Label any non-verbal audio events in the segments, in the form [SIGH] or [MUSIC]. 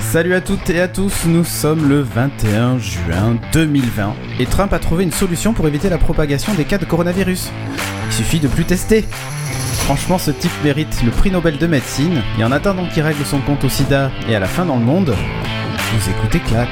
Salut à toutes et à tous, nous sommes le 21 juin 2020 et Trump a trouvé une solution pour éviter la propagation des cas de coronavirus. Il suffit de plus tester. Franchement, ce type mérite le prix Nobel de médecine et en attendant qu'il règle son compte au sida et à la fin dans le monde, vous écoutez Clat.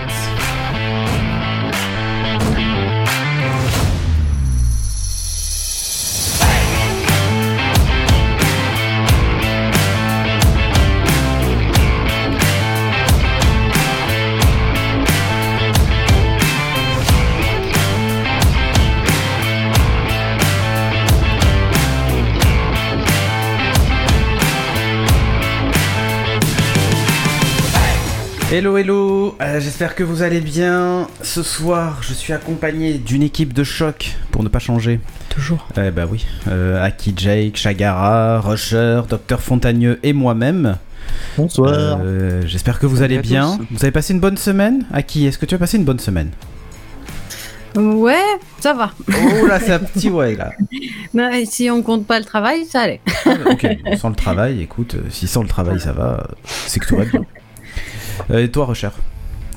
Hello, hello, euh, j'espère que vous allez bien. Ce soir, je suis accompagné d'une équipe de choc pour ne pas changer. Toujours. Eh bah oui, euh, Aki Jake, Chagara, Rusher, Docteur Fontagneux et moi-même. Bonsoir. Euh, J'espère que vous allez Salut à bien. tous. Vous avez passé une bonne semaine Aki, est-ce que tu as passé une bonne semaine Ouais, ça va. Oh là, c'est un petit ouais là. Non, et Bah, si on compte pas le travail, ça allait. Ah, ok, bon, sans le travail, écoute, euh, si sans le travail ça va, euh, c'est que tout va bien. Euh, et toi, Rusher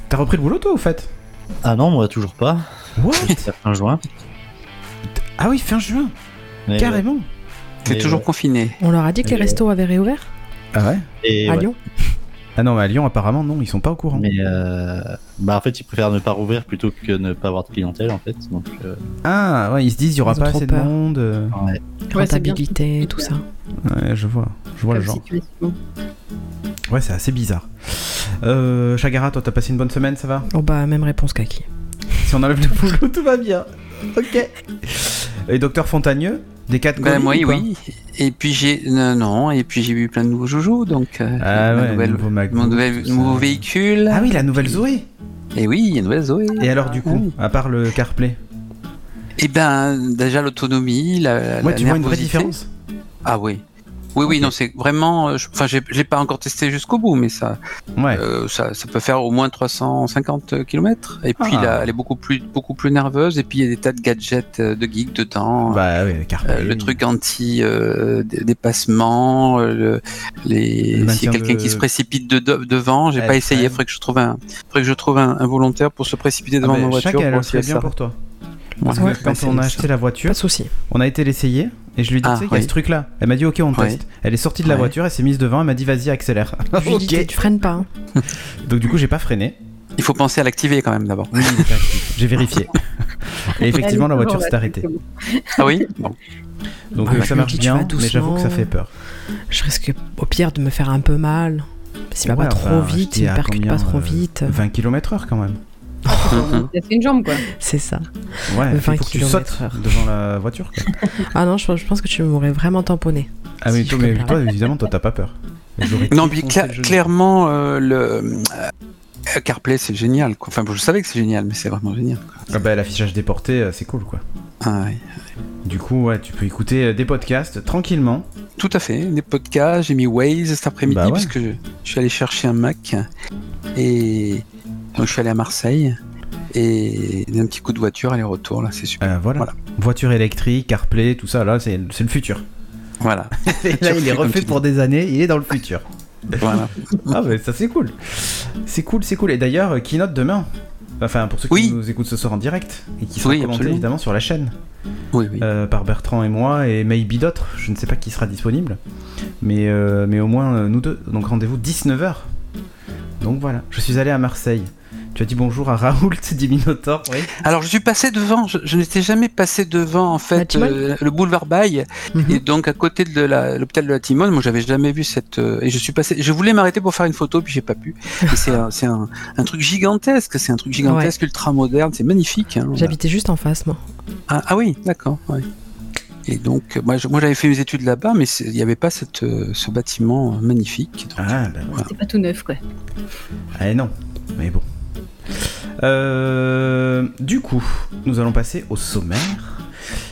T'as repris le boulot toi au fait Ah non, moi toujours pas. What C'est fin juin. Ah oui, fin juin, Eh Mais ouais. carrément. T'es Mais toujours euh, ouais. confiné. On leur a dit que les Et, euh, restos avaient réouvert Ah ouais Et à ouais. Lyon. Ah non, mais à Lyon apparemment non, ils sont pas au courant. Mais euh, bah en fait, ils préfèrent ne pas rouvrir plutôt que ne pas avoir de clientèle en fait. Donc euh, Ah ouais, ils se disent il y aura Ils ont pas trop assez peur. de monde. euh, ouais. Ouais, c'est bien. Rentabilité, tout ça. Ouais, je vois, je vois le Comme genre. situation. Ouais, c'est assez bizarre. Euh, Chagara, toi, t'as passé une bonne semaine, ça va Oh bah, même réponse qu'Aki. Si on enlève le boulot, tout va bien. Ok. Et docteur Fontagneux Des cas de Ben Covid, moi ou quoi oui. Et puis j'ai non, non, et puis j'ai eu plein de nouveaux joujoux donc euh, Ah ma ouais, nouvelle- nouveau MacBook, mon nouvel- tout ça. nouveau véhicule. Ah oui, la nouvelle Zoé Et oui, il y a une nouvelle Zoé. Et alors, du Ah coup, à part le CarPlay Et ben déjà l'autonomie, la, Ouais, la tu vois une vraie nervosité. différence Ah oui. Oui, oui, non, c'est vraiment. euh, je- Enfin, j'ai- je l'ai pas encore testé jusqu'au bout, mais ça, Ouais. euh, ça, ça peut faire au moins 350 km. Et puis Ah. là, elle est beaucoup plus, beaucoup plus nerveuse. Et puis il y a des tas de gadgets euh, de geek dedans. Bah ouais, CarPlay. Euh, le oui. truc anti euh, dé- dépassement, euh, le- Le les s'il y a maintien quelqu'un de- qui se précipite de, de- devant, j'ai Ouais, pas essayé, ouais. il faudrait que je trouve un faudrait que je trouve un, un volontaire pour se précipiter Ah, devant mais ma voiture chaque, elle pour serait essayer bien ça. pour toi. Parce Ouais. que quand Ouais, on a c'est- acheté la voiture, Pas de souci. on a été l'essayer. Et je lui ai dit, Ah, tu sais, qu'il y a oui. ce truc-là. Elle m'a dit, ok, on Oui. teste. Elle est sortie de la Ouais. voiture, elle s'est mise devant, elle m'a dit, vas-y, accélère. [LAUGHS] Je lui dis, tu- tu freines pas. hein. Donc, du coup, j'ai pas freiné. Il faut penser à l'activer quand même d'abord. Oui, il était actif. j'ai [LAUGHS] vérifié. Et effectivement, la Elle est voiture toujours s'est là, arrêtée. c'est bon. Ah oui Bon. Donc Ah, euh, bah, ça tu marche dis, tu vas bien, mais j'avoue que ça doucement. fait peur. Je risque au pire de me faire un peu mal. S'il va Ouais, pas trop enfin, je vite, dis il à me percute combien, pas trop euh, vite. 20 km/h quand même. [LAUGHS] C'est une jambe, quoi. C'est ça. Ouais, 20 il faut que tu sautes km/h. devant la voiture. Quoi. Ah non, je, je pense que tu m'aurais vraiment tamponné. Ah mais, Si, toi, je mais comprends. toi, évidemment, toi, t'as pas peur. Mais j'aurais [LAUGHS] Non, tout puis foncé cla- le genou. clairement euh, le euh, CarPlay c'est génial quoi. Enfin, bon, je savais que c'est génial, mais c'est vraiment génial. quoi. Ah bah, l'affichage déporté, euh, c'est cool quoi. Ah, ouais. Du coup, ouais, tu peux écouter euh, des podcasts tranquillement. Tout à fait, des podcasts, j'ai mis Waze cet après-midi Bah ouais. parce que je, je suis allé chercher un Mac et donc je suis allé à Marseille et d'un petit coup de voiture aller-retour là, c'est super. Euh, voilà. Voilà. Voiture électrique, CarPlay, tout ça, là, c'est c'est le futur. Voilà. là, il est Comme refait tu pour des années, il est dans le futur. voilà. Ah mais ça c'est cool. C'est cool, c'est cool. Et d'ailleurs, euh, keynote demain. Enfin, pour ceux qui Oui. nous écoutent ce soir en direct et qui sont Oui, commentés absolument. évidemment sur la chaîne Oui, oui. euh, par Bertrand et moi et maybe d'autres. Je ne sais pas qui sera disponible, mais euh, mais au moins euh, nous deux. Donc rendez-vous 19h. Donc voilà, je suis allé à Marseille. Tu as dit bonjour à Raoult [LAUGHS] dit Minotaur. Oui. Alors je suis passé devant, je, je n'étais jamais passé devant en La fait Timone euh, le boulevard Baille Mhm. et donc à côté de la- l'hôpital de la Timone, moi j'avais jamais vu cette euh, et je suis passé, je voulais m'arrêter pour faire une photo puis j'ai pas pu. Et C'est un, c'est un, un truc gigantesque, c'est un truc gigantesque ultra moderne, c'est magnifique. hein. J'habitais juste en face, moi. Ah, ah oui, d'accord. ouais. Et donc, euh, moi, je- moi, j'avais fait mes études là-bas, mais c'est- il n'y avait pas cette, euh, ce bâtiment euh, magnifique. Donc, Ah ben Voilà. C'est pas tout neuf, quoi. Eh non, mais bon. Euh, du coup, nous allons passer au sommaire.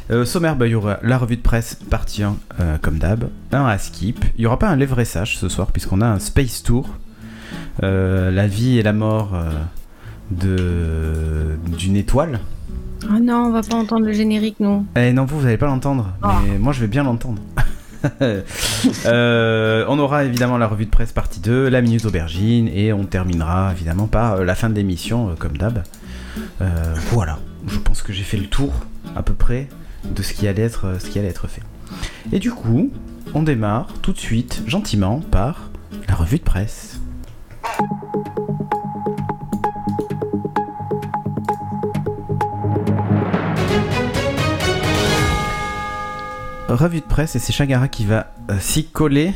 Euh, sommaire, bah, il y aura la revue de presse partie 1, euh, comme d'hab, un à skip. Il n'y aura pas un lévressage ce soir, puisqu'on a un space tour. Euh, la vie et la mort euh, de d'une étoile. Ah non, on va pas entendre le générique, non. Eh non, vous, vous n'allez pas l'entendre, [LAUGHS] mais moi, je vais bien l'entendre. Euh, on aura évidemment la revue de presse partie 2, la minute aubergine, et on terminera évidemment par euh, la fin de l'émission, euh, comme d'hab. Euh, voilà, je pense que j'ai fait le tour à peu près de ce qui allait être, euh, ce qui allait être fait. Et du coup, on démarre tout de suite, gentiment, par la revue de presse. Revue de presse et c'est Chagara qui va euh, s'y coller.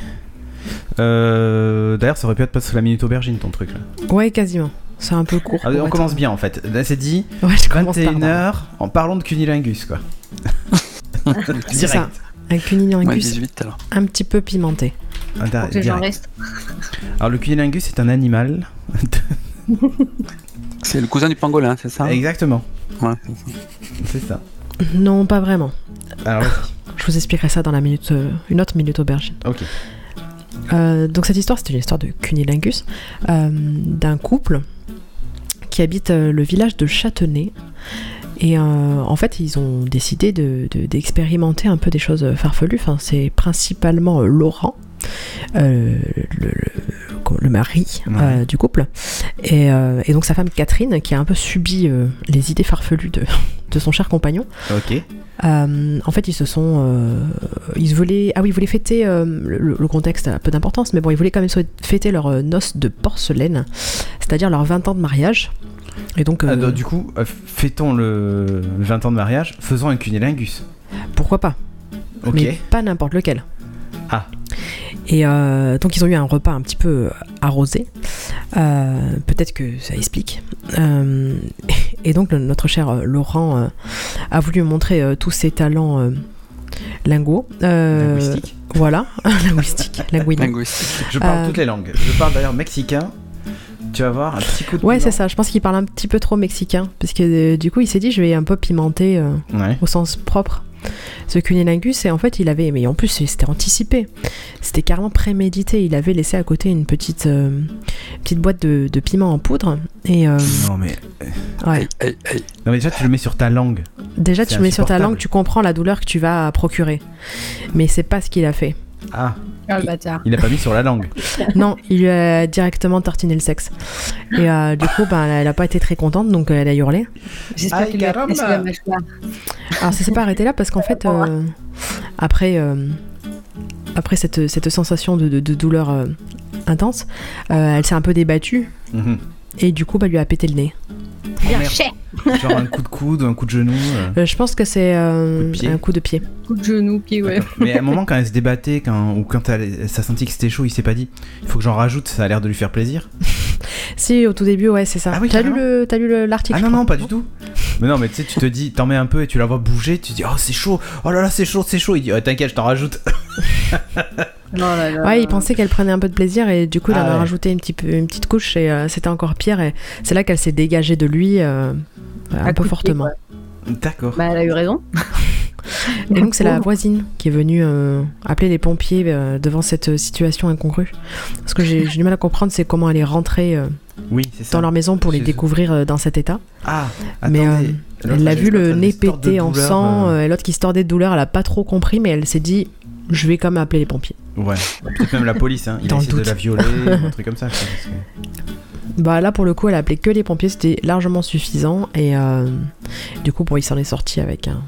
Euh, D'ailleurs, ça aurait pu être pas sous la minute aubergine ton truc là. Ouais, quasiment. C'est un peu court. Ah, pour on être- commence bien en fait. Là, c'est dit [LAUGHS] Ouais, je commence par 21h en parlant de cunilingus quoi. [LAUGHS] C'est ça. Direct. un Ouais, cunilingus 18 alors. un petit peu pimenté. Ah, Pour que j'en direct. reste. Alors le cunilingus est un animal. C'est le cousin du pangolin, c'est ça hein Exactement. Ouais. C'est ça. Non, pas vraiment. Alors vas-y. Je vous expliquerai ça dans la minute, euh, une autre minute aubergine. Ok. Euh, donc cette histoire, c'est une histoire de cunilingus, euh, d'un couple qui habite euh, le village de Châtenay. Et euh, en fait, ils ont décidé de- de- d'expérimenter un peu des choses farfelues. Enfin, c'est principalement euh, Laurent, euh, le, le- le mari Ouais. euh, du couple, et, euh, et donc sa femme Catherine, qui a un peu subi euh, les idées farfelues de- [LAUGHS] de son cher compagnon. Ok. Euh, en fait, ils se sont, euh, ils voulaient, ah oui, ils voulaient fêter euh, le, le contexte a peu d'importance, mais bon, ils voulaient quand même souhait- fêter leur euh, noce de porcelaine, c'est-à-dire leurs 20 ans de mariage. Et donc, euh, Ah, donc, du coup, euh, fêtons le 20 ans de mariage, faisons un cunilingus. pourquoi pas Ok. mais pas n'importe lequel. Ah. Et euh, donc ils ont eu un repas un petit peu arrosé. Euh, Peut-être que ça explique. Euh, [LAUGHS] et donc le- notre cher euh, Laurent euh, a voulu montrer euh, tous ses talents euh, lingots. Euh, Linguistique. Voilà, [LAUGHS] linguistique, linguine. Linguistique. Je parle euh, toutes les langues. Je parle d'ailleurs mexicain. Tu vas voir un petit coup de Ouais, c'est coulant. ça. Je pense qu'il parle un petit peu trop mexicain, parce que euh, du coup, il s'est dit, je vais un peu pimenter. euh, Ouais. au sens propre. Ce cunilingus, et en fait, il avait, mais en plus, c'était anticipé. C'était carrément prémédité. Il avait laissé à côté une petite, euh, petite boîte de, de piment en poudre. Et euh, Non mais... ouais. Aïe, aïe, aïe. non mais déjà tu le mets sur ta langue. déjà, C'est tu mets sur ta insupportable. langue, tu comprends la douleur que tu vas procurer. Mais c'est pas ce qu'il [LAUGHS] a fait. Ah, Ah, le bâtard. il a pas mis sur la langue. Non, il lui a directement tartiné le sexe. Et euh, du coup, ben, elle a pas été très contente, donc euh, elle a hurlé. J'espère Aïe, qu'il lui a caramba. cassé la mâchoire. Alors ça s'est pas arrêté là parce qu'en fait, euh, après, euh, après cette, cette sensation de, de- de douleur euh, intense, euh, elle s'est un peu débattue Mhm. et du coup, bah, lui a pété le nez. Bien Oh, merde. cher. Genre un coup de coude, un coup de genou. euh. Euh, je pense que c'est euh, Coup de pied. un coup de pied. Coup de genou, pied, [LAUGHS] ouais. D'accord. Mais à un moment, quand elle se débattait, quand, ou quand elle, ça sentit que c'était chaud, il s'est pas dit il faut que j'en rajoute, ça a l'air de lui faire plaisir. Si, au tout début, ouais, c'est ça. Ah oui, t'as lu carrément. le- t'as lu le- l'article Ah je non, crois. non, pas du tout. Mais non, mais tu sais, tu te dis, t'en mets un peu et tu la vois bouger, tu dis oh, c'est chaud, oh là là, c'est chaud, c'est chaud. Il dit oh, t'inquiète, je t'en rajoute. Oh là là. Ouais, il pensait qu'elle prenait un peu de plaisir et du coup, il Ah en a ouais. rajouté une, petit peu- une petite couche et euh, c'était encore pire. Et c'est là qu'elle s'est dégagée de lui euh, À un peu coups de pied, fortement. D'accord. Bah, elle a eu [LAUGHS] raison. Et donc c'est la voisine qui est venue euh, appeler les pompiers euh, devant cette situation incongrue. Ce que j'ai j'ai du mal à comprendre, c'est comment elle est rentrée euh, Oui, c'est ça. dans leur maison pour les Chez eux. découvrir euh, dans cet état. Ah, mais euh, attendez. L'autre, elle l'a j'ai vu le l'autre, nez elle sort de pété en douleur, sang, euh, euh, et l'autre qui se tordait de douleur, elle a pas trop compris, mais elle s'est dit je vais quand même appeler les pompiers. Ouais, peut-être même la police, hein. il euh. Dans a le essayé de doute. la violer, ou un truc comme ça. quoi, parce que- Bah là pour le coup, elle a appelé que les pompiers, c'était largement suffisant et euh, du coup bon, il s'en est sorti avec un,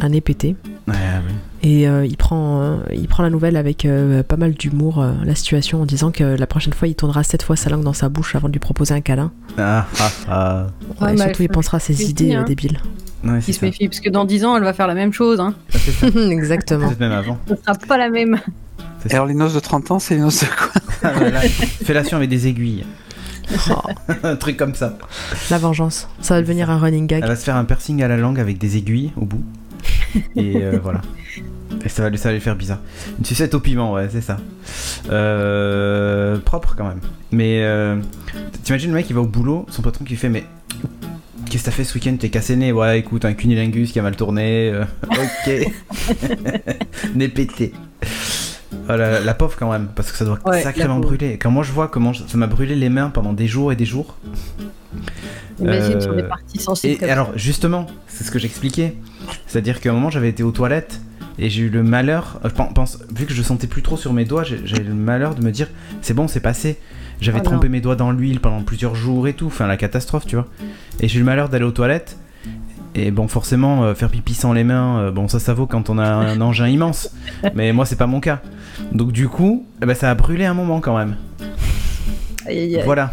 un nez pété. Ouais, ah, ouais. Et euh, il, prend, euh, il prend la nouvelle avec euh, pas mal d'humour, euh, la situation, en disant que la prochaine fois, il tournera sept fois sa langue dans sa bouche avant de lui proposer un câlin. Ah, ah, ah. Ouais, Ouais, et mais surtout, elle il pensera à ses fait idées signe, euh, hein. [LAUGHS] débiles. Ouais, c'est Qui se ça. méfie, parce que dans 10 ans, elle va faire la même chose. Hein. Ah, c'est ça. [LAUGHS] Exactement. Peut-être même avant. Ce sera pas la même. Et Alors les noces de 30 ans, c'est les noces de [LAUGHS] quoi Ah, voilà. Fellation avec des aiguilles, [LAUGHS] Oh, un truc comme ça. la vengeance. Ça va devenir un running Elle gag. va se faire un piercing à la langue avec des aiguilles au [LAUGHS] bout. Et euh, voilà. Et ça va, lui- ça va lui faire bizarre. Une sucette au piment, ouais, c'est ça. Euh, propre quand même. Mais euh, t'imagines le mec, il va au boulot, son patron qui lui fait Mais qu'est-ce que t'as fait ce week-end T'es cassé nez Ouais, écoute, un cunilingus qui a mal tourné. euh, [LAUGHS] ok. [LAUGHS] nez pété. Oh là là, la pauvre quand même, parce que ça doit Ouais, sacrément la pauvre. brûler. Quand moi je vois comment je- ça m'a brûlé les mains pendant des jours et des jours, Imagine Euh, sur des parties sensibles et comme ça. alors, justement, c'est ce que j'expliquais. C'est-à-dire qu'à un moment, j'avais été aux toilettes Et j'ai eu le malheur, euh, je pen- pense, vu que je sentais plus trop sur mes doigts, j'ai j'ai eu le malheur de me dire c'est bon, c'est passé. J'avais Oh non. trempé mes doigts dans l'huile pendant plusieurs jours et tout, enfin la catastrophe, tu vois. Et j'ai eu le malheur d'aller aux toilettes. Et bon, forcément, euh, faire pipi sans les mains, euh, bon, ça, ça vaut quand on a [LAUGHS] un engin immense. Mais moi, c'est pas mon cas. Donc, du coup, eh ben, ça a brûlé un moment quand même. Aïe, aïe, aïe. Voilà.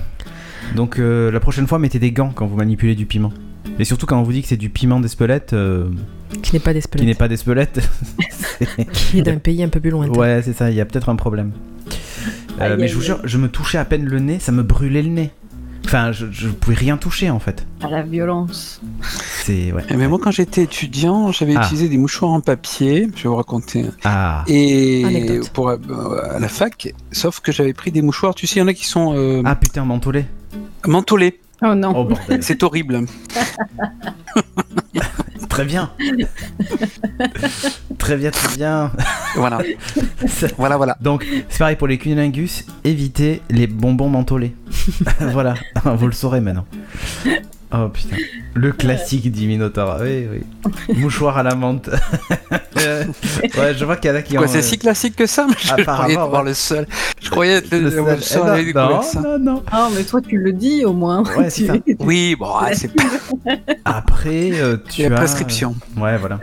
Donc euh, la prochaine fois, mettez des gants quand vous manipulez du piment. Et surtout quand on vous dit que c'est du piment d'Espelette, euh, Qui n'est pas qui n'est d'Espelette. pas d'Espelette. [LAUGHS] Qui est d'un pays un peu plus lointain. ouais, c'est ça, il y a peut-être un problème. Euh, Aïe, mais aïe, je vous aïe. jure, je me touchais à peine le nez, ça me brûlait le nez. Enfin, je, je pouvais rien toucher en fait. à la violence. C'est. Euh, Ouais. Eh ben, moi, quand j'étais étudiant, j'avais Ah. utilisé des mouchoirs en papier. Je vais vous raconter. Ah. Et Anecdote. pour, euh, à la fac, sauf que j'avais pris des mouchoirs. Tu sais, il y en a qui sont euh, Ah putain, mentolé. mentholés. Oh non. Oh [LAUGHS] bordel. C'est horrible. très [LAUGHS] bien. très bien, très bien. Voilà, voilà, voilà. Donc, c'est pareil pour les cunilingus, évitez les bonbons [LAUGHS] mentholés. voilà, [LAUGHS] vous le saurez maintenant. Oh putain, le classique du Minotaur. Oui, oui. Mouchoir à la menthe. [LAUGHS] Euh, ouais, je vois qu'il y en a qui Quoi, ont. euh, c'est si classique que ça Je apparemment, croyais ouais. avoir le seul. Je croyais être le, le le sel. seul Eh non, à avoir découvert ça. non, non, non. Ah, mais toi, tu le dis au moins. Ouais, c'est [LAUGHS] Tu- ça. Oui, bon, ah, c'est Après, euh, [LAUGHS] tu la as- prescription. Ouais, voilà.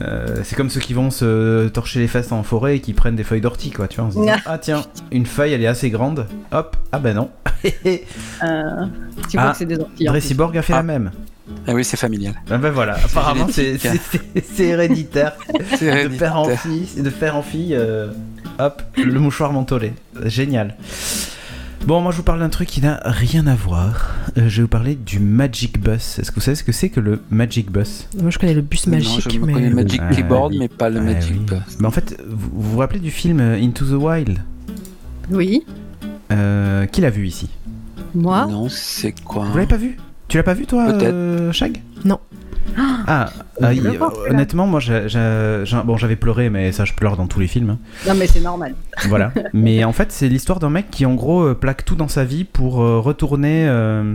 Euh, c'est comme ceux qui vont se torcher les fesses en forêt et qui prennent des feuilles d'ortie, quoi. Tu vois, en se disant, ah tiens, une feuille, elle est assez grande. Hop, ah ben non. [LAUGHS] Euh, tu vois Ah, que c'est des orties. en plus. Dressiborg a fait Ah. la même. Ah oui, c'est [LAUGHS] familial. Ah ben voilà, apparemment c'est c'est- c'est héréditaire hein. [LAUGHS] C'est de père en héréditaire. fille, de père en fille. euh, hop, le mouchoir mentholé, génial. Bon, moi je vous parle d'un truc qui n'a rien à voir. Euh, je vais vous parler du Magic Bus. Est-ce que vous savez ce que c'est que le Magic Bus Moi, je connais le bus magique, non, je me mais connais le Magic Ah, Keyboard, oui. mais pas le Ah, Magic. oui. Bus. Mais en fait, vous vous, vous rappelez du film euh, Into the Wild Oui, Euh, Qui l'a vu ici moi. Non, c'est quoi Vous l'avez pas vu Tu l'as pas vu toi, Ah. Peut-être. euh, Shag Non. Ah, euh, il- le voir, celui-là. honnêtement, moi, j'ai- j'ai- j'ai- bon, j'avais pleuré, mais ça, je pleure dans tous les films. hein. Non, mais c'est normal. Voilà. Mais en fait, c'est l'histoire d'un mec qui, en gros, euh, plaque tout dans sa vie pour euh, retourner. euh,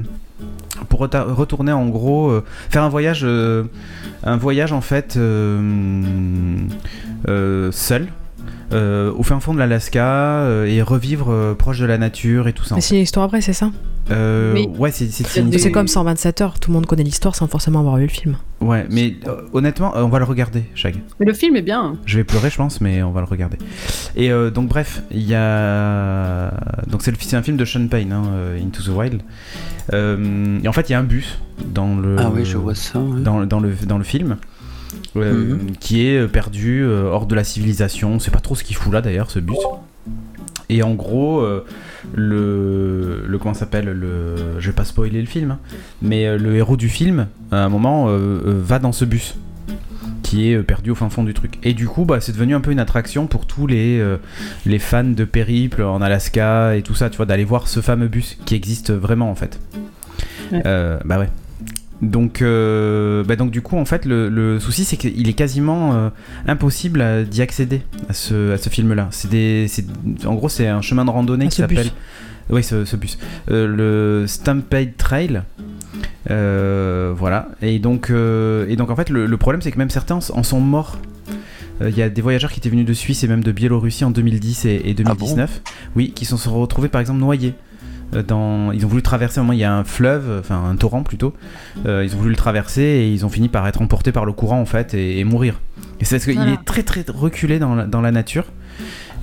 pour reta- retourner en gros euh, faire un voyage euh, un voyage en fait euh, euh, seul euh, au fin fond de l'Alaska euh, et revivre euh, proche de la nature et tout ça Mais c'est une histoire vraie, c'est ça Euh, Oui. ouais c'est c'est- c'est une Et- C'est comme 127 heures, tout le monde connaît l'histoire sans forcément avoir vu le film. ouais mais euh, honnêtement euh, on va le regarder Shag Mais le film est bien. Je vais pleurer, je pense, mais on va le regarder. Et euh, donc, bref, il y a. Donc, c'est le- c'est un film de Sean Payne, hein, euh, Into the Wild. Euh, et en fait, il y a un bus dans le. Ah oui, je vois ça. ouais. Dans, dans le, dans le film. euh, Mhm. Qui est perdu euh, hors de la civilisation. C'est pas trop ce qu'il fout là d'ailleurs, ce bus. Et en gros, euh, le, le comment ça s'appelle le, je vais pas spoiler le film, hein, mais euh, le héros du film, à un moment, euh, euh, va dans ce bus qui est euh, perdu au fin fond du truc. Et du coup, bah, c'est devenu un peu une attraction pour tous les euh, les fans de périple en Alaska et tout ça, tu vois, d'aller voir ce fameux bus qui existe vraiment en fait. Ouais. Euh, bah ouais. Donc, euh, bah donc du coup, en fait, le, le souci, c'est qu'il est quasiment euh, impossible à- d'y accéder à ce, à ce film-là. C'est des, c'est- en gros, c'est un chemin de randonnée Ah, qui ce bus. s'appelle, oui, ce, ce bus, Euh, le Stampede Trail. Euh, voilà. Et donc, euh, et donc, en fait, le, le problème, c'est que même certains en sont morts. Euh, Il y a des voyageurs qui étaient venus de Suisse et même de Biélorussie en 2010 et, et 2019, oui, qui se sont retrouvés par exemple noyés. Euh, Dans, ils ont voulu traverser, à un moment, il y a un fleuve, enfin un torrent plutôt, euh, ils ont voulu le traverser et ils ont fini par être emportés par le courant en fait et, et mourir. Et c'est parce qu'il Voilà. est très très reculé dans la, dans la nature.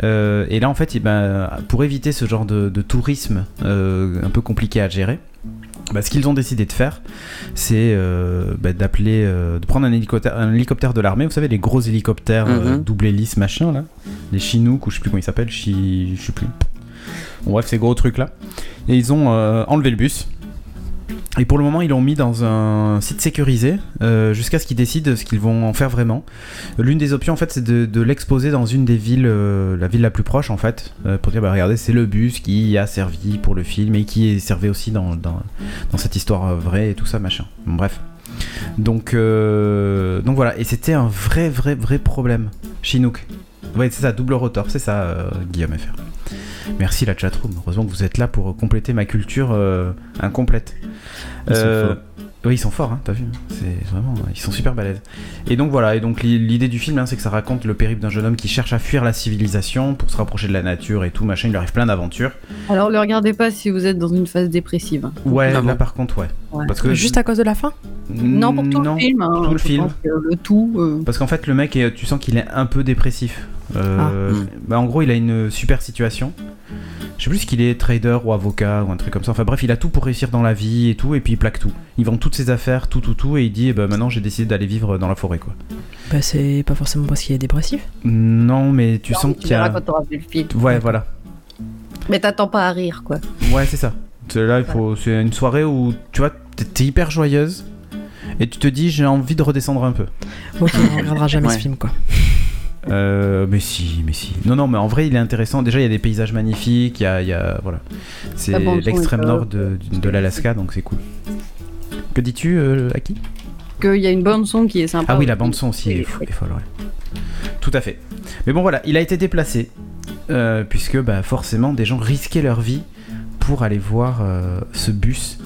Euh, et là en fait, eh ben, pour éviter ce genre de, de tourisme euh, un peu compliqué à gérer, bah, ce qu'ils ont décidé de faire, c'est euh, bah, d'appeler, euh, de prendre un hélicoptère, un hélicoptère de l'armée, vous savez les gros hélicoptères euh, Mhm. double hélice machin là, les Chinooks ou je sais plus comment ils s'appellent, Chi- je sais plus. Bon, bref, ces gros trucs là. Et ils ont euh, enlevé le bus. Et pour le moment, ils l'ont mis dans un site sécurisé euh, jusqu'à ce qu'ils décident ce qu'ils vont en faire vraiment. L'une des options, en fait, c'est de, de l'exposer dans une des villes, euh, la ville la plus proche, en fait, euh, pour dire bah regardez, c'est le bus qui a servi pour le film et qui est servi aussi dans, dans, dans cette histoire euh, vraie et tout ça, machin. Bon, bref. Donc, euh, donc voilà, et c'était un vrai, vrai, vrai problème. Chinook. Ouais, c'est ça, double rotor, c'est ça, euh, Guillaume FR. Merci la chatroom, heureusement que vous êtes là pour compléter ma culture euh, incomplète. Ils sont Euh, Oui, ils sont forts, hein, t'as vu C'est vraiment, ils sont super balèzes. Et donc voilà, et donc l'i- l'idée du film, hein, c'est que ça raconte le périple d'un jeune homme qui cherche à fuir la civilisation pour se rapprocher de la nature et tout machin. Il lui arrive plein d'aventures. Alors, le regardez pas si vous êtes dans une phase dépressive. Ouais, Ah bon là par contre, ouais. Ouais. Parce que Juste à cause de la fin Non, pour tout non. le film. hein, tout le je film. pense que le tout. euh, Parce qu'en fait, le mec, est- tu sens qu'il est un peu dépressif. Euh, Ah. Mm. bah, en gros, il a une super situation. Je sais plus qu'il est trader ou avocat ou un truc comme ça. Enfin bref, il a tout pour réussir dans la vie et tout, et puis il plaque tout. Il vend toutes ses affaires, tout, tout, tout, et il dit, eh ben, maintenant j'ai décidé d'aller vivre dans la forêt, quoi. Bah, c'est pas forcément parce qu'il est dépressif. Non, mais tu sens tu qu'il y a... verras quand t'auras vu le film. Ouais, voilà. Mais t'attends pas à rire, quoi. Ouais, c'est ça. C'est Là, il faut... c'est une soirée où, tu vois, t'es- t'es hyper joyeuse, et tu te dis, j'ai envie de redescendre un peu. Ok, on regardera jamais Ouais. ce film, quoi. Euh, mais si, mais si. Non, non, mais en vrai, il est intéressant. Déjà, il y a des paysages magnifiques. Il y a, il y a- voilà. C'est La bande son l'extrême est nord de, de l'Alaska, donc c'est cool. Que dis-tu, euh, Aki Qu'il y a une bande son qui est sympa. Ah oui, la bande son aussi est, Oui, fou- oui. est folle, ouais. Tout à fait. Mais bon, voilà, il a été déplacé euh, puisque, bah, forcément, des gens risquaient leur vie pour aller voir euh, ce bus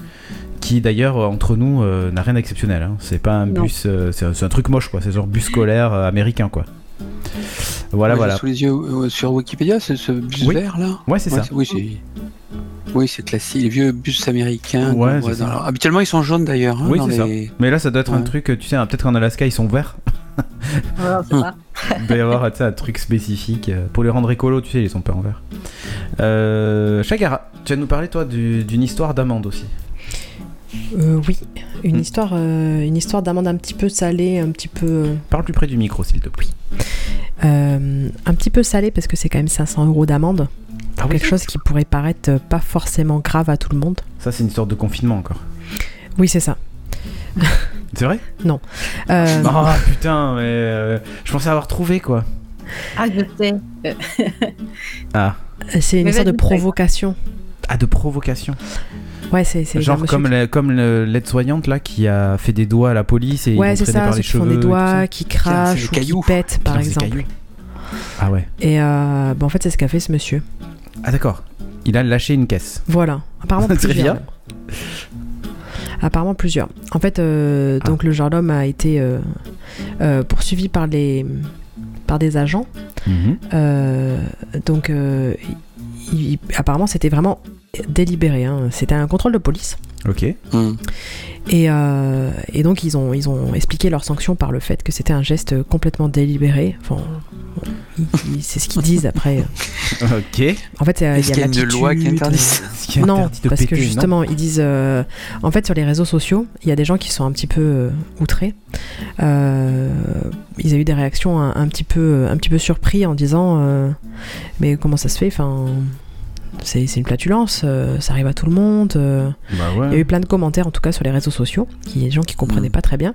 qui d'ailleurs euh, entre nous euh, n'a rien d'exceptionnel. hein. C'est pas un Non. bus, euh, c'est un, c'est un truc moche quoi. C'est genre bus scolaire euh, américain quoi. Voilà Moi, j'ai voilà. Sous les yeux euh, sur Wikipédia, ce, ce bus Oui. vert là. Ouais c'est Ouais, ça. c'est- Oui, c'est. Oui, c'est classique. Les vieux bus américains. Ouais, qu'on c'est voit ça. dans- Alors, habituellement, ils sont jaunes d'ailleurs. hein, Oui, dans c'est ça. les- Mais là, ça doit être un Ouais. truc, tu sais, hein, peut-être qu'en Alaska, ils sont [LAUGHS] verts. Voilà, c'est ça. Il doit y avoir tu sais, un truc spécifique. euh, Pour les rendre écolo, tu sais, ils sont pas en vert. Euh, Chagara, tu vas nous parler, toi, du- d'une histoire d'amende aussi. Euh, oui, une Hmm. histoire, euh, une histoire d'amande un petit peu salée, un petit peu, Parle plus près du micro, s'il te plaît. euh, un petit peu salée parce que c'est quand même 500 euros d'amende Ah oui, quelque chose qui pourrait paraître euh, pas forcément grave à tout le monde. ça, c'est une histoire de confinement encore. Oui, c'est ça. C'est vrai Euh, Ah putain, mais euh, je pensais avoir trouvé quoi. Ah, je sais. c'est une Mais histoire de vas-y, Fred. provocation. Ah, de provocation. Ouais, c'est c'est un Genre monsieur comme qui- la- comme le- l'aide-soignante là qui a fait des doigts à la police et Ouais, ils c'est l'ont traîné ça, par ceux les qui font cheveux. des et tout ça. doigts, qui Putain, c'est crachent des ou cailloux. qui pètent, Putain, par c'est des exemple. cailloux. Ah ouais. Et euh, bah, en fait, c'est ce qu'a fait ce monsieur. Ah d'accord. Il a lâché une caisse. Voilà. Apparemment [LAUGHS] C'est plusieurs. bien. Apparemment plusieurs. En fait, euh, Ah. donc le genre d'homme a été euh, euh, poursuivi par les par des agents. Mhm. Euh, donc, euh, il- il- apparemment, c'était vraiment délibéré. hein. C'était un contrôle de police. Ok. Hmm. Et, euh, et donc ils ont, ils ont expliqué leur sanction par le fait que c'était un geste complètement délibéré. Enfin, ils- ils- c'est ce qu'ils disent après. [LAUGHS] Ok. En fait, euh, il Est-ce y a qu'il y a une l'attitude, loi qui interdit ça Ce qui est Non, interdit de parce péter, que non justement, ils disent. euh, en fait, sur les réseaux sociaux, il y a des gens qui sont un petit peu euh, outrés. Euh, ils ont eu des réactions un, un petit peu, un petit peu surpris en disant euh, Mais comment ça se fait Enfin, c'est c'est une flatulence, euh, ça arrive à tout le monde. euh. Bah Il y a ouais. eu plein de commentaires, en tout cas sur les réseaux sociaux, qui des gens qui comprenaient Mm. pas très bien,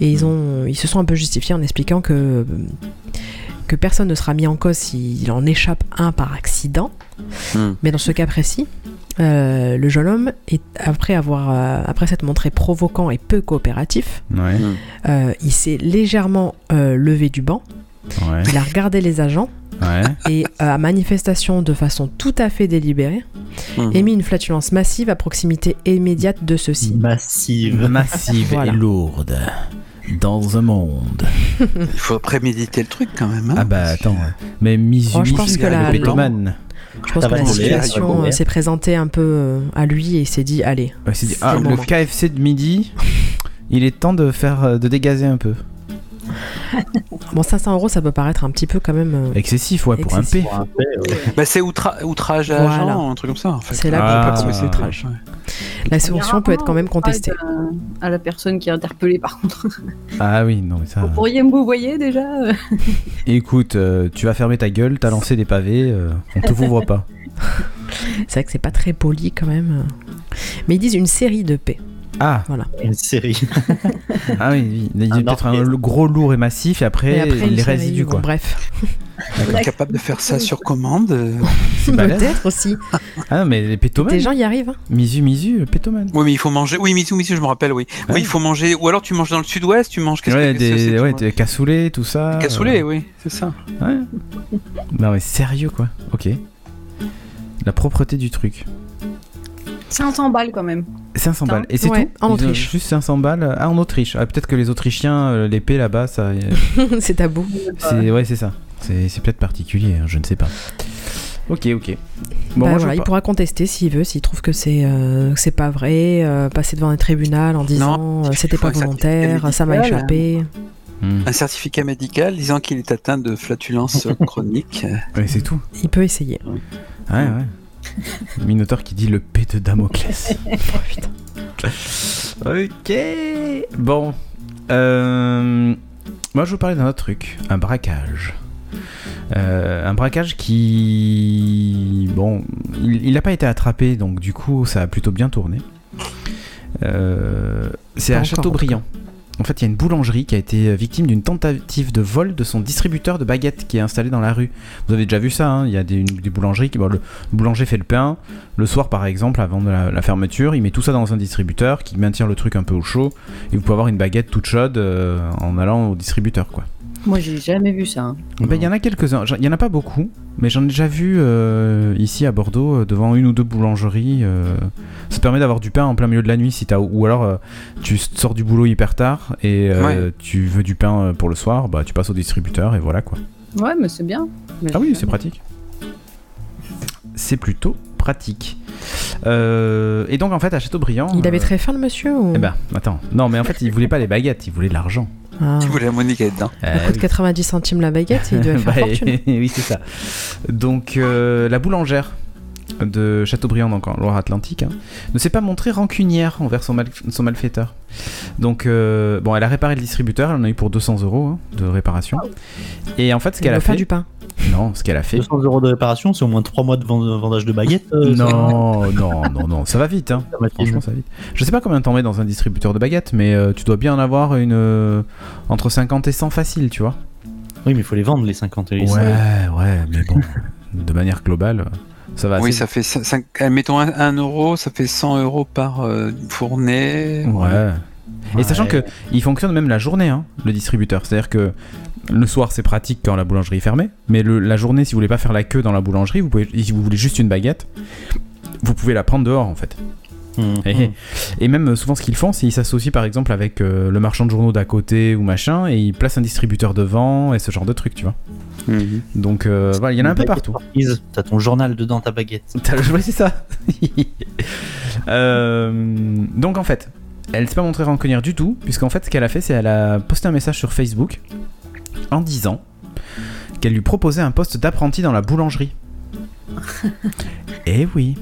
et ils ont, ils se sont un peu justifiés en expliquant que que personne ne sera mis en cause s'il en échappe un par accident. Mm. Mais dans ce cas précis, euh, le jeune homme, est, après avoir, euh, après s'être montré provocant et peu coopératif, Ouais, euh, il s'est légèrement euh, levé du banc. ouais, Il a regardé les agents ouais. et euh, à manifestation de façon tout à fait délibérée, Hmm. émis une flatulence massive à proximité immédiate de ceux-ci. Bah, Massive. Massive Voilà. et lourde. Dans un monde. Il faut préméditer le truc quand même. hein. Ah bah attends. Mais Mizumi, Oh, je pense que la- le pétomane. Je pense Ça que va la tomber, ça va situation tomber. euh, s'est présentée un peu euh, à lui et il s'est dit allez. Ouais, c'est dit, C'est ah, le le moment. KFC de midi, il est temps de faire euh, de dégazer un peu. Bon, 500 euros, ça peut paraître un petit peu quand même. euh, Excessif, ouais, pour Excessif. un P. Pour un fait, ouais. Bah, c'est outra- outrage à Voilà. agent, un truc comme ça. En fait. C'est là qu'on Ah. voit comment que c'est c'est outrage. outrage. la Il y a sanction peut être quand même rarement un contestée. outrage, euh, À la personne qui est interpellée, par contre. Ah oui, non, mais ça. Vous pourriez me voyez déjà [LAUGHS] euh, Écoute, euh, tu vas fermer ta gueule, t'as lancé des pavés, euh, on te vous voit pas. C'est vrai que c'est pas très poli quand même. euh. Mais ils disent une série de paix. Ah, Une [LAUGHS] série. ah oui, oui, il y a Un peut-être un orchestre. gros lourd et massif, et après, Et après, une les série, résidus, bon, quoi. bref, capable de faire ça sur commande. euh. C'est balèze. peut-être aussi. Ah non, mais les pétomanes. Des gens y arrivent. hein. Mizu, Mizu, le pétomane. Oui, mais il faut manger. Oui, Mitsu, Mitsu, je me rappelle, oui. Ouais. Oui, il faut manger. Ou alors tu manges dans le sud-ouest, tu manges. qu'est-ce que- Ouais, qu'est-ce que c'est, des, tu ouais, manges des cassoulets, tout ça. Cassoulet, oui, c'est ça. euh, ouais. Non mais sérieux quoi. Ok. La propreté du truc. 500 balles quand même. 500 balles. Et c'est Ouais, tout en Ils ont Autriche. Juste 500 balles. Ah, en Autriche. Ah, peut-être que les Autrichiens, euh, l'épée là-bas, ça. euh, [LAUGHS] c'est tabou. c'est, ouais, c'est ça. C'est, c'est peut-être particulier, hein, je ne sais pas. Ok, ok. Bon, Bah moi, je voilà, veux il pas. pourra contester s'il veut, s'il trouve que c'est euh, que c'est pas vrai, euh, passer devant un tribunal en disant euh, c'était faut pas un certificat volontaire, ça m'a médical. échappé. Hmm. Un certificat médical disant qu'il est atteint [LAUGHS] de flatulence chronique. Ouais, c'est tout. Il peut essayer. Ouais, [LAUGHS] ouais. Minotaur qui dit le P de Damoclès. Oh, putain. ok. Bon. Euh, moi, je vais vous parler d'un autre truc. Un braquage. Euh, un braquage qui. Bon, il n'a pas été attrapé, donc du coup, ça a plutôt bien tourné. Euh, c'est Pas à encore, Châteaubriand. En fait, il y a une boulangerie qui a été euh, victime d'une tentative de vol de son distributeur de baguettes qui est installé dans la rue. Vous avez déjà vu ça, hein, il y a des, une- des boulangeries qui. bon, le boulanger fait le pain, le soir par exemple, avant de la, la fermeture, il met tout ça dans un distributeur qui maintient le truc un peu au chaud et vous pouvez avoir une baguette toute chaude euh, en allant au distributeur quoi. Moi, j'ai jamais vu ça. hein. Ben, Il y en a quelques-uns, J'en- il y en a pas beaucoup, mais j'en ai déjà vu euh, ici à Bordeaux euh, devant une ou deux boulangeries. euh, ça permet d'avoir du pain en plein milieu de la nuit si t'as ou alors euh, tu s- sors du boulot hyper tard et euh, tu veux du pain euh, pour le soir, bah tu passes au distributeur et voilà quoi. Ouais, mais c'est bien. Mais Ah j'ai oui, jamais- c'est pratique. C'est plutôt pratique. Euh, et donc en fait à Châteaubriand, Il avait euh, très faim le monsieur ou... eh ben, attends. Non, mais en fait, il voulait pas les baguettes, il voulait de l'argent. Ah. Si vous voulez la monnaie qui est dedans. Euh, Elle coûte 90 centimes la baguette, il [LAUGHS] doit faire [LAUGHS] Bah, fortune. oui, c'est ça. Donc, euh, la boulangère de Châteaubriand, donc en Loire-Atlantique, hein, ne s'est pas montrée rancunière envers son, mal- son malfaiteur. Donc, euh, bon, elle a réparé le distributeur, elle en a eu pour 200 euros hein, de réparation. Et en fait, ce Il qu'elle doit a faire fait. du pain. Non, ce qu'elle a fait. 200 euros de réparation, c'est au moins 3 mois de vend- vendage de baguettes. euh, ça, Non, non, non, non, ça va vite, hein. ça m'a fait- Franchement, ça va vite. Je sais pas combien de temps met dans un distributeur de baguettes, mais euh, tu dois bien en avoir une euh, entre 50 et 100 facile, tu vois. Oui, mais il faut les vendre les 50 et les Ouais, 100. ouais, mais bon, de manière globale, ça va. Oui, assez ça fait 5, mettons 1 euro, ça fait 100 euros par euh, fournée. vite. Ouais. Et sachant Ouais. que il fonctionne même la journée, hein, le distributeur. C'est-à-dire que le soir c'est pratique quand la boulangerie est fermée, mais le- la journée, si vous voulez pas faire la queue dans la boulangerie, vous pouvez, si vous voulez juste une baguette, vous pouvez la prendre dehors en fait. Mhm. Et, et même euh, souvent ce qu'ils font, c'est ils s'associent par exemple avec euh, le marchand de journaux d'à côté ou machin, et ils placent un distributeur devant et ce genre de truc, tu vois. Mhm. Donc euh, voilà, il y en a un peu Baguette partout. surprise, T'as ton journal dedans ta [LAUGHS] baguette. T'as le- ouais, c'est ça. Euh, donc en fait, elle s'est pas montrée rancunière du tout, puisqu'en fait, ce qu'elle a fait, c'est elle a posté un message sur Facebook en disant qu'elle lui proposait un poste d'apprenti dans la boulangerie. Eh oui.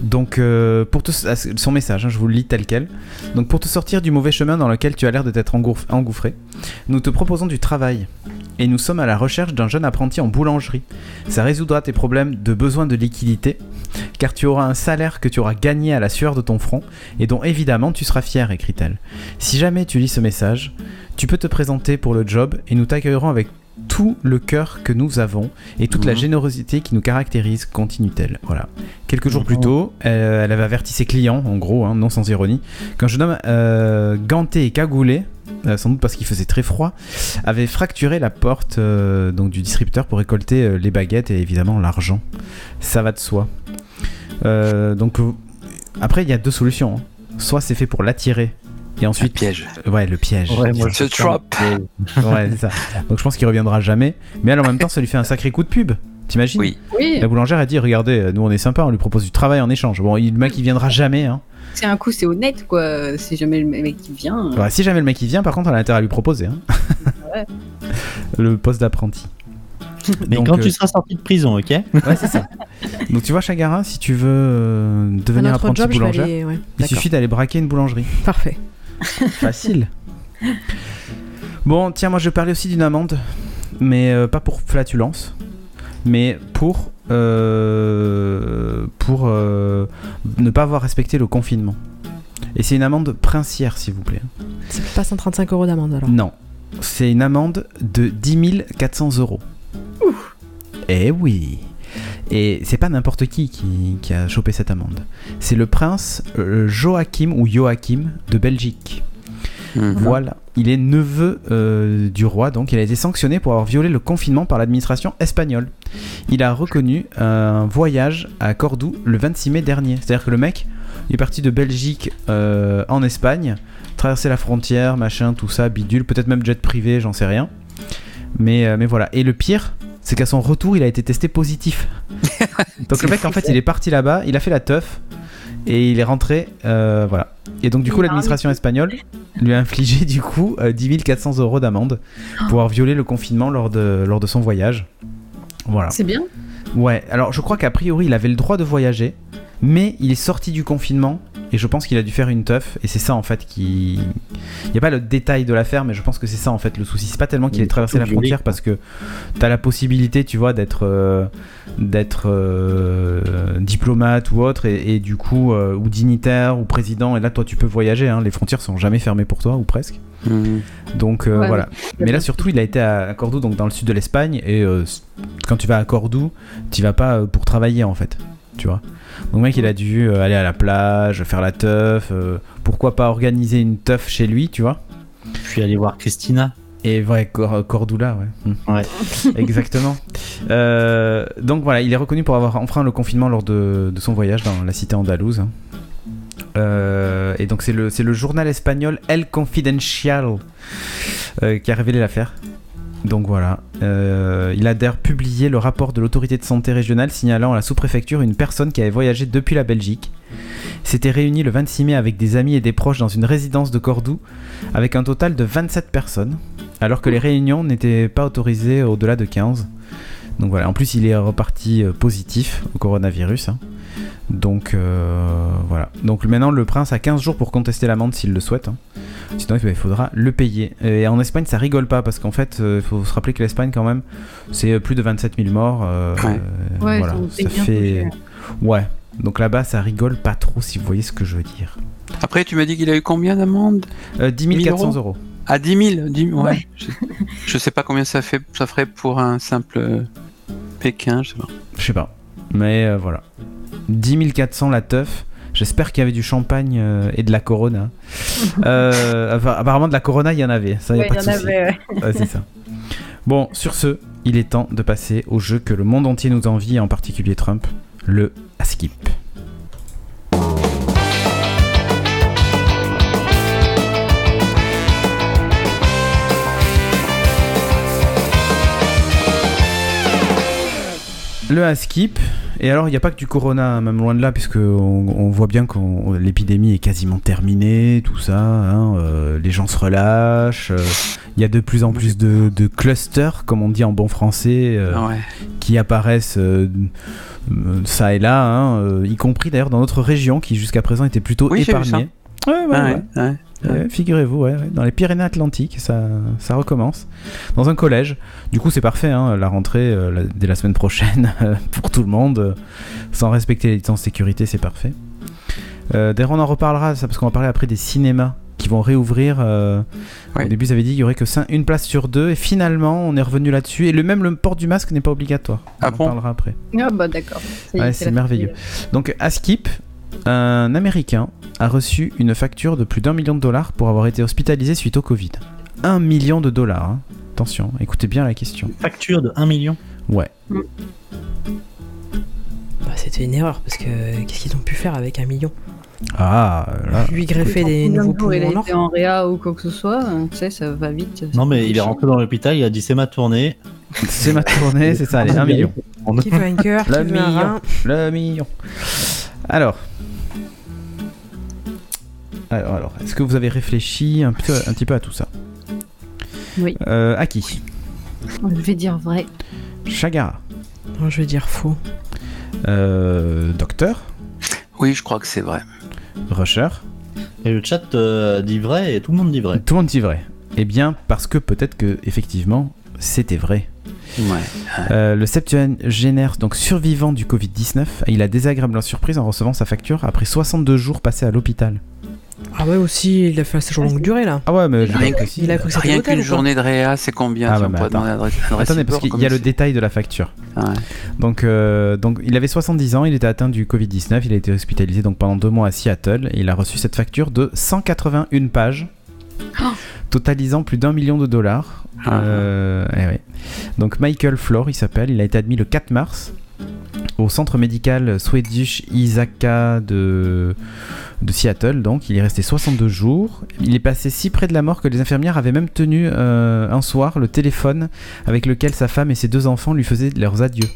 Donc, euh, pour te, ah, c'est son message, hein, je vous le lis tel quel. Donc, pour te sortir du mauvais chemin dans lequel tu as l'air de t'être engourf- engouffré, nous te proposons du travail. Et nous sommes à la recherche d'un jeune apprenti en boulangerie. Ça résoudra tes problèmes de besoin de liquidité, car tu auras un salaire que tu auras gagné à la sueur de ton front et dont évidemment tu seras fier, écrit-elle. Si jamais tu lis ce message, tu peux te présenter pour le job et nous t'accueillerons avec tout le cœur que nous avons et toute la Mhm. générosité qui nous caractérise, continue-t-elle. Voilà. Quelques jours Mhm. plus tôt, euh, elle avait averti ses clients, en gros, hein, non sans ironie, qu'un jeune homme euh, ganté et cagoulé, euh, sans doute parce qu'il faisait très froid, avait fracturé la porte euh, donc du distributeur pour récolter euh, les baguettes et évidemment l'argent. Ça va de soi. Euh, donc euh, après, il y a deux solutions. hein. Soit c'est fait pour l'attirer et Un ensuite, piège. ouais, le piège. je suis trap. [LAUGHS] Ouais, c'est ça. Donc je pense qu'il reviendra jamais. Mais elle, en même temps, ça lui fait un sacré coup de pub. T'imagines Oui. Oui, La boulangère a dit regardez, euh, nous on est sympa, on lui propose du travail en échange. Bon, il- le mec il viendra jamais. Hein. c'est un coup, c'est honnête, quoi. Si jamais le mec qui vient. Mm. Ouais, si jamais le mec il vient, par contre, elle a intérêt à lui proposer. hein. Ouais. [LAUGHS] le poste d'apprenti. Mais Donc, quand euh, tu seras sorti de prison, ok Ouais, c'est ça. Donc tu vois, Chagara, si tu veux euh, Un devenir autre apprenti job, je vais boulangère, aller... ouais, il d'accord. suffit d'aller braquer une [LAUGHS] boulangerie. Parfait. Facile. Bon, tiens, moi je parlais aussi d'une amende, mais euh, pas pour flatulence, mais pour euh, pour euh, ne pas avoir respecté le confinement. Et c'est une amende princière, s'il vous plaît. C'est pas 135 euros d'amende alors. Non, c'est une amende de 10 400 euros. Eh oui Et c'est pas n'importe qui, qui qui a chopé cette amende. C'est le prince euh, Joachim ou Joachim de Belgique. Mhm. Voilà. Il est neveu euh, du roi, donc il a été sanctionné pour avoir violé le confinement par l'administration espagnole. Il a reconnu un voyage à Cordoue le 26 mai dernier. C'est-à-dire que le mec, il est parti de Belgique euh, en Espagne, traversé la frontière, machin, tout ça, bidule, peut-être même jet privé, j'en sais rien. Mais, euh, mais voilà. Et le pire, c'est qu'à son retour, il a été testé positif. donc le mec, en fait, il est parti là-bas, il a fait la teuf, et il est rentré, euh, voilà. Et donc du coup, Il a l'administration espagnole lui a infligé du coup euh, 10 400 euros d'amende pour avoir violé le confinement lors de, lors de son voyage. Voilà. C'est bien. Ouais, alors je crois qu'a priori il avait le droit de voyager, mais il est sorti du confinement et je pense qu'il a dû faire une teuf et c'est ça en fait qui. Il n'y a pas le détail de l'affaire, mais je pense que c'est ça en fait le souci. C'est pas tellement qu'il Il ait est traversé tout la violé, frontière parce que t'as la possibilité, tu vois, d'être euh, d'être euh, diplomate ou autre et, et du coup, euh, ou dignitaire ou président et là toi tu peux voyager, hein. les frontières sont jamais fermées pour toi ou presque. Mhm. Donc euh, Ouais, voilà. mais- Mais là surtout, il a été à à Cordoue, donc dans le sud de l'Espagne, et euh, c- quand tu vas à Cordoue, tu vas pas euh, pour travailler en fait, tu vois. Donc mec, il a dû euh, aller à la plage, faire la teuf, euh, pourquoi pas organiser une teuf chez lui, tu vois. Je suis allé voir Christina. Et ouais, Cor- Cordoula, ouais. Hmm. Ouais. Exactement. Euh, donc voilà, il est reconnu pour avoir enfreint le confinement lors de, de son voyage dans la cité andalouse. hein. Euh, et donc c'est le, c'est le journal espagnol El Confidencial euh, qui a révélé l'affaire. Donc voilà, Euh, il a d'ailleurs publié le rapport de l'autorité de santé régionale signalant à la sous-préfecture une personne qui avait voyagé depuis la Belgique. S'était réunie le 26 mai avec des amis et des proches dans une résidence de Cordoue avec un total de 27 personnes alors que les réunions n'étaient pas autorisées au-delà de 15. Donc voilà, en plus il est reparti euh, positif au coronavirus. hein. Donc euh, voilà. Donc maintenant le prince a 15 jours pour contester l'amende s'il le souhaite. hein. Sinon il faudra le payer. Et en Espagne ça rigole pas parce qu'en fait il faut se rappeler que l'Espagne quand même c'est plus de 27 000 morts. euh, Ouais. euh, Ouais, voilà, ils ont ça bien fait... touché. Ouais. Donc là-bas ça rigole pas trop si vous voyez ce que je veux dire. Après, tu m'as dit qu'il a eu combien d'amende Euh, 10 400 euros. À 10 000 10 000, ouais. Ouais. Je, je sais pas combien ça, fait, ça ferait pour un simple euh, Pékin, je sais pas. Je sais pas. Mais euh, voilà. 10 400 la teuf. J'espère qu'il y avait du champagne euh, et de la [LAUGHS] Corona. Euh, appa- apparemment, de la Corona, il y en avait. Ça, il y a Ouais, pas il y de en souci. avait, ouais. Ouais, c'est ça. Bon, sur ce, il est temps de passer au jeu que le monde entier nous envie, en particulier Trump, le skip. Le skip. Et alors, il n'y a pas que du corona, même loin de là, puisque on, on voit bien que l'épidémie est quasiment terminée, tout ça. hein, euh, les gens se relâchent. euh, il y a de plus en plus de, de clusters, comme on dit en bon français, euh, Ah ouais. qui apparaissent euh, euh, ça et là, hein, euh, y compris d'ailleurs dans notre région qui jusqu'à présent était plutôt Oui, j'ai vu épargnée. Ouais, ouais, Ah ouais. ouais, ouais. Ouais, Figurez-vous, ouais, ouais. dans les Pyrénées-Atlantiques, ça, ça recommence. Dans un collège, du coup c'est parfait, hein, la rentrée euh, la- dès la semaine prochaine [LAUGHS] euh, pour tout le monde, euh, sans respecter les distances de sécurité, c'est parfait. Euh, D'ailleurs on en reparlera, ça, parce qu'on va parler après des cinémas qui vont réouvrir. euh, Ouais. Au début ça avait dit qu'il y aurait que cin- une place sur deux, et finalement on est revenu là-dessus, et le même le port du masque n'est pas obligatoire. Ah on bon en parlera après. Ah bah d'accord. Ça y est, Ouais, la c'est fin. merveilleux. Donc à Skip, un Américain a reçu une facture de plus d'un million de dollars pour avoir été hospitalisé suite au Covid. Un million de dollars. hein. Attention, écoutez bien la question. Facture de 1 million. Bah, C'était une erreur parce que qu'est-ce qu'ils ont pu faire avec un million Ah [LAUGHS] là. Lui greffer Tant pis, des un nouveaux jour, poumons Il en a or été en réa ou quoi que ce soit, euh, tu sais, ça va vite. Non, mais il est rentré dans l'hôpital, il a dit c'est ma tournée. Ah, C'est ma tournée, Eh, c'est ça, allez, un [LAUGHS] million. Qui veut un cœur, qui Le veut un million. rein Le million. Alors. Alors, alors est-ce que vous avez réfléchi un, peu- un petit peu à tout ça Oui. Euh, à qui Je vais dire vrai. Chagara. Non, je vais dire faux. Euh, docteur. Oui, je crois que c'est vrai. Rusher. Et le chat euh, dit vrai et tout le monde dit vrai. Tout le monde dit vrai. Eh bien, parce que peut-être que, effectivement, c'était vrai. Ouais. Euh, le septuagénaire, donc survivant du Covid-19, il a désagréablement surprise en recevant sa facture après 62 jours passés à l'hôpital. Ah ouais aussi, il a fait un séjour longue durée là. Ah ouais, mais Il a- donc aussi- Il a cru que c'était Rien l'hôtel qu'une ou quoi journée de réa, c'est combien Ah tiens, ouais, on mais pourrait attends. demander l'adresse- l'adresse Attendez, parce support, qu'il y comme a le c'est- détail de la facture. Ah ouais. Donc, euh, donc, il avait 70 ans, il était atteint du Covid-19, il a été hospitalisé donc pendant deux mois à Seattle, et il a reçu cette facture de 181 pages totalisant plus d'un million de dollars. Ah. Euh, eh ouais. Donc Michael Flor, il s'appelle, il a été admis le 4 mars au centre médical Swedish Isaka de, de Seattle. Donc il est resté 62 jours. Il est passé si près de la mort que les infirmières avaient même tenu euh, un soir le téléphone avec lequel sa femme et ses deux enfants lui faisaient leurs adieux.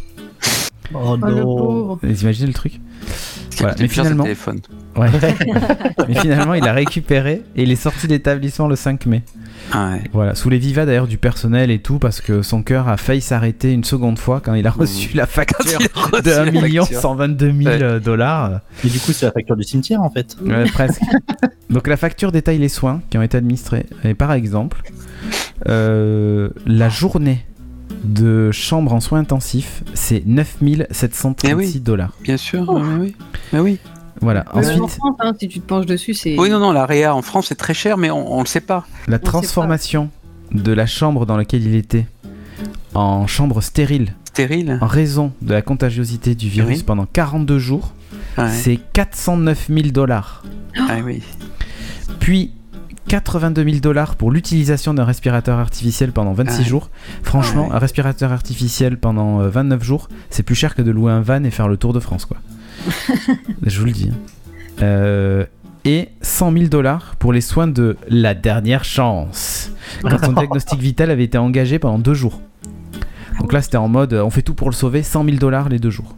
Oh Oh, le non pauvre. Vous imaginez le truc Ce qui Voilà, coûtait mais cher, c'est le finalement- téléphone. Ouais. Mais finalement, il a récupéré et il est sorti de l'établissement le 5 mai. Ah [LAUGHS] ouais. Voilà, sous les vivas d'ailleurs du personnel et tout, parce que son cœur a failli s'arrêter une seconde fois quand Mmh. il a reçu la [LAUGHS] facture de 1 million 122 000 Ouais. euh, dollars. Et du coup, c'est la facture du cimetière en fait. Ouais, [LAUGHS] presque. Donc la facture détaille les soins qui ont été administrés. Et par exemple, euh, la journée de chambre en soins intensifs, c'est 9 736 Eh oui. dollars. Bien sûr, oui, oui. Mais oui. Voilà. Mais Ensuite, en France, hein, si tu te penches dessus, c'est. Oui, non, non, la Réa en France, c'est très cher, mais on, on le sait pas. la transformation de la chambre dans laquelle il était en chambre stérile Stérile. en raison de la contagiosité du virus Oui. pendant 42 jours, Ah ouais. c'est 409 000 dollars. Ah oui. Puis 82 000 dollars pour l'utilisation d'un respirateur artificiel pendant 26 Ah. jours. Franchement, Ah un respirateur artificiel pendant euh, 29 jours, c'est plus cher que de louer un van et faire le tour de France, quoi. Je vous le dis. hein. Euh, et 100 000 dollars pour les soins de la dernière chance. Quand son diagnostic vital avait été engagé pendant deux jours. Donc là, c'était en mode euh, on fait tout pour le sauver, 100 000 dollars les deux jours.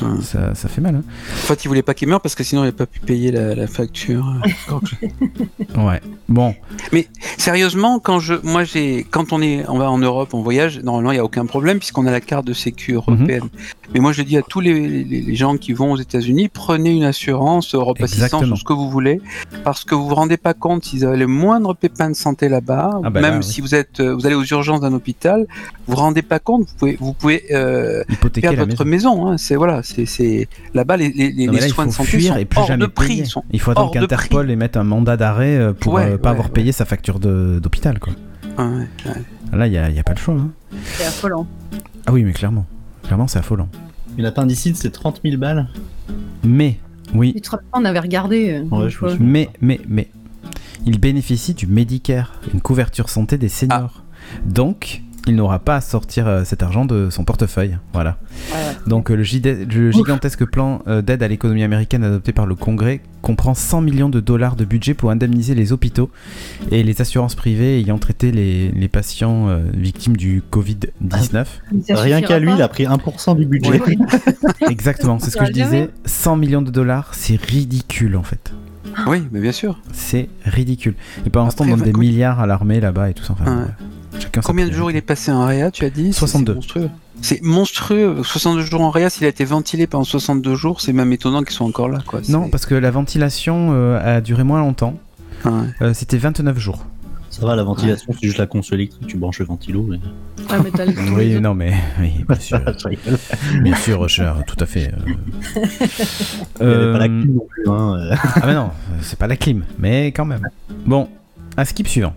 Hmm. Ça, ça fait mal, hein En fait, il voulait pas qu'il meure parce que sinon, il n'aurait pas pu payer la, la facture. Ouais. Bon, Sérieusement, quand je, moi, j'ai, quand on est, on va en Europe, on voyage, normalement, il n'y a aucun problème puisqu'on a la carte de sécu Mhm. européenne. Mais moi, je dis à tous les, les- les gens qui vont aux États-Unis, prenez une assurance Europe Assistance Exactement. ou ce que vous voulez, parce que vous vous rendez pas compte s'ils avaient les moindres pépins de santé là-bas, Ah bah même là, oui. si vous êtes, euh, vous allez aux urgences d'un hôpital, vous vous rendez pas compte, vous pouvez, vous pouvez euh, hypothéquer perdre la votre maison. maison. hein. C'est voilà, c'est, c'est là-bas les, les, les- Non, mais là, les il soins faut de santé fuir sont et plus hors jamais de prix. payer. ils sont- Il faut attendre hors de qu'Interpol ait mette un mandat d'arrêt euh, pour Ouais, euh, pas ouais, avoir ouais. payé sa facture de- d'hôpital. quoi. Ah ouais, ouais. Là, il n'y a, y a pas le choix. hein. C'est affolant. Ah oui, mais clairement. Clairement, c'est affolant. Une appendicite, c'est 30 000 balles. Mais, oui, Tu te rappelles, on avait regardé. euh, Ouais, une je fois. me souviens. mais, mais, mais. Il bénéficie du Medicare, une couverture santé des seniors. Ah. Donc, il n'aura pas à sortir euh, cet argent de son portefeuille. Voilà. Ouais, ouais. Donc euh, le, gide- le gigantesque plan euh, d'aide à l'économie américaine adopté par le Congrès comprend 100 millions de dollars de budget pour indemniser les hôpitaux et les assurances privées ayant traité les, les patients euh, victimes du Covid-19. [LAUGHS] Mais ça Rien suffira qu'à lui, pas. il a pris 1% du budget. Ouais. Exactement, c'est ce que je disais. 100 millions de dollars, c'est ridicule en fait. Oui, mais bien sûr. C'est ridicule. Et pendant ce temps, on Après, donne des écoute- milliards à l'armée là-bas et tout ça. Enfin, ouais. Chacun sa Combien de jours il priorité. est passé en réa, tu as dit C'est- 62. C'est monstrueux. C'est monstrueux. 62 jours en réa, s'il a été ventilé pendant 62 jours, c'est même étonnant qu'ils soient encore là. Quoi. Non, C'est- parce que la ventilation euh, a duré moins longtemps. Ah ouais. Euh, C'était 29 jours. Ça va, la ventilation, c'est juste la console électrique, tu branches le ventilo. Mais... Ah, mais t'as le- Oui, non, mais oui, [LAUGHS] bien sûr. Je rigole. Bien sûr, cher, tout à fait. euh. [LAUGHS] Il y avait pas la clim non plus. Hein. euh. ah bah non, c'est pas la clim, mais quand même. Bon, un skip suivant.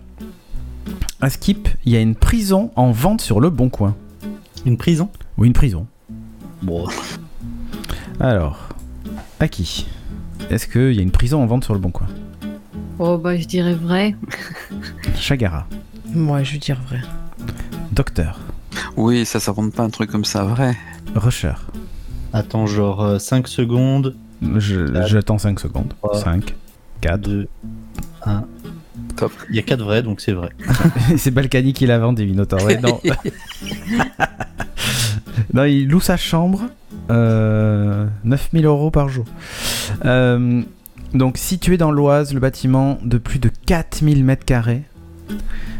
À skip, il y a une prison en vente sur le Bon Coin. Une prison Oui, une prison. Bon, Alors, à qui Est-ce qu'il y a une prison en vente sur le Bon Coin Oh, bah, je dirais vrai. Chagara, Moi, je veux dire vrai. docteur, Oui, ça, ça vend pas un truc comme ça, vrai. rusher. attends, genre euh, 5 secondes. Je- J'attends 5 secondes. Trois. 5, 4. 2, 1. Top. Il y a 4 vrais, donc c'est vrai. [LAUGHS] c'est Balkany qui l'a vendu, Minotaur. Ouais, non. [LAUGHS] Non, il loue sa chambre. Euh, 9000 euros par jour. Euh, donc, situé dans l'Oise, le bâtiment de plus de 4000 mètres carrés,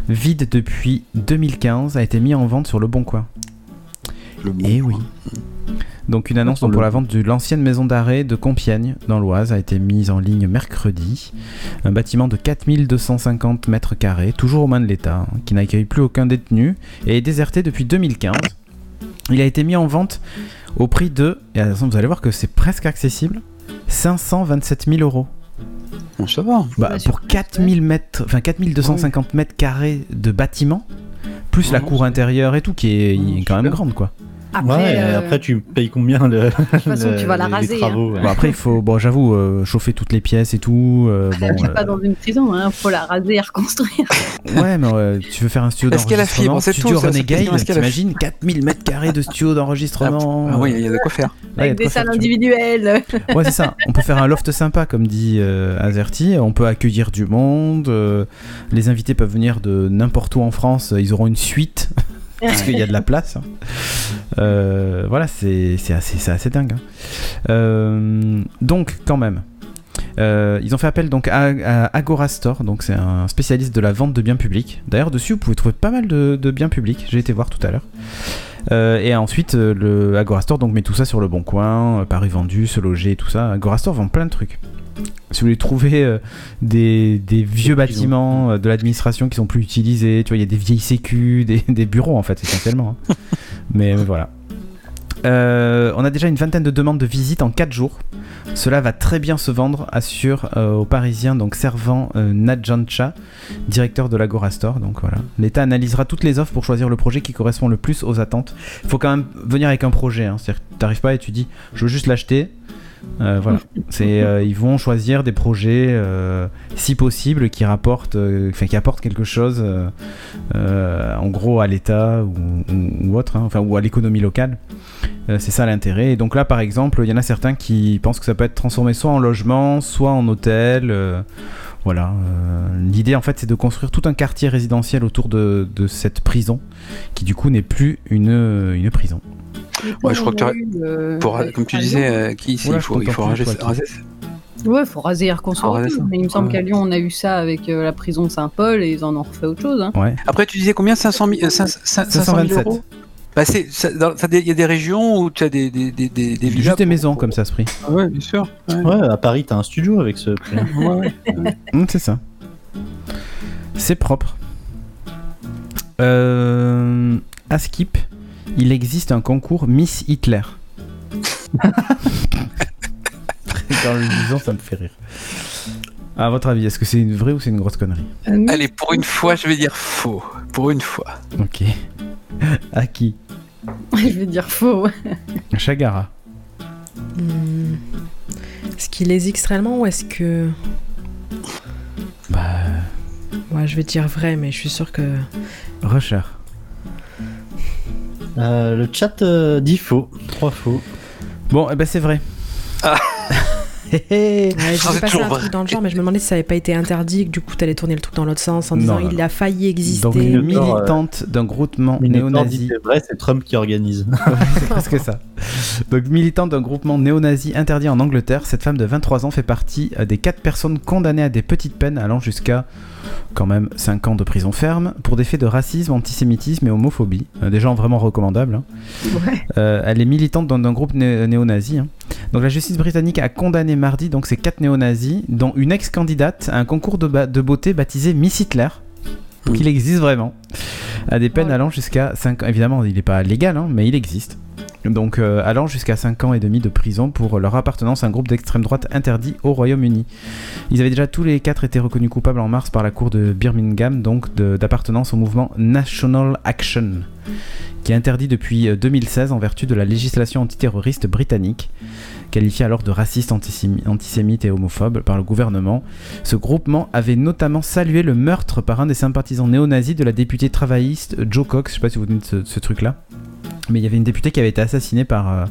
vide depuis 2015, a été mis en vente sur Le Bon Coin. Le bon Eh oui. coin. Donc, une annonce donc, pour la vente de l'ancienne maison d'arrêt de Compiègne, dans l'Oise, a été mise en ligne mercredi. Un bâtiment de 4250 mètres carrés, toujours aux mains de l'État, hein, qui n'accueille plus aucun détenu et est déserté depuis 2015. Il a été mis en vente au prix de, et attention, vous allez voir que c'est presque accessible, 527 000 euros. Bon, ça va. Bah, Ouais, pour 4000 mètres, enfin 4250 mètres carrés de bâtiment, plus la Ouais, cour intérieure et tout, qui est, Ouais, est quand super. même grande, quoi. Après, ouais, et euh, après tu payes combien le, de toute façon, tu vas la raser. les hein. travaux ouais. Bah, Bon, après, il faut, bon, j'avoue, euh, chauffer toutes les pièces et tout. euh, bon, Je suis Ah, pas euh, dans une prison, hein. faut la raser et reconstruire. ouais, mais euh, tu veux faire un studio Est-ce qu'il y a la d'enregistrement fibre C'est Studio tout, ça, c'est Renegade, question, est-ce qu'il y a la t'imagines 4000 mètres carrés de studio d'enregistrement. Ah oui, il y a de quoi faire. Ouais, il y a Avec de des quoi faire, salles tu vois. individuelles. Ouais, c'est ça. On peut faire un loft sympa, comme dit euh, Azerty. On peut accueillir du monde. euh, les invités peuvent venir de n'importe où en France. Ils auront une suite [LAUGHS] parce qu'il y a de la place. hein. Euh, voilà, c'est c'est assez, c'est assez dingue. hein. Euh, donc, quand même. Euh, ils ont fait appel donc à, à Agora Store, donc c'est un spécialiste de la vente de biens publics. D'ailleurs, dessus, vous pouvez trouver pas mal de, de biens publics. J'ai été voir tout à l'heure. Euh, et ensuite, euh, le Agora Store donc met tout ça sur le bon coin, euh, Paris vendu, se loger, tout ça. Agora Store vend plein de trucs. Si vous voulez trouver euh, des, des vieux Des prisons. bâtiments euh, de l'administration qui sont plus utilisés, tu vois, il y a des vieilles sécu, [LAUGHS] des, des bureaux en fait, essentiellement. [LAUGHS] hein. Mais euh, voilà. Euh, on a déjà une vingtaine de demandes de visite en 4 jours. Cela va très bien se vendre, assure euh, aux Parisiens donc servant euh, Nadjancha, directeur de l'Agora Store. Donc voilà, l'État analysera toutes les offres pour choisir le projet qui correspond le plus aux attentes. Il faut quand même venir avec un projet. Hein. C'est-à-dire, que t'arrives pas et tu dis, je veux juste l'acheter. Euh, voilà, c'est euh, ils vont choisir des projets, euh, si possible, qui rapportent, euh, enfin qui apportent quelque chose, euh, euh, en gros à l'État ou, ou- ou autre, hein. enfin ou à l'économie locale. Euh, c'est ça l'intérêt. Et donc là, par exemple, il y en a certains qui pensent que ça peut être transformé soit en logement, soit en hôtel. euh, voilà. Euh, L'idée, en fait, c'est de construire tout un quartier résidentiel autour de, de cette prison, qui du coup n'est plus une, une prison. Ouais, je crois que Pour, comme tu disais, euh, qui ici, Oula, il je faut, il faut t'entends plus, raser, toi, raser- Ouais, faut raser et reconstruire. Faut raser tout. ça. Mais il me semble Ouais. qu'à Lyon, on a eu ça avec euh, la prison de Saint-Paul et ils en ont refait autre chose. hein. [LAUGHS] Ouais. Après, tu disais combien 500 000, euh, cinq- cinq- 500 000 527. euros bah c'est, ça- dans- ça dé- il y a des régions où tu as des, des, des, des, des villas Juste des pour- maisons pour- comme ça, ce prix. Ah ouais, bien sûr. Ouais. Ouais, à Paris, t'as un studio avec ce prix. Ouais, ouais. Hum, c'est ça. C'est propre. Euh, à Skip, il existe un concours Miss Hitler. Dans le disant, ça me fait rire. À votre avis, est-ce que c'est une vraie ou c'est une grosse connerie Allez, pour une fois, je vais dire faux. Pour une fois. Ok. [LAUGHS] À qui Je vais dire faux. ouais. Chagara. Hmm. Est-ce qu'il hésite réellement ou est-ce que. Bah, Ouais, je vais dire vrai, mais je suis sûre que. Rusher. Euh, le chat euh, dit faux. Trois [LAUGHS] faux. Bon, eh ben c'est vrai. Hé, hé. Ouais, j'ai Ah, vu c'est passer toujours un vrai. truc dans le genre, mais je me demandais si ça avait pas été interdit, que du coup t'allais tourner le truc dans l'autre sens en Non, disant non, il a failli Donc exister. une Minotaur, euh, militante d'un groupement Mais Népal dit néo-nazi c'est vrai, c'est Trump qui organise. C'est presque ça. Donc, militante d'un groupement néo-nazi interdit en Angleterre, cette femme de 23 ans fait partie euh, des 4 personnes condamnées à des petites peines allant jusqu'à quand même 5 ans de prison ferme pour des faits de racisme, antisémitisme et homophobie. Euh, Des gens vraiment recommandables. hein. Euh, elle est militante dans un groupe né- néo-nazi. hein. Donc la justice britannique a condamné mardi donc ces quatre néo-nazis, dont une ex-candidate à un concours de, ba- de beauté baptisé Miss Hitler, Mm. qu'il existe vraiment, à des peines Ouais. allant jusqu'à 5 ans. Évidemment, il n'est pas légal, hein, mais il existe. Donc euh, allant jusqu'à 5 ans et demi de prison pour leur appartenance à un groupe d'extrême droite interdit au Royaume-Uni. Ils avaient déjà tous les quatre été reconnus coupables en mars par la cour de Birmingham, donc de- d'appartenance au mouvement National Action, qui est interdit depuis euh, 2016 en vertu de la législation antiterroriste britannique, qualifiée alors de raciste, antisémi- antisémite et homophobe par le gouvernement. Ce groupement avait notamment salué le meurtre par un des sympathisants néo-nazis de la députée travailliste euh, Joe Cox, je sais pas si vous vous souvenez de ce, de ce truc-là. Mais il y avait une députée qui avait été assassinée par, euh,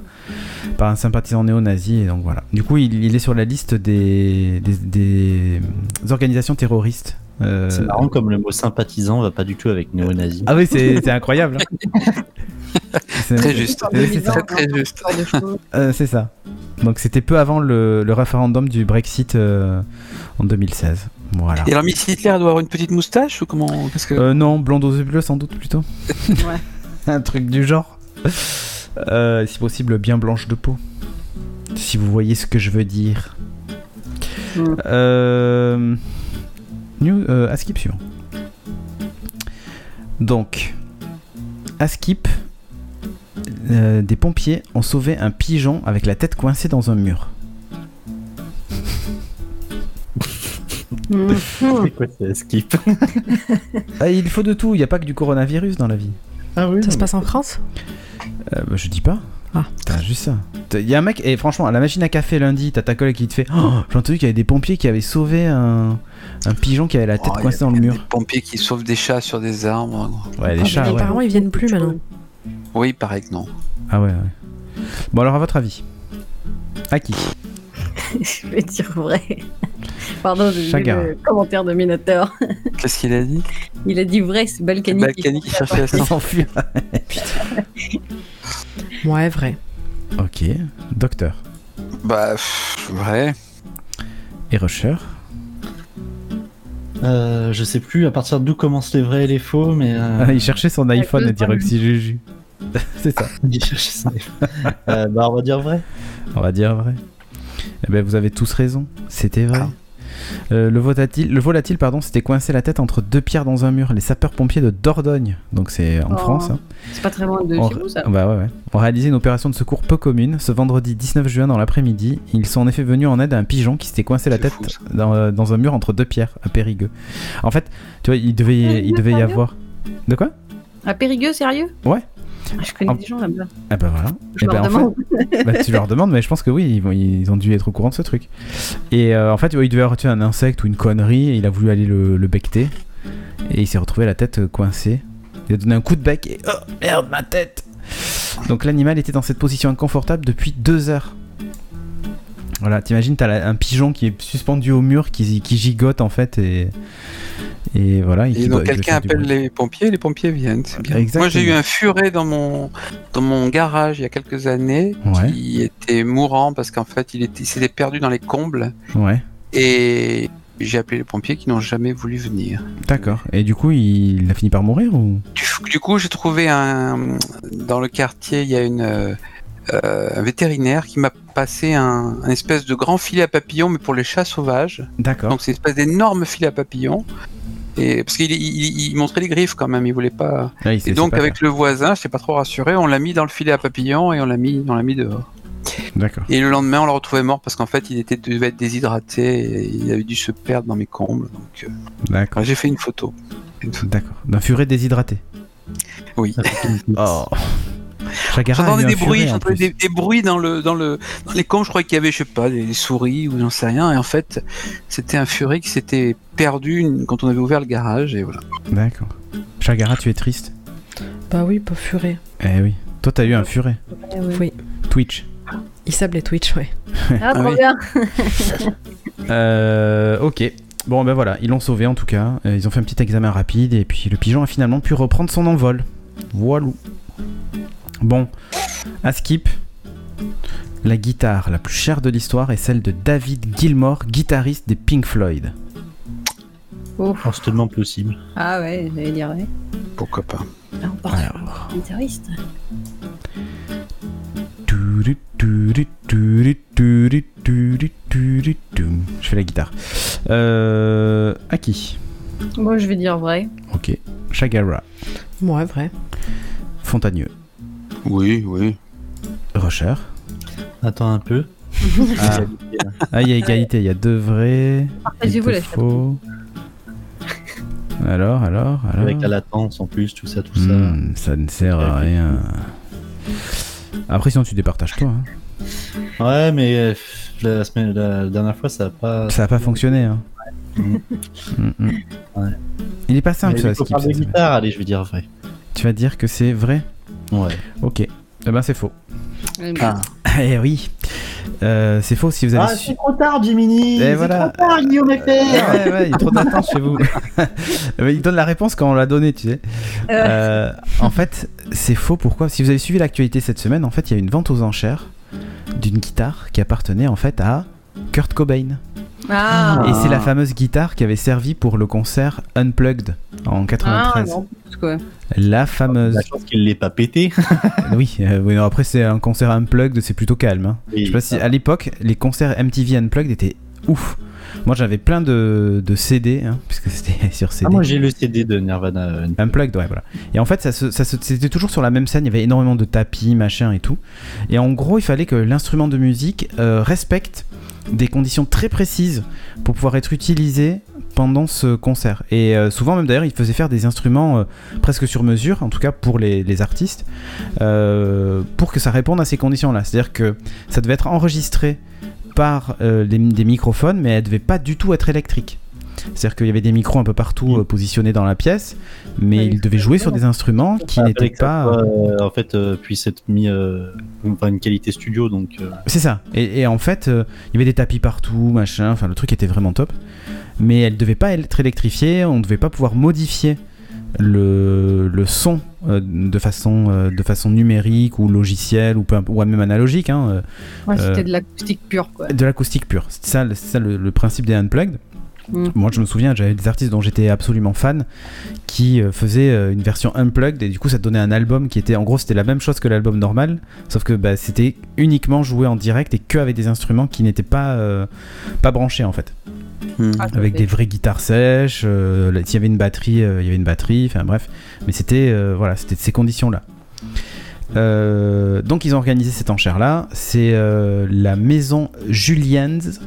par un sympathisant néo-nazi, et donc voilà. Du coup, il, il est sur la liste des, des, des, euh, organisations terroristes. euh, [LAUGHS] C'est marrant comme le mot sympathisant va pas du tout avec néo-nazi. ah oui, c'est c'est incroyable. hein. [LAUGHS] C'est- Très juste. Oui, c'est ça. Très, très juste. Ce genre de [LAUGHS] choses. euh, c'est ça. Donc c'était peu avant le, le référendum du Brexit euh, en 2016. Voilà. Et alors, Miss Hitler doit avoir une petite moustache ou comment Parce que Euh, non, blonde aux yeux bleus sans doute plutôt. Ouais. [LAUGHS] Un truc du genre. Euh, si possible, bien blanche de peau. Si vous voyez ce que je veux dire. Mm. Euh... New, euh, à skip suivant. Donc, à skip, euh, des pompiers ont sauvé un pigeon avec la tête coincée dans un mur. Mm. [LAUGHS] C'est quoi c'est skip Ah, il faut de tout, il n'y a pas que du coronavirus dans la vie. Ah oui. Ça se passe en France Euh, bah, je dis pas. Ah. T'as juste ça. Il y a un mec, et franchement, à la machine à café lundi, t'as ta collègue qui te fait Oh, J'ai entendu qu'il y avait des pompiers qui avaient sauvé un, un pigeon qui avait la tête Oh, coincée dans le Il y a mur. Des pompiers qui sauvent des chats sur des arbres. Ouais, Ah, les chats, mais ouais. apparemment, ils viennent plus maintenant. Oui, pareil que non. Ah ouais, ouais. Bon, alors, à votre avis À qui [LAUGHS] je vais dire vrai. Pardon, j'ai vu Chacun. le commentaire de Minotaur. Qu'est-ce qu'il a dit Il a dit vrai, c'est Balkany. Balkany qui cherchait à Ils s'enfuient. Ouais, vrai. Ok, docteur Bah, pff, ouais. et rusher. Euh, je sais plus à partir d'où commencent les vrais et les faux, mais. [LAUGHS] euh, Ah, Il cherchait son iPhone deux à dire Oxy Juju. C'est ça, il cherche ça. Euh, bah, on va dire vrai. on va dire vrai. Eh ben, vous avez tous raison, c'était vrai. Euh, le volatile, le volatile pardon, s'était coincé la tête entre deux pierres dans un mur. Les sapeurs-pompiers de Dordogne, donc c'est en Oh. France, hein, C'est pas très loin de On- chez vous, ça. Bah ouais, ouais. ont réalisé une opération de secours peu commune ce vendredi 19 juin dans l'après-midi. Ils sont en effet venus en aide à un pigeon qui s'était coincé la C'est tête fou, ça. dans, euh, dans un mur entre deux pierres à Périgueux. En fait, tu vois, il devait, il devait y avoir. De quoi À Ah, Périgueux, sérieux Ouais. Ah, je connais Ah. des gens là-bas. Ah bah voilà. Je Eh ben, leur en fait, demande. [LAUGHS] Bah, tu leur demandes, mais je pense que oui, ils, vont- ils ont dû être au courant de ce truc. Et euh, en fait, ouais, il devait avoir tué un insecte ou une connerie, et il a voulu aller le, le becter, et il s'est retrouvé la tête euh, coincée. Il a donné un coup de bec, et oh merde, ma tête Donc l'animal était dans cette position inconfortable depuis deux heures. Voilà, t'imagines, t'as la- un pigeon qui est suspendu au mur, qui, qui gigote en fait, et, et voilà. Et qui doit- donc il doit quelqu'un faire du appelle bruit. les pompiers, les pompiers viennent. c'est bien. Exactement. Moi j'ai eu un furet dans mon dans mon garage il y a quelques années Ouais. qui était mourant parce qu'en fait il était il s'était perdu dans les combles Ouais, et j'ai appelé les pompiers qui n'ont jamais voulu venir. d'accord. Et du coup, il, il a fini par mourir ou Du, du coup j'ai trouvé un dans le quartier il y a une euh, euh, un vétérinaire qui m'a passé un, un espèce de grand filet à papillons mais pour les chats sauvages. D'accord. Donc c'est une espèce d'énorme filet à papillons. Et parce qu'il il- il- il montrait les griffes quand même, il voulait pas. Là, Ah, il s'est- Et c'est donc pas avec le voisin, je pas trop rassuré, on l'a mis dans le filet à papillons et on l'a mis, on l'a mis dehors. fait. D'accord. Et le lendemain, on l'a retrouvé mort parce qu'en fait, il était devait être déshydraté et il avait dû se perdre dans mes combles. Donc euh, D'accord. voilà, j'ai fait une photo. D'accord. D'un furet déshydraté. [LAUGHS] Oh. Oui. Chagrin a Oh. J'entendais eu un des furet, bruits, hein, en j'entendais plus. des, des bruits dans le dans le dans les combles. Je croyais qu'il y avait, je sais pas, des, des souris ou j'en sais rien. Et en fait, c'était un furet qui s'était perdu une- quand on avait ouvert le garage et voilà. D'accord. Chagara, tu es triste Bah oui, pas furé. Eh oui. Toi, t'as eu un furet. Ah Ouais, ouais. Oui. Twitch. Ils sablent les Twitch, ouais. Ah, Ah trop oui. bien. Euh, ok. Bon, ben voilà, ils l'ont sauvé en tout cas. Euh, Ils ont fait un petit examen rapide et puis le pigeon a finalement pu reprendre son envol. Voilou. Bon, à skip. La guitare la plus chère de l'histoire est celle de David Gilmour, guitariste des Pink Floyd. Oh, c'est tellement possible. Ah ouais, j'allais dire vrai. Pourquoi pas Ah, Oh, on part sur Alors. un guitariste. Je fais la guitare. Euh, à qui Bon, je vais dire vrai. Ok. Chagara, Ouais, vrai. Fontagneux, Oui, oui. [LAUGHS] Rocher. Attends un peu. Ah, ah, il y a égalité, il y a deux vrais. il Partagez-vous deux la faux. Alors, alors, alors. Avec la latence en plus, tout ça, tout ça. Hmm, ça ne sert à rien. Après, sinon, tu départages toi. hein. Ouais, mais euh, la, semaine, la dernière fois, ça a pas. Ça n'a pas fonctionné. hein. Mhm. Mm, mm. Ouais. Il est pas Mais simple, ça, vu qu'on Skip. parle de cette semaine. guitare, allez, je vais dire vrai. Tu vas dire que c'est vrai Ouais. Ok. Eh ben, c'est faux. Ah. Eh oui. Euh, c'est faux si vous Ah, avez su. Ah, trop tard, Jiminy Eh, C'est voilà. trop tard, Guillaume FR Ouais, ouais, il y a trop d'attente chez vous. [LAUGHS] Mais il donne la réponse quand on l'a donnée, tu sais. Euh, en fait, c'est faux. Pourquoi Si vous avez suivi l'actualité cette semaine, en fait, il y a une vente aux enchères d'une guitare qui appartenait en fait à Kurt Cobain. Ah, Et c'est la fameuse guitare qui avait servi pour le concert Unplugged en ah 93. non, plus, quoi. la fameuse. La chance qu'il l'ait pas pété. oui, euh, oui, non, après c'est un concert Unplugged, c'est plutôt calme. hein. Je sais pas Ah, si à l'époque, les concerts MTV Unplugged étaient ouf. Moi j'avais plein de, de CD, hein, puisque c'était [LAUGHS] sur CD. Ah, moi j'ai le CD de Nirvana. euh, Unplugged, ouais, voilà. Et en fait, ça se- ça se- c'était toujours sur la même scène, il y avait énormément de tapis, machin et tout. Et en gros, il fallait que l'instrument de musique euh, respecte des conditions très précises pour pouvoir être utilisé pendant ce concert. Et euh, souvent, même d'ailleurs, il faisait faire des instruments euh, presque sur mesure, en tout cas pour les, les artistes, euh, pour que ça réponde à ces conditions-là. C'est-à-dire que ça devait être enregistré par euh, les- des microphones, mais elle devait pas du tout être électrique. C'est-à-dire qu'il y avait des micros un peu partout euh, positionnés dans la pièce, mais Ouais, ils devaient jouer sur des instruments qui n'étaient Ah, Avec ça, pas. euh, en fait, euh, puisse être mis euh, enfin, une qualité studio, donc euh, C'est ça. Et, et en fait, euh, il y avait des tapis partout, machin. Enfin, le truc était vraiment top. Mais elle devait pas être électrifiée. On devait pas pouvoir modifier le, le son euh, de façon euh, de façon numérique ou logicielle ou, peu imp- ou même analogique. hein, euh, Ouais, Euh. C'était de l'acoustique pure, quoi. de l'acoustique pure. C'est ça, le- c'est ça le, le principe des unplugged. Mm. Moi, je me souviens, j'avais des artistes dont j'étais absolument fan qui euh, faisaient euh, une version unplugged et du coup, ça te donnait un album qui était en gros, c'était la même chose que l'album normal, sauf que bah, c'était uniquement joué en direct et que avec des instruments qui n'étaient pas, euh, pas branchés en fait. Hmm. Ah, ça Avec fait- des vraies guitares sèches, euh, là, s'il y avait une batterie, euh, il y avait une batterie, enfin bref. Mais c'était euh, voilà, c'était de ces conditions-là. Euh, donc ils ont organisé cette enchère-là. C'est euh, la maison Julien's.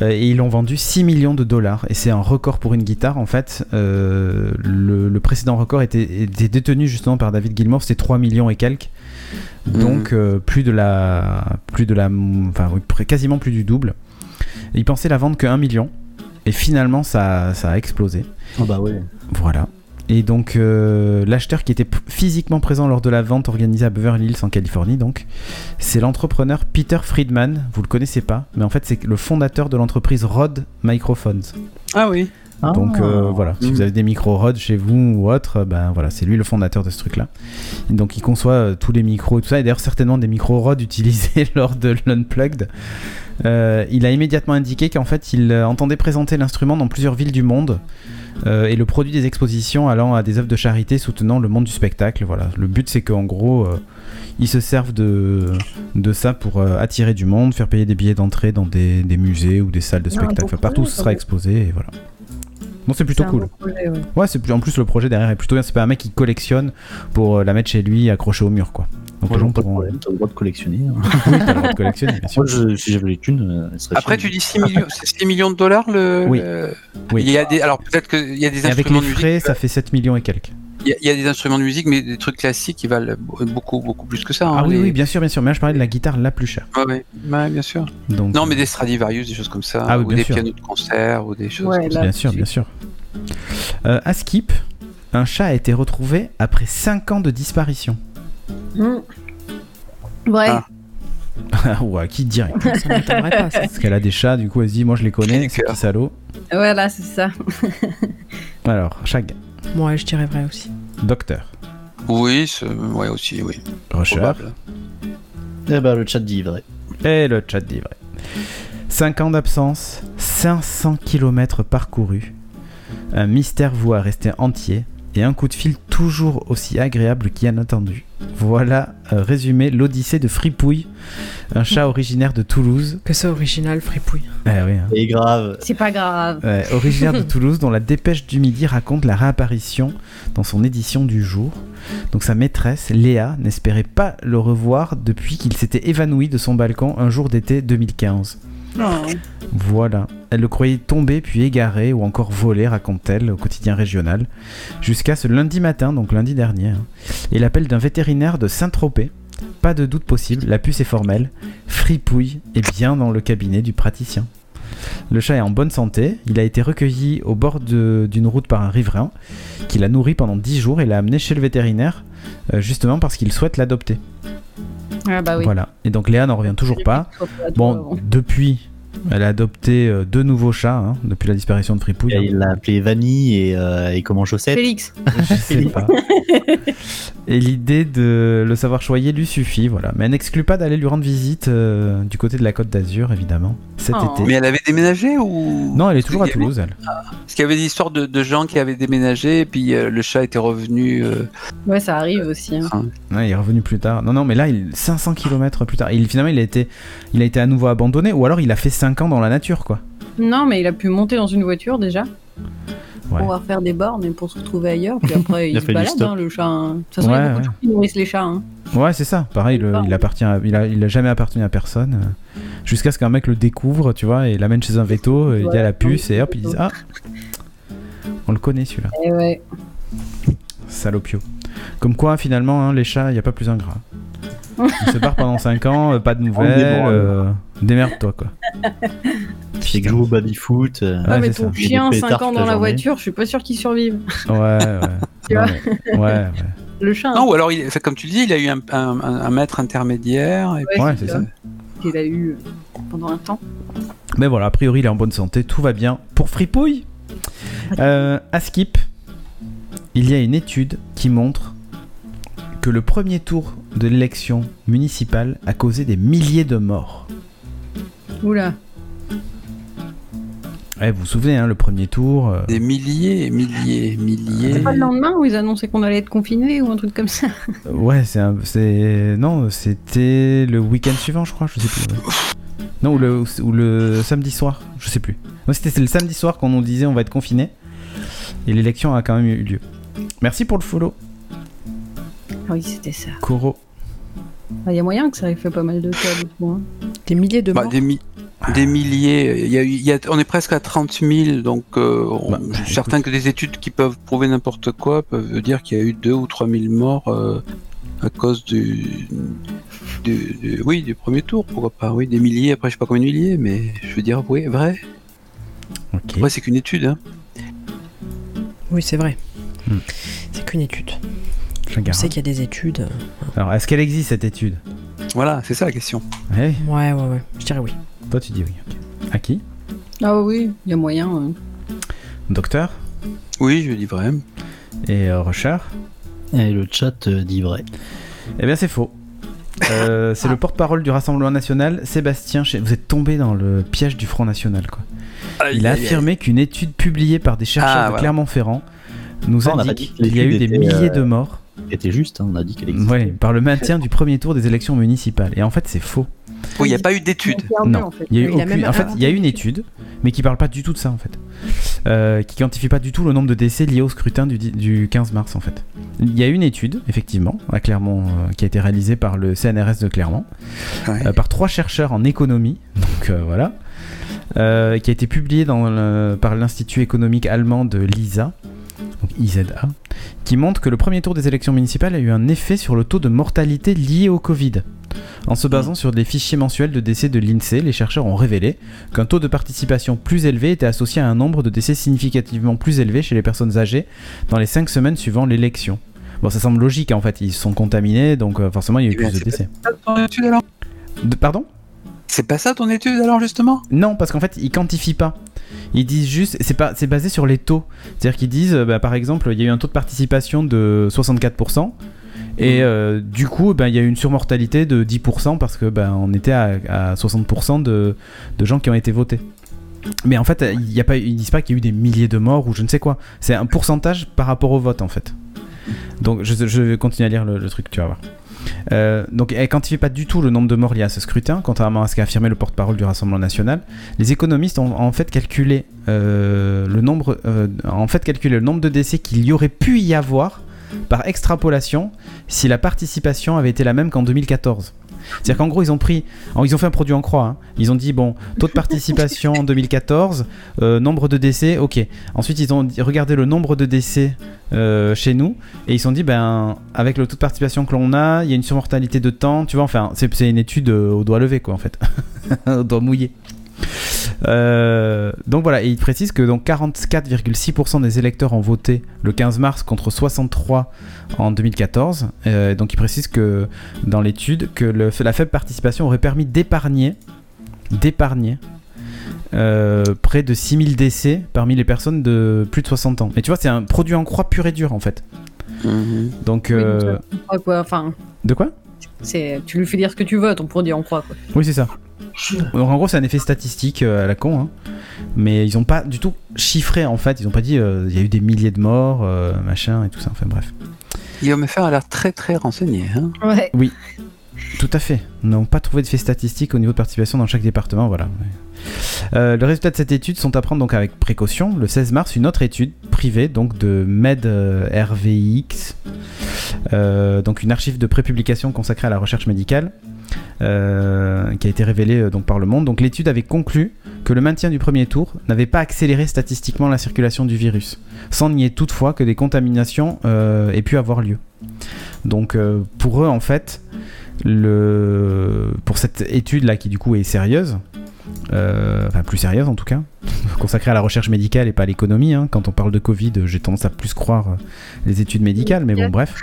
euh, et ils l'ont vendu 6 millions de dollars. Et c'est un record pour une guitare en fait. Euh, le, le précédent record était, était détenu justement par David Gilmour, c'était 3 millions et quelques. Donc euh, plus de la. Plus de la. Enfin oui, près- quasiment plus du double. Ils pensaient la vendre que 1 million. Et finalement ça, ça a explosé. ah bah ouais. Voilà. Et donc euh, l'acheteur qui était p- physiquement présent lors de la vente organisée à Beverly Hills en Californie, donc c'est l'entrepreneur Peter Friedman. Vous le connaissez pas, mais en fait c'est le fondateur de l'entreprise Rode Microphones. Ah oui. Donc euh, voilà, si Mhm. vous avez des micros Rode chez vous ou autre, euh, ben voilà, c'est lui le fondateur de ce truc-là. Et Donc il conçoit euh, tous les micros et tout ça, et d'ailleurs certainement des micros Rode [LAUGHS] utilisés lors de l'Unplugged. Euh, il a immédiatement indiqué qu'en fait il euh, entendait présenter l'instrument dans plusieurs villes du monde euh, et le produit des expositions allant à des œuvres de charité soutenant le monde du spectacle. Voilà, le but c'est qu'en gros euh, ils se servent de, de ça pour euh, attirer du monde, faire payer des billets d'entrée dans des, des musées ou des salles de Ah, un spectacle. beau Enfin, partout où projet, ce ça, sera oui. exposé et voilà. Non, c'est plutôt C'est un cool. beau projet, ouais. Ouais, c'est plus- en plus le projet derrière est plutôt bien. C'est pas un mec qui collectionne pour euh, la mettre chez lui accrochée au mur, quoi. Donc les gens pas de pourront problème, t'as le droit de collectionner. hein. oui, t'as le droit de collectionner, [LAUGHS] bien sûr. Moi, je- si j'avais les thunes, euh, elle serait Après, chez tu moi. dis 6 [LAUGHS] millions, c'est 6 millions de dollars le. Oui. le- Oui. Il y a des, alors peut-être qu'il y a des Et avec les instruments de musique. frais, ça fait 7 millions et quelques. Il y, a- il y a des instruments de musique, mais des trucs classiques qui valent beaucoup, beaucoup plus que ça. Ah, hein, oui, les- oui, bien sûr, bien sûr. Mais là, je parlais de la guitare la plus chère. Ouais, ouais. Ouais, bien sûr. Donc, Non, mais des Stradivarius, des choses comme ça, Ah oui, ou bien des sûr. pianos de concert, ou des choses. Ouais, comme ça. là, bien sûr, bien sûr. Euh, à Skip, un chat a été retrouvé après 5 ans de disparition. [LAUGHS] Mm. Hum. Ouais. Ah. Ah ouais, qui direct [LAUGHS] Ça m'étonnerait pas, ça. Parce qu'elle a des chats, du coup, elle se dit, moi je les connais, Des ces cœurs. petits salauds. Voilà, c'est ça. Alors, Shag, Moi, je dirais vrai aussi. docteur, Oui, c'est- ouais aussi, oui. rusher, Probable. Eh ben, le chat dit vrai. Et le chat dit vrai. 5 ans d'absence, 500 km parcourus. Un mystère voué à rester entier et un coup de fil toujours aussi agréable qu'inattendu. Voilà euh, résumé l'Odyssée de Fripouille, un chat originaire de Toulouse. Que c'est original, fripouille. Eh oui, hein. Et grave. C'est pas grave. Ouais, originaire de Toulouse, dont la dépêche du midi raconte la réapparition dans son édition du jour. Donc sa maîtresse, Léa, n'espérait pas le revoir depuis qu'il s'était évanoui de son balcon un jour d'été 2015. Voilà. Elle le croyait tombé puis égaré ou encore volé, raconte-t-elle au quotidien régional, jusqu'à ce lundi matin, donc lundi dernier, hein, et l'appel d'un vétérinaire de Saint-Tropez. Pas de doute possible, la puce est formelle. Fripouille est bien dans le cabinet du praticien. Le chat est en bonne santé, il a été recueilli au bord de- d'une route par un riverain qui l'a nourri pendant 10 jours et l'a amené chez le vétérinaire euh, justement parce qu'il souhaite l'adopter. Ah bah oui. Voilà. Et donc Léa n'en revient toujours pas. Bon, depuis, elle a adopté euh, deux nouveaux chats, hein, depuis la disparition de Fripouille. Et hein. [LAUGHS] il l'a appelé Vanille et, euh, et comment chaussette. Félix. Je sais pas. Et l'idée de le savoir choyer lui suffit, voilà. Mais elle n'exclut pas d'aller lui rendre visite euh, du côté de la Côte d'Azur, évidemment, cet Oh. été. Mais elle avait déménagé ou Non, elle est toujours à Parce qu'il y avait- Toulouse, elle. Parce qu'il y avait des histoires de, de gens qui avaient déménagé, et puis euh, le chat était revenu. euh, Ouais, ça arrive aussi. hein. Ouais, il est revenu plus tard. Non, non, mais là, il 500 km plus tard. Il, finalement, il a, été, il a été à nouveau abandonné, ou alors il a fait 5 ans dans la nature, quoi. Non, mais il a pu monter dans une voiture déjà. Ouais. Pour pouvoir faire [LAUGHS] des bornes et pour se retrouver ailleurs. Puis après, Il a il se fait du balade, stop. hein, le chat. hein. De toute façon, il y Ouais, a beaucoup de gens qui nourrissent les chats. hein. Ouais, c'est ça. Pareil, le- il appartient, à- il a, il a jamais appartenu à personne. euh, Jusqu'à ce qu'un mec le découvre, tu vois, et l'amène chez un veto, euh, il y a la puce, et hop, ils disent Ah On le connaît celui-là. Eh ouais. Salopio. Comme quoi, finalement, hein, les chats, il n'y a pas plus ingrat. On se barre pendant 5 ans, euh, pas de nouvelles, débranle. euh, démerde-toi quoi. Qui joue au baby-foot. euh, Ouais, Ah, mais c'est ton ça. chien, Il est 5 pétard ans toute dans la la journée. voiture, je suis pas sûr qu'il survive. Ouais, ouais. Tu Non, vois mais- ouais, ouais. Le chat, hein, Non, ou alors, il, enfin, comme tu le dis, il a eu un, un- un- un maître intermédiaire. et- Ouais, Ouais, c'est c'est ça. ça. qu'il a eu pendant un temps. Mais voilà, a priori, il est en bonne santé, tout va bien. Pour Fripouille, euh, à Skip, il y a une étude qui montre que le premier tour de l'élection municipale a causé des milliers de morts. Oula. Ouais, vous vous souvenez, hein, le premier tour. euh, Des milliers, milliers, milliers. C'est pas le lendemain où ils annonçaient qu'on allait être confinés ou un truc comme ça Ouais, c'est un- c'est non, c'était le week-end suivant, je crois, je sais plus. ouais. Non, ou le, ou le samedi soir, je sais plus. Non, c'était c'est le samedi soir qu'on nous disait on va être confiné. Et l'élection a quand même eu lieu. Merci pour le follow, Ah oui, c'était ça. Ah, Koro. Il y a moyen que ça ait fait pas mal de cas, du coup. hein. Des milliers de Bah, morts. des, mi- des milliers. euh, Il y a eu- il y a- on est presque à 30 000, donc euh, on- Bah, je suis certain que des études qui peuvent prouver n'importe quoi peuvent dire qu'il y a eu 2 ou 3 000 morts euh, à cause du, du- du- oui, du premier tour, pourquoi pas. Oui, des milliers, après je sais pas combien de milliers, mais je veux dire, oui, vrai. Ok. Après, c'est qu'une étude. hein. Oui, c'est vrai. Hmm. C'est qu'une étude. Je On regarde. sait qu'il y a des études. Alors, est-ce qu'elle existe cette étude Voilà, c'est ça la question. Ouais, Ouais, ouais, ouais. Je dirais oui. toi tu dis oui. ok. À qui Ah oui, il y a moyen. hein. Docteur Oui, je dis vrai. et euh, Rusher Ah. Et le chat euh, dit vrai. Eh bien, c'est faux. Euh, c'est le porte-parole du Rassemblement National, Sébastien. Ché- Vous êtes tombé dans le piège du Front National, quoi. Il a affirmé qu'une étude publiée par des chercheurs Ah, de voilà. Clermont-Ferrand nous Ah, on n'a pas dit indique que qu'il y a eu l'étude des était, milliers euh, de morts C'était juste, hein, on a dit qu'elle existait. ouais, par le maintien du premier tour des élections municipales. Et en fait, c'est faux. Oui, il n'y a pas eu d'étude. C'est perdu, Non. en fait. Il y a eu Il a aucune- même En fait, il y a eu une inventé une étude, mais qui parle pas du tout de ça, en fait. Euh, qui quantifie pas du tout le nombre de décès liés au scrutin du, di- du 15 mars, en fait. Il y a une étude, effectivement, à Clermont, euh, qui a été réalisée par le CNRS de Clermont. Ouais. euh, par trois chercheurs en économie, [LAUGHS] donc euh, voilà, euh, qui a été publié dans le- par l'Institut économique allemand de l'ISA, donc IZA, qui montre que le premier tour des élections municipales a eu un effet sur le taux de mortalité lié au Covid. En se basant Mmh. sur des fichiers mensuels de décès de l'INSEE, les chercheurs ont révélé qu'un taux de participation plus élevé était associé à un nombre de décès significativement plus élevé chez les personnes âgées dans les cinq semaines suivant l'élection. Bon, ça semble logique hein, en fait, ils sont contaminés, donc euh, forcément il y a eu Eh bien, plus de c'est décès. C'est pas ton étude, alors De- pardon C'est pas ça ton étude alors justement Non, parce qu'en fait, ils quantifient pas. Ils disent juste, c'est pas, c'est basé sur les taux. C'est-à-dire qu'ils disent, euh, bah, par exemple, il y a eu un taux de participation de 64%, et euh, du coup, ben, il y a eu une surmortalité de 10% parce que ben, on était à, à 60% de, de gens qui ont été votés. Mais en fait, euh, il y a pas, ils disent pas qu'il y a eu des milliers de morts ou je ne sais quoi. C'est un pourcentage par rapport au vote en fait. Donc je, je vais continuer à lire le, le truc, tu vas voir. Euh, donc elle quantifie pas du tout le nombre de morts liés à ce scrutin, contrairement à ce qu'a affirmé le porte-parole du Rassemblement National. Les économistes ont en fait calculé euh, le nombre, euh, en fait calculé le nombre de décès qu'il y aurait pu y avoir par extrapolation si la participation avait été la même qu'en 2014. C'est-à-dire qu'en gros ils ont pris, alors, ils ont fait un produit en croix. hein. Ils ont dit bon taux de participation en 2014, euh, nombre de décès, ok. Ensuite ils ont dit- regardé le nombre de décès euh, chez nous et ils se sont dit, ben, avec le taux de participation que l'on a, il y a une surmortalité de temps, tu vois, enfin, c'est c'est une étude euh, au doigt levé, quoi, en fait. [LAUGHS] au doigt mouillé. Euh, donc voilà, et il précise que donc 44,6% des électeurs ont voté le 15 mars contre 63 en 2014. Euh, donc il précise que dans l'étude que le- la faible participation aurait permis d'épargner, d'épargner euh, près de 6000 décès parmi les personnes de plus de 60 ans. Et tu vois, c'est un produit en croix pur et dur en fait. Donc, Oui, euh, donc ça, on croit, quoi. Enfin, de quoi c'est- tu lui fais dire ce que tu veux, ton produit, on croit. Quoi. Oui, c'est ça. Donc, en gros, c'est un effet statistique euh, à la con, hein. mais ils ont pas du tout chiffré en fait. Ils ont pas dit euh, il y a eu des milliers de morts, euh, machin et tout ça. Enfin bref. Guillaume Fer a l'air très très renseigné. hein. Ouais. Tout à fait. Nous n'avons pas trouvé de fait statistique au niveau de participation dans chaque département, voilà. Ouais. Euh, le résultat de cette étude sont à prendre donc avec précaution. Le 16 mars, une autre étude privée donc de Med euh, RVX, euh, donc une archive de prépublication consacrée à la recherche médicale, euh, qui a été révélée euh, donc par le Monde. Donc l'étude avait conclu que le maintien du premier tour n'avait pas accéléré statistiquement la circulation du virus, sans nier toutefois que des contaminations euh, aient pu avoir lieu. Donc euh, pour eux en fait, le... pour cette étude là qui du coup est sérieuse, euh, enfin plus sérieuse en tout cas, [LAUGHS] consacrée à la recherche médicale et pas à l'économie, hein. quand on parle de Covid euh, j'ai tendance à plus croire euh, les études médicales, mais bon bref.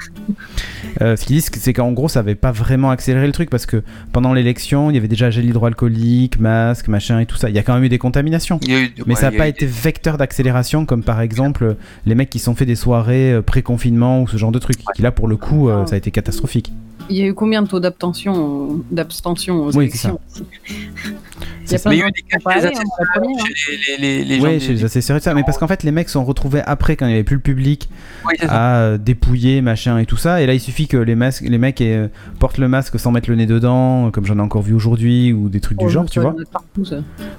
Euh, ce qu'ils disent c'est qu'en gros ça avait pas vraiment accéléré le truc parce que pendant l'élection il y avait déjà gel hydroalcoolique, masque, machin et tout ça, il y a quand même eu des contaminations. Il y a eu- Mais ouais, ça n'a il y a pas eu été vecteur d'accélération comme par exemple euh, les mecs qui se sont fait des soirées euh, pré-confinement ou ce genre de truc. Qui là pour le coup euh, ça a été catastrophique. Il y a eu combien de taux d'abstention d'abstention aux Oui, élections Il y C'est a ça. plein de Mais il y gens a eu des qui cas ont parlé, chez les hein, la première, hein. des- les, les, les gens Oui, des- chez les assesseurs et tout ça. Mais parce qu'en fait les mecs se sont retrouvés après quand il n'y avait plus le public Oui, c'est ça. à euh, dépouiller machin et tout ça. Et là il suffit que les, masques, les mecs euh, portent le masque sans mettre le nez dedans, euh, comme j'en ai encore vu aujourd'hui ou des trucs Oh, du genre, je tu vois, vois. il y en a partout, ça.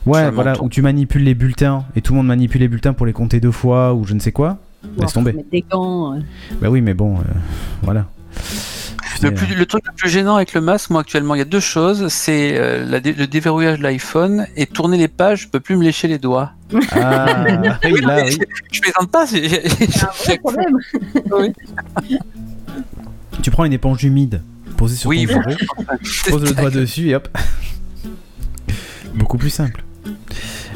Ouais, Ça voilà, m'entend. où tu manipules les bulletins et tout le monde manipule les bulletins pour les compter deux fois ou je ne sais quoi. Ou alors, faut tomber. mettre Des gants. euh. Bah oui, mais bon, euh, voilà. euh, Le, C'est, plus- le truc le plus gênant avec le masque, moi actuellement, il y a deux choses. C'est euh, la dé- le déverrouillage de l'iPhone et tourner les pages, je peux plus me lécher les doigts. Ah, [LAUGHS] oui, là, oui. Je plaisante pas. c'est- [LAUGHS] j'ai- [LAUGHS] C'est un vrai problème. Tu prends une éponge humide posée sur Oui, ton bureau, pose le doigt dessus et hop. [LAUGHS] Beaucoup plus simple.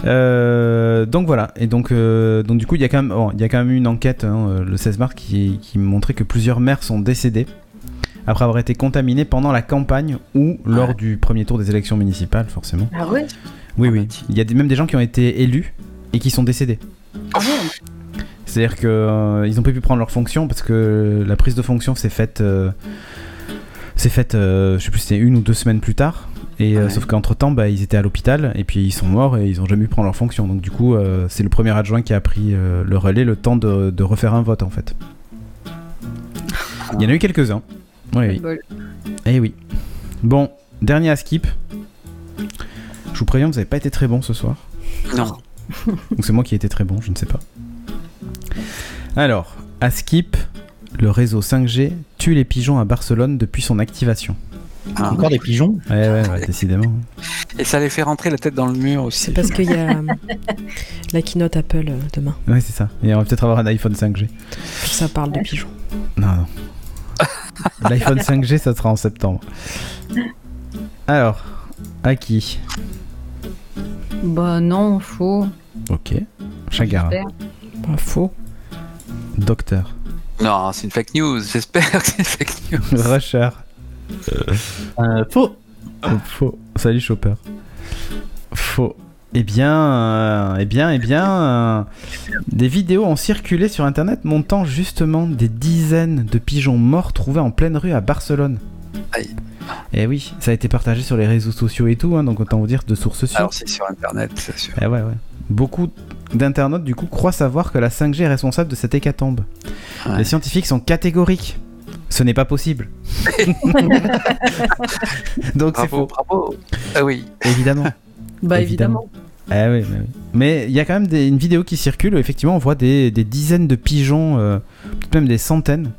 Euh, donc voilà, et donc, euh, donc du coup, il y, a quand même, bon, il y a quand même eu une enquête hein, euh, le 16 mars qui, qui montrait que plusieurs maires sont décédés après avoir été contaminés pendant la campagne ou lors Ouais. du premier tour des élections municipales, forcément. Ah ouais Oui, Ah bah oui. dis. Il y a des- même des gens qui ont été élus et qui sont décédés. C'est-à-dire que euh, ils n'ont pas pu prendre leur fonction parce que la prise de fonction s'est faite, euh, s'est faite, euh, je sais plus, si c'était une ou deux semaines plus tard. Et euh, Ouais. sauf qu'entre temps, ils étaient à l'hôpital et puis ils sont morts et ils ont jamais pu prendre leur fonction. Donc du coup, euh, c'est le premier adjoint qui a pris euh, le relais, le temps de, de refaire un vote en fait. Il y en a eu quelques-uns. Oui, oui. Quel bol. Eh oui. Bon, dernier à skip. Je vous préviens, vous n'avez pas été très bon ce soir. Non. Donc c'est moi qui ai été très bon, je ne sais pas. Alors, à Skip, le réseau 5G tue les pigeons à Barcelone depuis son activation. Ah. Encore des pigeons Ouais, ouais, ouais, [LAUGHS] décidément. Et ça les fait rentrer la tête dans le mur aussi. C'est parce qu'il y a [LAUGHS] euh, la keynote Apple euh, demain. Ouais, c'est ça. Et on va peut-être avoir un iPhone 5G. Ça parle de pigeons. Non, [LAUGHS] non. L'iPhone 5G, ça sera en septembre. Alors, à qui Bah non, faux. Ok. Chagara. J'espère. Ah, Bah, faux. Docteur. [LAUGHS] Non, c'est une fake news. J'espère que c'est une fake news. Rusher. euh, Faux Faux. Salut Chopper. Faux. Eh bien, euh, eh bien, eh bien, euh, des vidéos ont circulé sur internet montant justement des dizaines de pigeons morts trouvés en pleine rue à Barcelone. Aïe. Eh oui, ça a été partagé sur les réseaux sociaux et tout, hein, donc autant vous dire de sources sûres. Alors c'est sur Internet, c'est sûr. Eh ouais, ouais. Beaucoup d'internautes du coup croient savoir que la 5G est responsable de cette hécatombe. Ouais. Les scientifiques sont catégoriques. Ce n'est pas [LAUGHS] possible. donc c'est Bravo, faux, bravo. Ah oui. évidemment. Bah Évidemment. évidemment. Ah oui, bah oui. Mais il y a quand même des- une vidéo qui circule où effectivement on voit des, des dizaines de pigeons, euh, peut-être même des centaines,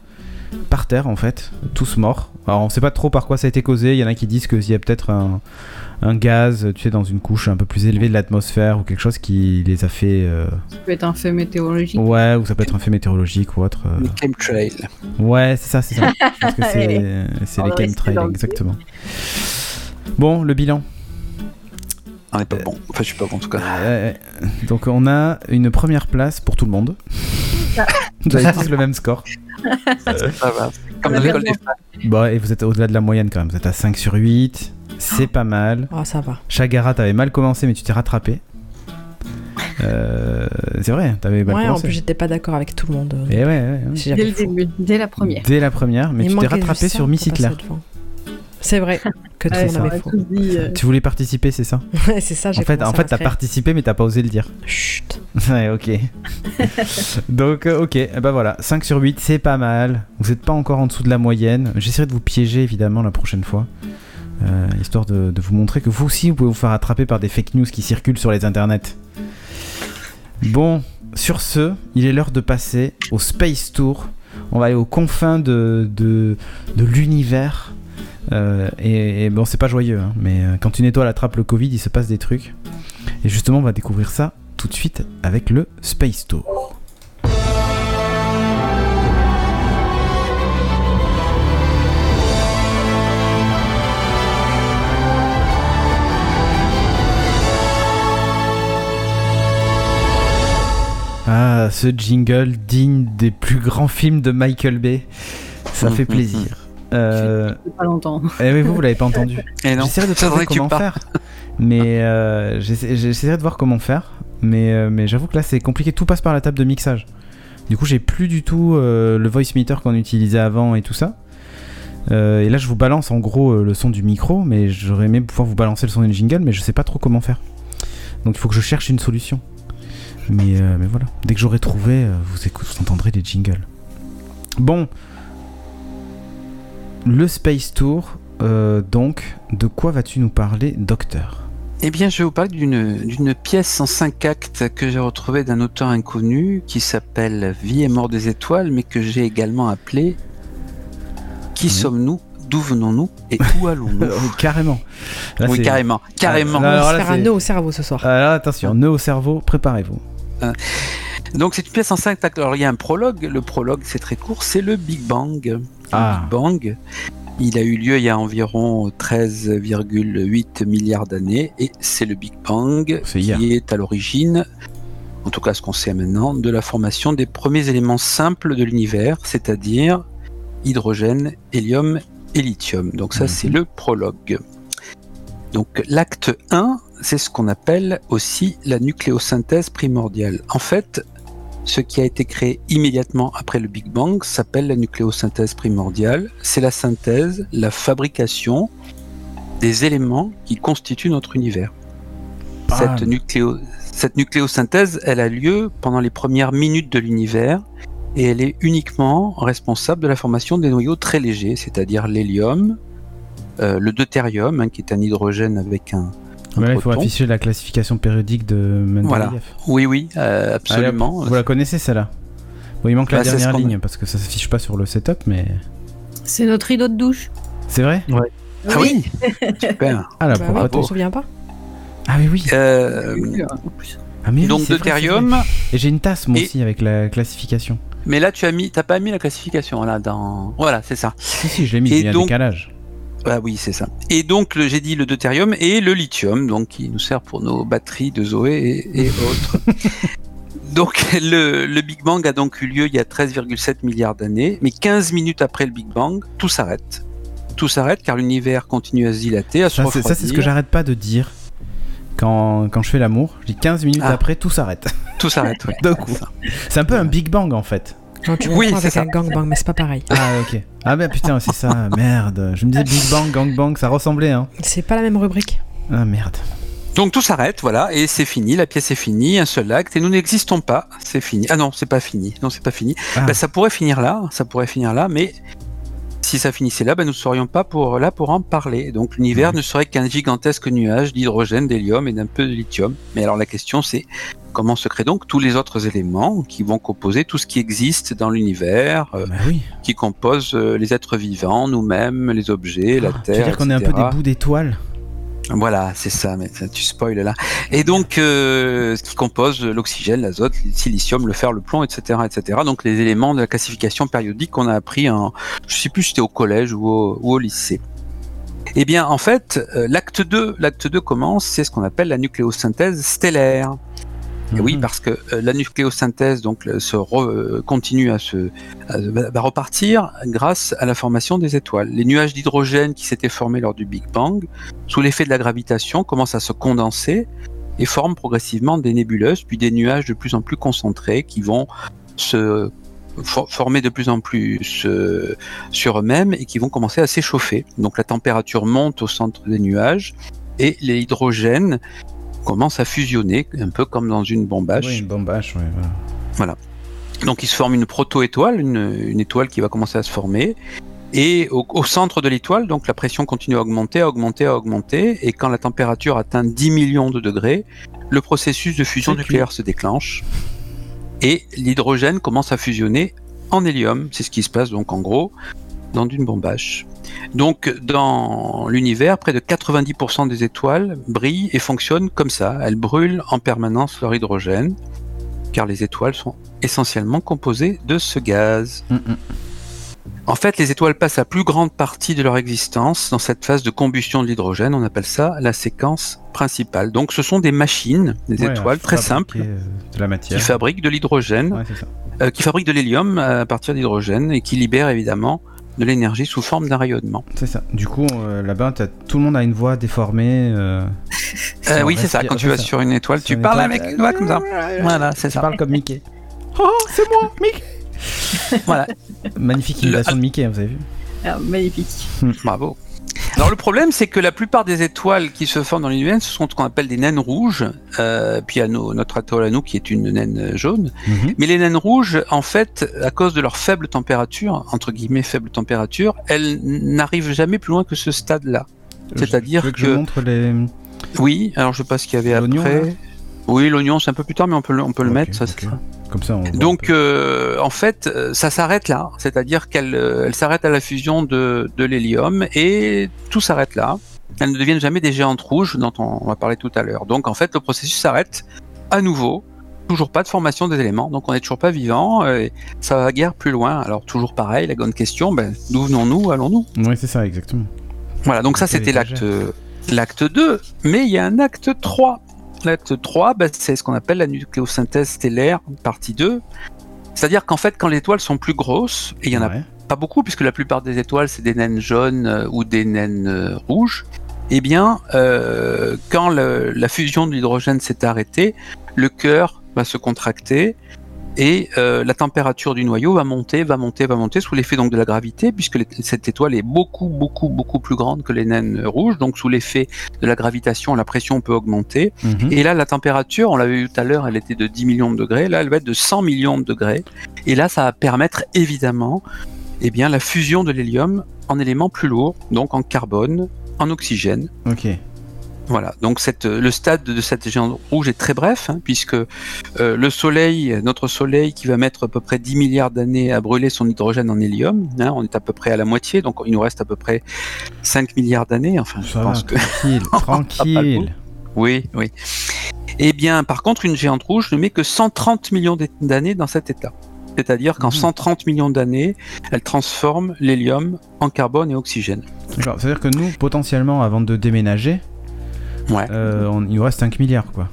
par terre en fait, tous morts. Alors on sait pas trop par quoi ça a été causé, il y en a qui disent qu'il y a peut-être un, un gaz, tu sais, dans une couche un peu plus élevée de l'atmosphère ou quelque chose qui les a fait... euh, Ça peut être un fait météorologique. Ouais, ou ça peut être un fait météorologique ou autre. euh. Les chemtrails. Ouais, c'est ça, c'est ça. Je [LAUGHS] pense que c'est c'est On les va rester chemtrails, dans le exactement. Bon, le bilan. On n'est pas bon. Enfin, je suis pas bon en tout cas. Euh, donc on a une première place pour tout le monde. Vous avez tous le même score. Ça va. Comme On dans a l'école des perdu. femmes. Bon, et vous êtes au-delà de la moyenne quand même. Vous êtes à 5 sur 8. C'est pas mal. Ah, ça va. Chagara, t'avais mal commencé, mais tu t'es rattrapé. Euh, c'est vrai, t'avais mal ouais, en plus, commencé. j'étais pas d'accord avec tout le monde. euh, Et ouais, ouais, ouais. Si Dès j'avais le faux. début, dès la première. Dès la première, mais Il tu t'es manquait rattrapé juste ça sur pour Miss passer Hitler. devant. C'est vrai que tout le Ouais, monde ça, on avait a faux. tous dit, euh, Tu voulais participer, c'est ça Ouais, c'est ça, j'ai En fait, en commencé à fait t'as m'inscrire. participé, mais t'as pas Ah, osé le dire. Chut. [LAUGHS] Ouais, ok. Donc, euh, ok, eh ben voilà, 5 sur 8, c'est pas mal. Vous n'êtes pas encore en dessous de la moyenne. J'essaierai de vous piéger, évidemment, la prochaine fois. euh, histoire de, de vous montrer que vous aussi, vous pouvez vous faire attraper par des fake news qui circulent sur les internets. Bon, sur ce, il est l'heure de passer au Space Tour. On va aller aux confins de, de, de l'univers. Euh, et, et bon, c'est pas joyeux, hein, mais euh, quand une étoile attrape le Covid, il se passe des trucs. Et justement, on va découvrir ça tout de suite avec le Space Tour. Ah, ce jingle digne des plus grands films de Michael Bay. Ça fait plaisir. Euh, Depuis pas longtemps. eh oui, vous, vous l'avez pas [LAUGHS] entendu. Et non, J'essaierai de ça trouver faudrait que tu comment parles. faire. Mais euh, j'essa- j'essaierai de voir comment faire. Mais, euh, mais j'avoue que là, c'est compliqué. Tout passe par la table de mixage. Du coup, j'ai plus du tout euh, le voice meter qu'on utilisait avant et tout ça. Euh, et là, je vous balance en gros euh, le son du micro, mais j'aurais aimé pouvoir vous balancer le son du jingle, mais je sais pas trop comment faire. Donc, il faut que je cherche une solution. Mais, euh, mais voilà. Dès que j'aurai trouvé, euh, vous, écou- vous entendrez des jingles. Bon. Le Space Tour, euh, donc, de quoi vas-tu nous parler, docteur Eh bien, je vais vous parler d'une d'une pièce en cinq actes que j'ai retrouvée d'un auteur inconnu qui s'appelle Vie et mort des étoiles, mais que j'ai également appelé Qui sommes-nous D'où venons-nous [LAUGHS] Et où allons-nous Euh, oui, Carrément. Là, Oui, c'est- carrément, Hein carrément. Ah, alors là, faire un c'est- nœud au cerveau ce soir. Ah, là, attention, nœud au cerveau, préparez-vous. Donc, c'est une pièce en cinq actes. Alors, il y a un prologue. Le prologue, c'est très court. C'est le Big Bang. Ah. Big Bang. Il a eu lieu il y a environ 13,8 milliards d'années et c'est le Big Bang C'est qui hier. est à l'origine, en tout cas ce qu'on sait maintenant, de la formation des premiers éléments simples de l'univers, c'est-à-dire hydrogène, hélium et lithium. Donc ça Mhm. c'est le prologue. Donc l'acte 1, c'est ce qu'on appelle aussi la nucléosynthèse primordiale. En fait, ce qui a été créé immédiatement après le Big Bang s'appelle la nucléosynthèse primordiale. C'est la synthèse, la fabrication des éléments qui constituent notre univers. Bam. Cette, nucléo- cette nucléosynthèse, elle a lieu pendant les premières minutes de l'univers et elle est uniquement responsable de la formation des noyaux très légers, c'est-à-dire l'hélium, euh, le deutérium, hein, qui est un hydrogène avec un... un Mais là, il faut proton. afficher la classification périodique de Mendeleïev. Voilà, Oui, oui, euh, absolument. Vous la connaissez celle-là Bon, il manque la Bah, c'est ce dernière qu'on- ligne parce que ça s'affiche pas sur le setup, mais. [LAUGHS] C'est notre rideau de douche. C'est vrai [LAUGHS] Ah oui Super. Ah là, Bah pourquoi oui, on t'es- se [LAUGHS] souvient pas Ah, mais oui Euh, En plus. Ah, mais oui, donc c'est vrai, c'est vrai. deutérium, Et j'ai une tasse, moi Et- aussi, avec la classification. mais là tu as mis, t'as pas mis la classification là dans. Voilà, c'est ça. Si, si, je l'ai mise, Et il y a un donc- décalage. Ah oui, c'est ça. Et donc le- j'ai dit le deutérium et le lithium, donc qui nous sert pour nos batteries de Zoé et, et autres. [LAUGHS] Donc le, le Big Bang a donc eu lieu il y a 13,7 milliards d'années, mais 15 minutes après le Big Bang, tout s'arrête. Tout s'arrête car l'univers continue à se dilater, à se Ça, c'est ça, c'est ce que refroidir. j'arrête pas de dire quand, quand je fais l'amour. Je dis 15 minutes Ah. après, tout s'arrête. Tout s'arrête. ouais. D'un coup. C'est un peu un Big Bang en fait. Non, tu Oui, confonds c'est avec ça. un gangbang, mais c'est pas pareil. Ah ok. Ah ben putain c'est ça, merde. Je me disais Big Bang, Gang Bang, ça ressemblait hein. C'est pas la même rubrique. Ah merde. Donc tout s'arrête, voilà, et c'est fini, la pièce est finie, un seul acte, et nous n'existons pas, c'est fini. Ah non, c'est pas fini, non, c'est pas fini. Ah. Bah, ça pourrait finir là, ça pourrait finir là, mais si ça finissait là, bah, nous ne serions pas pour, là pour en parler. Donc l'univers ne serait qu'un gigantesque nuage d'hydrogène, d'hélium et d'un peu de lithium. Mais alors la question c'est comment se créent donc tous les autres éléments qui vont composer tout ce qui existe dans l'univers, euh, Bah oui. qui compose euh, les êtres vivants, nous-mêmes, les objets, la Ah, Tu veux Terre. dire qu'on est un peu etc.. des bouts d'étoiles Voilà, c'est ça, mais ça, tu spoil là. Et donc, euh, ce qui compose l'oxygène, l'azote, le silicium, le fer, le plomb, etc., etc. Donc, les éléments de la classification périodique qu'on a appris, en, je sais plus si c'était au collège ou au, ou au lycée. Eh bien, en fait, euh, l'acte 2, l'acte 2 commence, c'est ce qu'on appelle la nucléosynthèse stellaire. Et oui, Mhm. parce que euh, la nucléosynthèse donc le- se re- euh, continue à se à- va va repartir grâce à la formation des étoiles. Les nuages d'hydrogène qui s'étaient formés lors du Big Bang, sous l'effet de la gravitation, commencent à se condenser et forment progressivement des nébuleuses, puis des nuages de plus en plus concentrés qui vont se for- former de plus en plus euh, sur eux-mêmes et qui vont commencer à s'échauffer. Donc la température monte au centre des nuages et les hydrogènes commencent à fusionner, un peu comme dans une bombache. Oui, une bombache, ouais, voilà. Donc il se forme une proto-étoile, une, une étoile qui va commencer à se former. Et au, au centre de l'étoile, donc la pression continue à augmenter, à augmenter, à augmenter. Et quand la température atteint 10 millions de degrés, le processus de fusion C'est cuit. nucléaire se déclenche. Et l'hydrogène commence à fusionner en hélium. C'est ce qui se passe donc en gros dans une bombache. Donc dans l'univers, près de 90% des étoiles brillent et fonctionnent comme ça. Elles brûlent en permanence leur hydrogène, car les étoiles sont essentiellement composées de ce gaz. Mm, mm. En fait, les étoiles passent la plus grande partie de leur existence dans cette phase de combustion de l'hydrogène. On appelle ça la séquence principale. Donc, ce sont des machines, des Ouais, hein, étoiles très fabriquer, simples, euh, De la matière. qui fabriquent de l'hydrogène, Ouais, c'est ça. euh, qui fabriquent de l'hélium à partir d'hydrogène et qui libèrent évidemment de l'énergie sous forme d'un rayonnement. C'est ça. Du coup, euh, là-bas, t'as- tout le monde a une voix déformée. euh, Euh, on oui, c'est ça. respire, Quand tu c'est vas ça. sur une étoile, Sur tu une parles étoile, avec une voix comme ça. Voilà, c'est Tu ça. parles comme Mickey. Oh, c'est moi, Mickey Voilà. Magnifique imitation de Mickey, hein, vous avez vu Ah, magnifique. Bravo. Alors le problème, c'est que la plupart des étoiles qui se forment dans l'univers, ce sont ce qu'on appelle des naines rouges. Euh, puis à nos- notre étoile à nous, qui est une naine jaune. Mhm. Mais les naines rouges, en fait, à cause de leur faible température, entre guillemets faible température, elles n'arrivent jamais plus loin que ce stade-là. C'est-à-dire Tu veux je que- montre les. Oui. Alors je sais pas ce qu'il y avait L'oignon, là après. Oui, l'oignon, c'est un peu plus tard, mais on peut le, on peut le Ok, mettre. Ça, ok. ça. Comme ça, on. voit un Donc, peu. euh, en fait, euh, ça s'arrête là. C'est-à-dire qu'elle euh, elle s'arrête à la fusion de, de l'hélium et tout s'arrête là. Elles ne deviennent jamais des géantes rouges dont on, on va parler tout à l'heure. Donc, en fait, le processus s'arrête à nouveau. Toujours pas de formation des éléments, donc on n'est toujours pas vivant. euh, et ça va guère plus loin. Alors toujours pareil, la grande question, ben, d'où venons-nous, allons-nous Oui, c'est ça, exactement. voilà, donc ça Quelle c'était l'acte euh, l'acte 2, mais il y a un acte 3. L'acte 3, bah, c'est ce qu'on appelle la nucléosynthèse stellaire, partie 2. C'est-à-dire qu'en fait, quand les étoiles sont plus grosses, et il n'y en a Ouais. pas beaucoup, puisque la plupart des étoiles, c'est des naines jaunes euh, ou des naines euh, rouges, eh bien, euh, quand le- la fusion de l'hydrogène s'est arrêtée, le cœur va se contracter et euh, la température du noyau va monter, va monter, va monter sous l'effet donc de la gravité, puisque les- cette étoile est beaucoup, beaucoup, beaucoup plus grande que les naines rouges, donc sous l'effet de la gravitation, la pression peut augmenter. Mhm. Et là, la température, on l'avait vu tout à l'heure, elle était de 10 millions de degrés. Là, elle va être de 100 millions de degrés. Et là, ça va permettre évidemment eh bien, la fusion de l'hélium en éléments plus lourds, donc en carbone, en oxygène. Ok. Voilà, donc cette, euh, le stade de cette géante rouge est très bref, hein, puisque euh, le Soleil, notre Soleil qui va mettre à peu près 10 milliards d'années à brûler son hydrogène en hélium, hein, on est à peu près à la moitié, donc il nous reste à peu près 5 milliards d'années, enfin je Ça va, pense que... [LAUGHS] tranquille, tranquille. Oui, oui. Eh bien, par contre, une géante rouge ne met que 130 millions d'é- d'années dans cet état. C'est-à-dire qu'en Mhm. 130 millions d'années, elle transforme l'hélium en carbone et oxygène. D'accord, c'est-à-dire que nous, potentiellement, avant de déménager, Ouais. euh, on- il nous reste 5 milliards, quoi.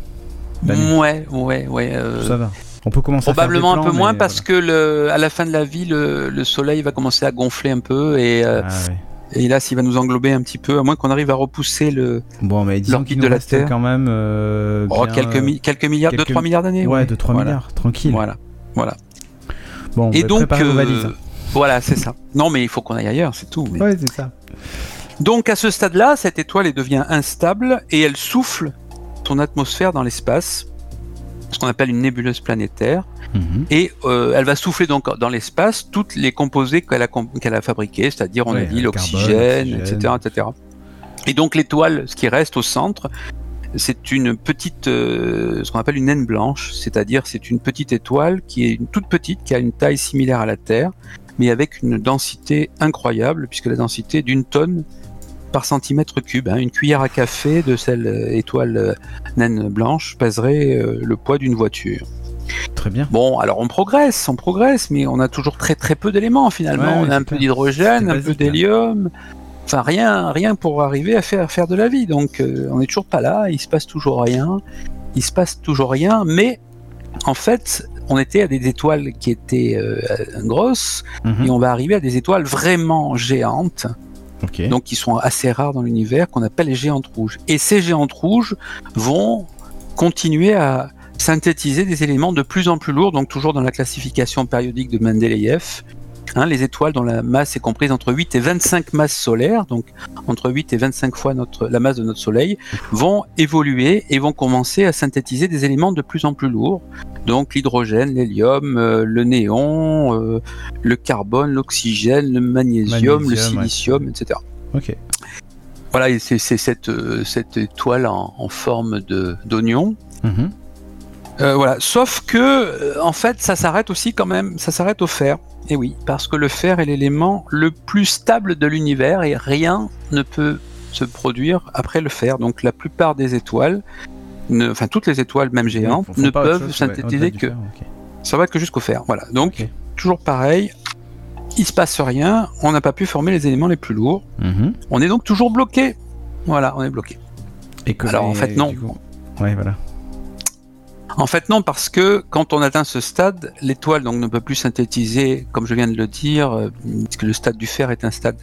D'années. Ouais, ouais, ouais. euh, Ça va. On peut commencer probablement à faire des un peu plans, moins mais euh, parce que le, à la fin de la vie, le, le soleil va commencer à gonfler un peu et, euh, voilà. Ah, ouais. et là, s'il va nous englober un petit peu, à moins qu'on arrive à repousser le Bon, mais disons l'orbite qu'il nous de la reste Terre. quand même. euh, oh, bien, quelques, euh, mi- quelques milliards, quelques- 2-3 milliards d'années. Ouais, de 3 Voilà. milliards, tranquille. Voilà. Bon, bah, Et donc, préparez vos euh, valises. voilà, c'est ça. Non, mais il faut qu'on aille ailleurs, c'est tout. mais- Ouais, c'est ça. Donc à ce stade-là, cette étoile elle devient instable et elle souffle son atmosphère dans l'espace, ce qu'on appelle une nébuleuse planétaire. Mhm. Et euh, elle va souffler donc dans l'espace toutes les composés qu'elle a, com- qu'elle a fabriqués, c'est-à-dire on Ouais, a dit le carbone, l'oxygène, l'oxygène. etc., etc. Et donc l'étoile, ce qui reste au centre, c'est une petite, euh, ce qu'on appelle une naine blanche, c'est-à-dire c'est une petite étoile qui est une toute petite, qui a une taille similaire à la Terre, mais avec une densité incroyable, puisque la densité est d'une tonne par centimètre cube. hein. Une cuillère à café de celle euh, étoile euh, naine blanche pèserait euh, le poids d'une voiture. Très bien. Bon, alors on progresse, on progresse, mais on a toujours très très peu d'éléments finalement. Ouais, on ouais, a c'est un peu clair. d'hydrogène, C'était un peu basique, hein. là. d'hélium. Enfin, rien, rien pour arriver à faire, faire de la vie. Donc, euh, on n'est toujours pas là. Il se passe toujours rien. Il se passe toujours rien. Mais en fait, on était à des étoiles qui étaient euh, grosses, Mhm. et on va arriver à des étoiles vraiment géantes Ok. donc qui sont assez rares dans l'univers, qu'on appelle les géantes rouges. Et ces géantes rouges vont continuer à synthétiser des éléments de plus en plus lourds, donc toujours dans la classification périodique de Mendeleïev, Hein, les étoiles dont la masse est comprise entre 8 et 25 masses solaires, donc entre 8 et 25 fois notre, la masse de notre Soleil, vont évoluer et vont commencer à synthétiser des éléments de plus en plus lourds. Donc l'hydrogène, l'hélium, euh, le néon, euh, le carbone, l'oxygène, le magnésium, le Magnésium, ouais. silicium, etc. Ok. Voilà, et c'est c'est cette, euh, cette étoile en, en forme de- d'oignon. Mhm. Euh, voilà, sauf que euh, en fait, ça s'arrête aussi quand même, ça s'arrête au fer. Et oui, parce que le fer est l'élément le plus stable de l'univers et rien ne peut se produire après le fer. Donc la plupart des étoiles, ne- enfin toutes les étoiles, même géantes, Faut- faut ne pas autre peuvent chose, ouais, synthétiser au-delà du que fer, ok. ça va que jusqu'au fer. Voilà. Donc Ok. toujours pareil, il se passe rien, on n'a pas pu former les éléments les plus lourds. Mhm. On est donc toujours bloqué. Voilà, on est bloqué. Et que- Alors, en et fait, non. du coup- Ouais, voilà. En fait, non, parce que quand on atteint ce stade, l'étoile donc ne peut plus synthétiser, comme je viens de le dire, euh, puisque le stade du fer est un stade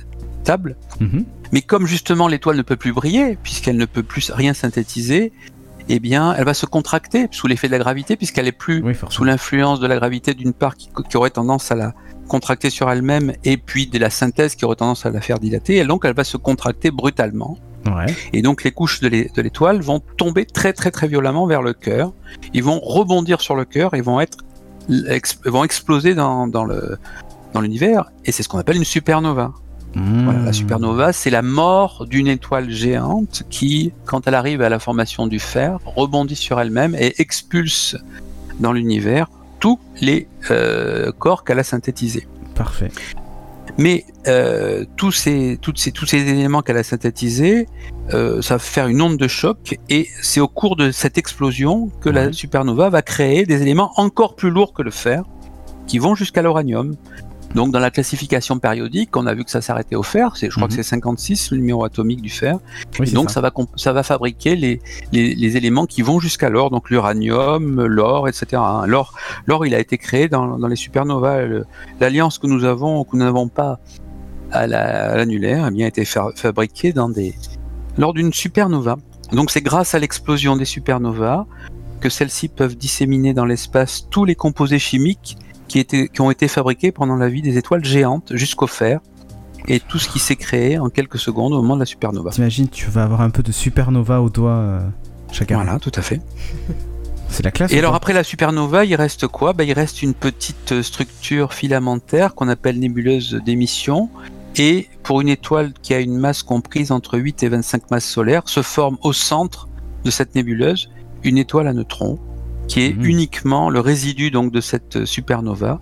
stable. Mhm. Mais comme justement l'étoile ne peut plus briller, puisqu'elle ne peut plus rien synthétiser, eh bien, elle va se contracter sous l'effet de la gravité, puisqu'elle est plus Oui, sous forcément. l'influence de la gravité d'une part qui, qui aurait tendance à la contracter sur elle-même, et puis de la synthèse qui aurait tendance à la faire dilater. Et donc, elle va se contracter brutalement. Ouais. Et donc les couches de l'é- de l'étoile vont tomber très très très violemment vers le cœur. Ils vont rebondir sur le cœur et vont être ex- vont exploser dans, dans le dans l'univers. Et c'est ce qu'on appelle une supernova. Voilà, la Mhm. supernova, c'est la mort d'une étoile géante qui, quand elle arrive à la formation du fer, rebondit sur elle-même et expulse dans l'univers tous les euh, corps qu'elle a synthétisés. Parfait. Mais euh, tous, ces, toutes ces, tous ces éléments qu'elle a synthétisés, euh, ça va faire une onde de choc, et c'est au cours de cette explosion que la Ouais. supernova va créer des éléments encore plus lourds que le fer, qui vont jusqu'à l'uranium. Donc dans la classification périodique, on a vu que ça s'arrêtait au fer, c'est- je crois Mhm. que c'est 56, le numéro atomique du fer. Oui, Et c'est donc ça, va comp- ça va fabriquer les, les, les éléments qui vont jusqu'à l'or, donc l'uranium, l'or, etc. hein. L'or, l'or, il a été créé dans, dans les supernovas. Le- L'alliance que nous avons, que nous n'avons pas à la- à l'annulaire, eh bien, a été fa- fabriquée dans des lors d'une supernova. Donc c'est grâce à l'explosion des supernovas que celles-ci peuvent disséminer dans l'espace tous les composés chimiques qui, étaient, qui ont été fabriqués pendant la vie des étoiles géantes jusqu'au fer et tout ce qui s'est créé en quelques secondes au moment de la supernova. T'imagines, tu vas avoir un peu de supernova au doigt euh, chacun. Voilà, tout à fait. C'est la classe. Et ou alors pas après la supernova, il reste quoi ben, Il reste une petite euh, structure filamentaire qu'on appelle nébuleuse d'émission. Et pour une étoile qui a une masse comprise entre 8 et 25 masses solaires, se forme au centre de cette nébuleuse une étoile à neutrons, qui est Mhm. uniquement le résidu donc de cette euh, supernova,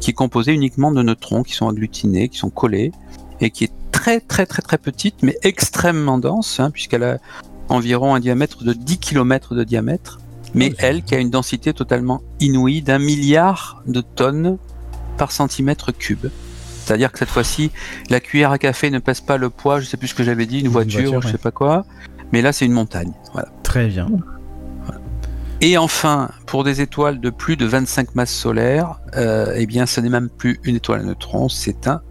qui est composée uniquement de neutrons qui sont agglutinés, qui sont collés, et qui est très très très très petite, mais extrêmement dense, hein, puisqu'elle a environ un diamètre de 10 km de diamètre, mais Oh, c'est- elle qui a une densité totalement inouïe d'un milliard de tonnes par centimètre cube. C'est-à-dire que cette fois-ci, la cuillère à café ne pèse pas le poids, je sais plus ce que j'avais dit, une, Une voiture, voiture, je ouais. sais pas quoi, mais là c'est une montagne. Voilà. Très bien. Et enfin, pour des étoiles de plus de 25 masses solaires, euh, eh bien ce n'est même plus une étoile à neutrons, c'est un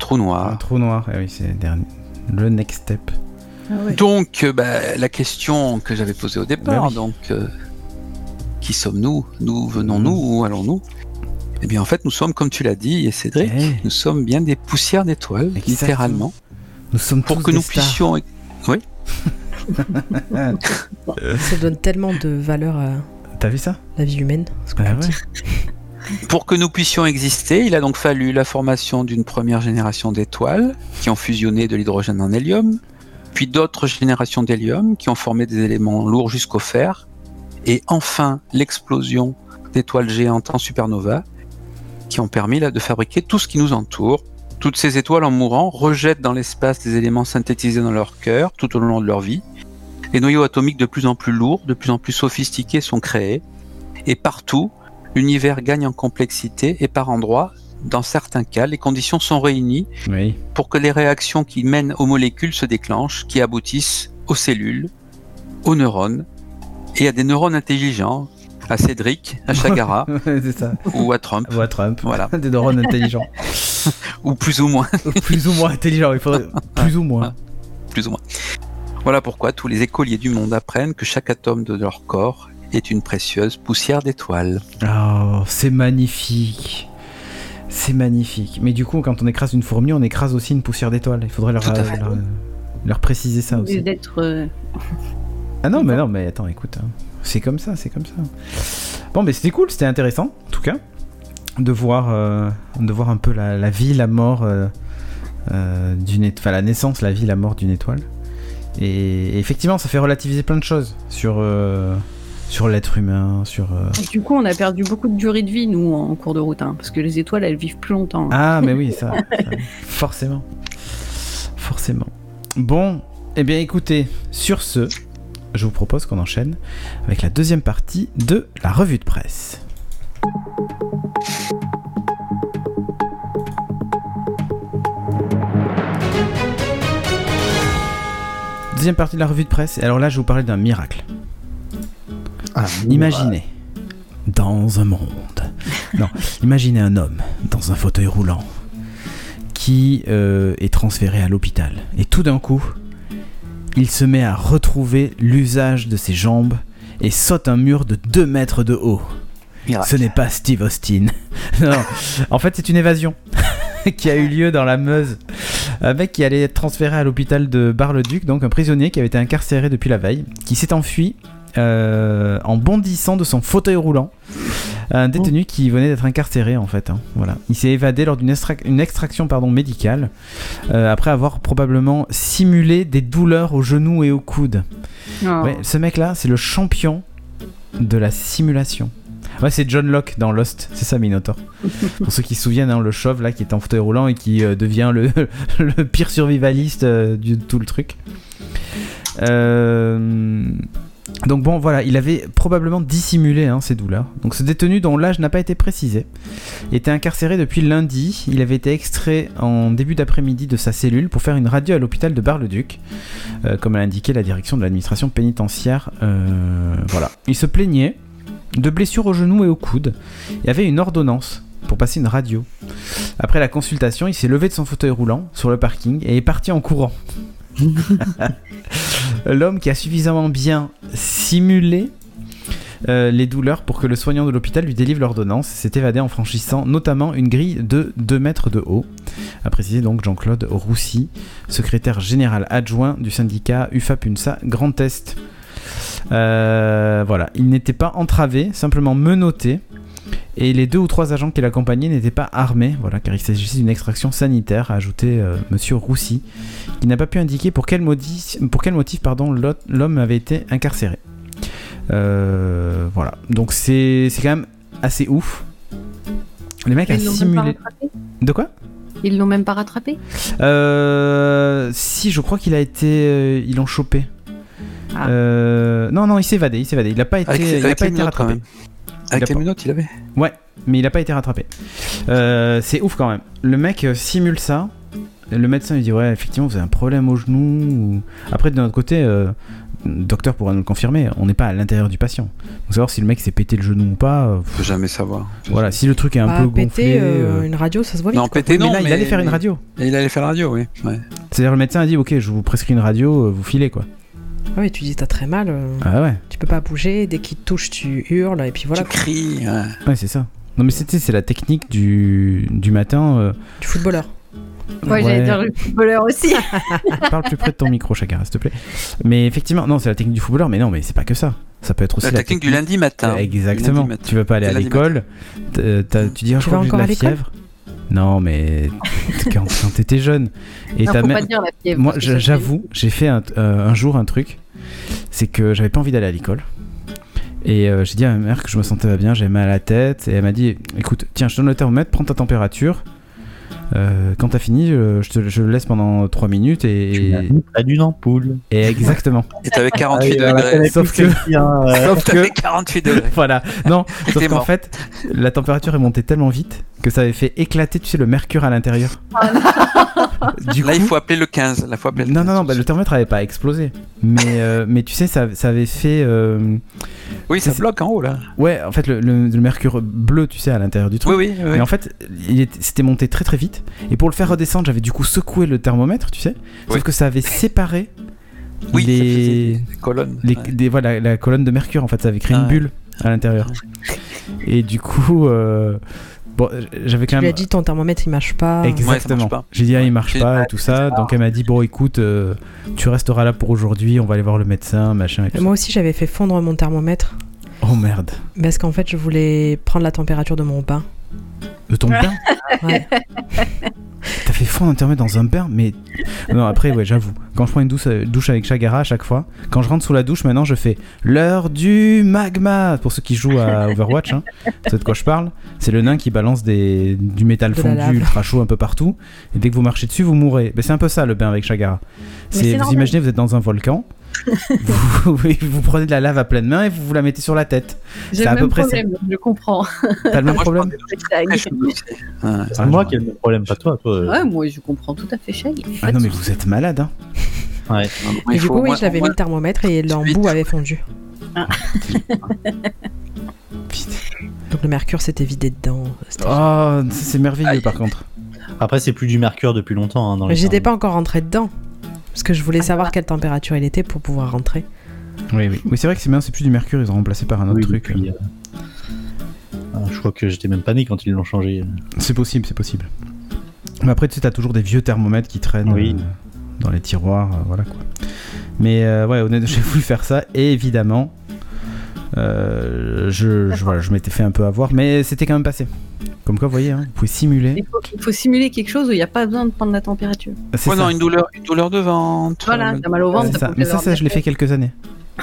trou noir. Un trou noir. Eh oui, c'est le dernier. Le next step. Ah Donc, euh, bah, la question que j'avais posée au départ, Ben oui. donc, euh, qui sommes-nous Nous venons-nous Mmh. Où allons-nous Eh bien, en fait, nous sommes, comme tu l'as dit, et Cédric, Eh. nous sommes bien des poussières d'étoiles, Exactement. littéralement, Eh, Nous sommes pour tous que des nous stars. puissions. Ça donne tellement de valeur à T'as vu ça la vie humaine. ce qu'on Ah peut ouais. dire. Pour que nous puissions exister, il a donc fallu la formation d'une première génération d'étoiles qui ont fusionné de l'hydrogène en hélium, puis d'autres générations d'hélium qui ont formé des éléments lourds jusqu'au fer, et enfin l'explosion d'étoiles géantes en supernova qui ont permis là, de fabriquer tout ce qui nous entoure. Toutes ces étoiles en mourant rejettent dans l'espace des éléments synthétisés dans leur cœur tout au long de leur vie. Les noyaux atomiques de plus en plus lourds, de plus en plus sophistiqués sont créés, et partout, l'univers gagne en complexité et par endroits, dans certains cas, les conditions sont réunies Oui. [LAUGHS] pour que les réactions qui mènent aux molécules se déclenchent, qui aboutissent aux cellules, aux neurones et à des neurones intelligents, à Cédric, [LAUGHS] à Chagara c'est ça. ou à Trump, Ou à Trump. Voilà. [LAUGHS] des neurones intelligents. ou plus ou moins, [LAUGHS] Ou plus ou moins intelligents. Il faudrait plus ou moins. plus ou moins. Voilà pourquoi tous les écoliers du monde apprennent que chaque atome de leur corps est une précieuse poussière d'étoiles. Oh, c'est magnifique. C'est magnifique. Mais du coup, quand on écrase une fourmi, on écrase aussi une poussière d'étoile. Il faudrait leur, euh, Tout à fait. leur, leur préciser ça aussi. Au lieu d'être. euh, Ah non, mais non, mais attends, écoute, hein. c'est comme ça, c'est comme ça. Bon, mais c'était cool, c'était intéressant, en tout cas, de voir, euh, de voir un peu la, la vie, la mort euh, euh, d'une, étoile, enfin la naissance, la vie, la mort d'une étoile. Et, et effectivement, ça fait relativiser plein de choses sur euh, sur l'être humain, sur. euh, Du coup, on a perdu beaucoup de durée de vie, nous, en cours de route, hein, parce que les étoiles, elles vivent plus longtemps. hein. Ah, mais oui, ça, ça, forcément, forcément. Bon, eh bien, écoutez, sur ce, je vous propose qu'on enchaîne avec la deuxième partie de la revue de presse. Deuxième partie de la revue de presse. Et alors là, je vais vous parler d'un miracle. Ah, Ah, Imaginez dans un monde. Non, imaginez un homme dans un fauteuil roulant qui euh, est transféré à l'hôpital. Et tout d'un coup, il se met à retrouver l'usage de ses jambes et saute un mur de 2 mètres de haut. Miracle. Ce n'est pas Steve Austin. [LAUGHS] Non, en fait, c'est une évasion [LAUGHS] qui a eu lieu dans la Meuse. Un mec qui allait être transféré à l'hôpital de Bar-le-Duc, donc un prisonnier qui avait été incarcéré depuis la veille, qui s'est enfui euh, en bondissant de son fauteuil roulant. Un détenu qui venait d'être incarcéré en fait. hein, voilà. Il s'est évadé lors d'une extra- une extraction pardon, médicale, euh, après avoir probablement simulé des douleurs aux genoux et aux coudes. Non. Ah, Ouais, ce mec-là, c'est le champion de la simulation. Ouais, c'est John Locke dans Lost, c'est ça Minotaur. Pour ceux qui se souviennent, hein, le chauve là qui est en fauteuil roulant et qui euh, devient le, [LAUGHS] le pire survivaliste euh, du- de tout le truc. Euh, Donc bon, voilà, il avait probablement dissimulé hein, ses douleurs. Donc ce détenu dont l'âge n'a pas été précisé était incarcéré depuis lundi. Il avait été extrait en début d'après-midi de sa cellule pour faire une radio à l'hôpital de Bar-le-Duc euh, comme a indiqué la direction de l'administration pénitentiaire. euh, voilà. Il se plaignait de blessures au genou et au coude et avait une ordonnance pour passer une radio. Après la consultation, il s'est levé de son fauteuil roulant sur le parking et est parti en courant. L'homme qui a suffisamment bien simulé euh, les douleurs pour que le soignant de l'hôpital lui délivre l'ordonnance s'est évadé en franchissant notamment une grille de 2 mètres de haut, a précisé donc Jean-Claude Roussy, secrétaire général adjoint du syndicat UFAPUNSA Grand Est. Euh, voilà, il n'était pas entravé, simplement menotté. Et les deux ou trois agents qui l'accompagnaient n'étaient pas armés, voilà, car il s'agissait d'une extraction sanitaire, a ajouté euh, Monsieur Roussy, qui n'a pas pu indiquer pour quel, modi- pour quel motif pardon, l'hôte- l'homme avait été incarcéré. Euh, voilà, donc c'est c'est quand même assez ouf. Le mec a Ils l'ont même pas simulé. rattrapé De quoi Ils l'ont même pas rattrapé euh, si, je crois qu'il a été. euh, ils l'ont chopé. Ah. Euh, non, non, il s'est évadé, il s'est évadé. Il n'a pas été, Avec, les- Ah, il a avec pas les été menottes, quand rattrapé. même. Avec Il a les pas- menottes, il avait. Mais il n'a pas été rattrapé. Euh, c'est ouf quand même. Le mec euh, simule ça. Le médecin lui dit Ouais, effectivement, vous avez un problème au genou. ou- Après, de notre côté, euh, le docteur pourra nous le confirmer on n'est pas à l'intérieur du patient. Donc, savoir si le mec s'est pété le genou ou pas. euh, On peut jamais savoir. voilà, si le truc est un Bah, peu péter, gonflé. euh, euh, une radio, ça se voit vite. Non, quoi. pété, non. mais là, il allait faire une mais- radio. Il allait faire la radio, oui. Ouais. C'est-à-dire, le médecin a dit Ok, je vous prescris une radio, euh, vous filez quoi. Ah oui, tu dis t'as très mal, euh, Ah ouais. tu peux pas bouger, dès qu'il te touche, tu hurles, et puis voilà, Tu cries. ouais. Ouais, c'est ça. Non, mais c'était c'est la technique du, du matin. [LAUGHS] euh, du footballeur. Ah, Ouais, j'allais dire le footballeur aussi. Parle plus près de ton micro, Chakara, s'il te plaît. Mais effectivement, non, c'est la technique du footballeur, mais non, mais c'est pas que ça. Ça peut être aussi La technique du lundi matin. Exactement. Du lundi matin. Tu vas pas aller C'est à lundi l'école. t'as- t'as- Tu dis, ah, je Tu crois que vas j'ai de encore à la l'école fièvre. Non, [LAUGHS] mais quand, quand t'étais jeune. Et non, ta faut mère. pas dire la fièvre. Moi, parce que j'a- ça fait- j'avoue, j'ai fait un, euh, un jour un truc, c'est que j'avais pas envie d'aller à l'école. Et euh, j'ai dit à ma mère que je me sentais pas bien, j'avais mal à la tête. Et elle m'a dit écoute, tiens, je donne le thermomètre, prends ta température. Euh, quand t'as fini, euh, je te je le laisse pendant 3 minutes et, et- T'as d'une ampoule. et [LAUGHS] exactement. Et t'avais Ah 48 oui, alors, degrés. elle a Sauf plus que- celle-ci, hein, euh, Sauf que [LAUGHS] T'avais 48 degrés. [LAUGHS] voilà, [LAUGHS] non, sauf T'es qu'en mort. fait, la température est montée tellement vite que ça avait fait éclater, tu sais, le mercure à l'intérieur. Oh du Là, il faut appeler le 15. Là, faut appeler le Non, non, 15. non, bah, le thermomètre avait pas explosé. Mais, euh, mais tu sais, ça, ça avait fait. euh, Oui, ça c'est- bloque en haut, là. Ouais, en fait, le, le- le mercure bleu, tu sais, à l'intérieur du truc. Oui, oui, oui. Mais en fait, il était- c'était monté très très vite. Et pour le faire redescendre, j'avais du coup secoué le thermomètre, tu sais. Ouais. Sauf que ça avait séparé Oui, ça les, faisait des colonnes. les- Ouais. des- voilà, la colonne de mercure. En fait, ça avait créé Ah une ouais. bulle à l'intérieur. Et du coup, euh, Bon, euh, j'avais quand Tu lui as même. bah. Ah, dit ton thermomètre il marche pas. Exactement. pas. J'ai dit, ah, il marche J'ai- pas ah, et tout ça. Donc elle m'a dit, bon, écoute, euh, tu resteras là pour aujourd'hui, on va aller voir le médecin, machin et tout. Moi aussi j'avais fait fondre mon thermomètre ça. Oh merde. parce qu'en fait je voulais prendre la température de mon bain. De ton bain Ouais. T'as fait fondre Internet dans un bain Mais. Non, après, ouais, j'avoue. Quand je prends une douce- euh, douche avec Chagara à chaque fois, quand je rentre sous la douche, maintenant je fais l'heure du magma Pour ceux qui jouent à Overwatch, hein, vous savez de quoi je parle. C'est le nain qui balance des... du métal De la lave. fondu, ultra chaud un peu partout. Et dès que vous marchez dessus, vous mourrez. Ben, c'est un peu ça le bain avec Chagara. c'est C'est- Vous normal. imaginez, vous êtes dans un volcan, vous, vous prenez de la lave à pleine main et vous vous la mettez sur la tête. J'ai C'est à le peu même près ça. problème, [LAUGHS] je comprends. T'as le même Moi, je problème Très chaud aussi. Ouais. C'est moi qui ai le problème, pas toi. toi. Ouais, moi je comprends tout à fait Shaggy. Ah non, mais vous êtes malade, hein Il et du faut coup au oui moins- j'avais au mis moins- le thermomètre et l'embout avait fondu. Putain. Donc le mercure s'était vidé dedans. C'était- Oh, c'est merveilleux par contre. Après, c'est plus du mercure depuis longtemps. hein, dans Mais les j'étais thermos. pas encore rentré dedans parce que je Ah, voulais savoir quelle température il était pour pouvoir rentrer. Oui, oui. Oui, c'est vrai que c'est bien, c'est plus du mercure, ils ont remplacé par un autre Oui, truc. depuis, euh, ah, je crois que j'étais même pas né quand ils l'ont changé. C'est possible, c'est possible. Mais après, tu sais, t'as toujours des vieux thermomètres qui traînent Oui. euh, dans les tiroirs, euh, voilà quoi. Mais euh, ouais, honnêtement, [LAUGHS] j'ai voulu faire ça, et évidemment, euh, je, je, voilà, je m'étais fait un peu avoir, mais c'était quand même passé. Comme quoi, vous voyez, hein, vous pouvez simuler. Il faut, il faut simuler quelque chose où il n'y a pas besoin de prendre la température. C'est Ouais, ça. non, une douleur, une douleur de ventre. Voilà, Euh, t'as mal au C'est ventre. t'as ça. pas Mais envie ça, ça, je l'ai fait quelques années.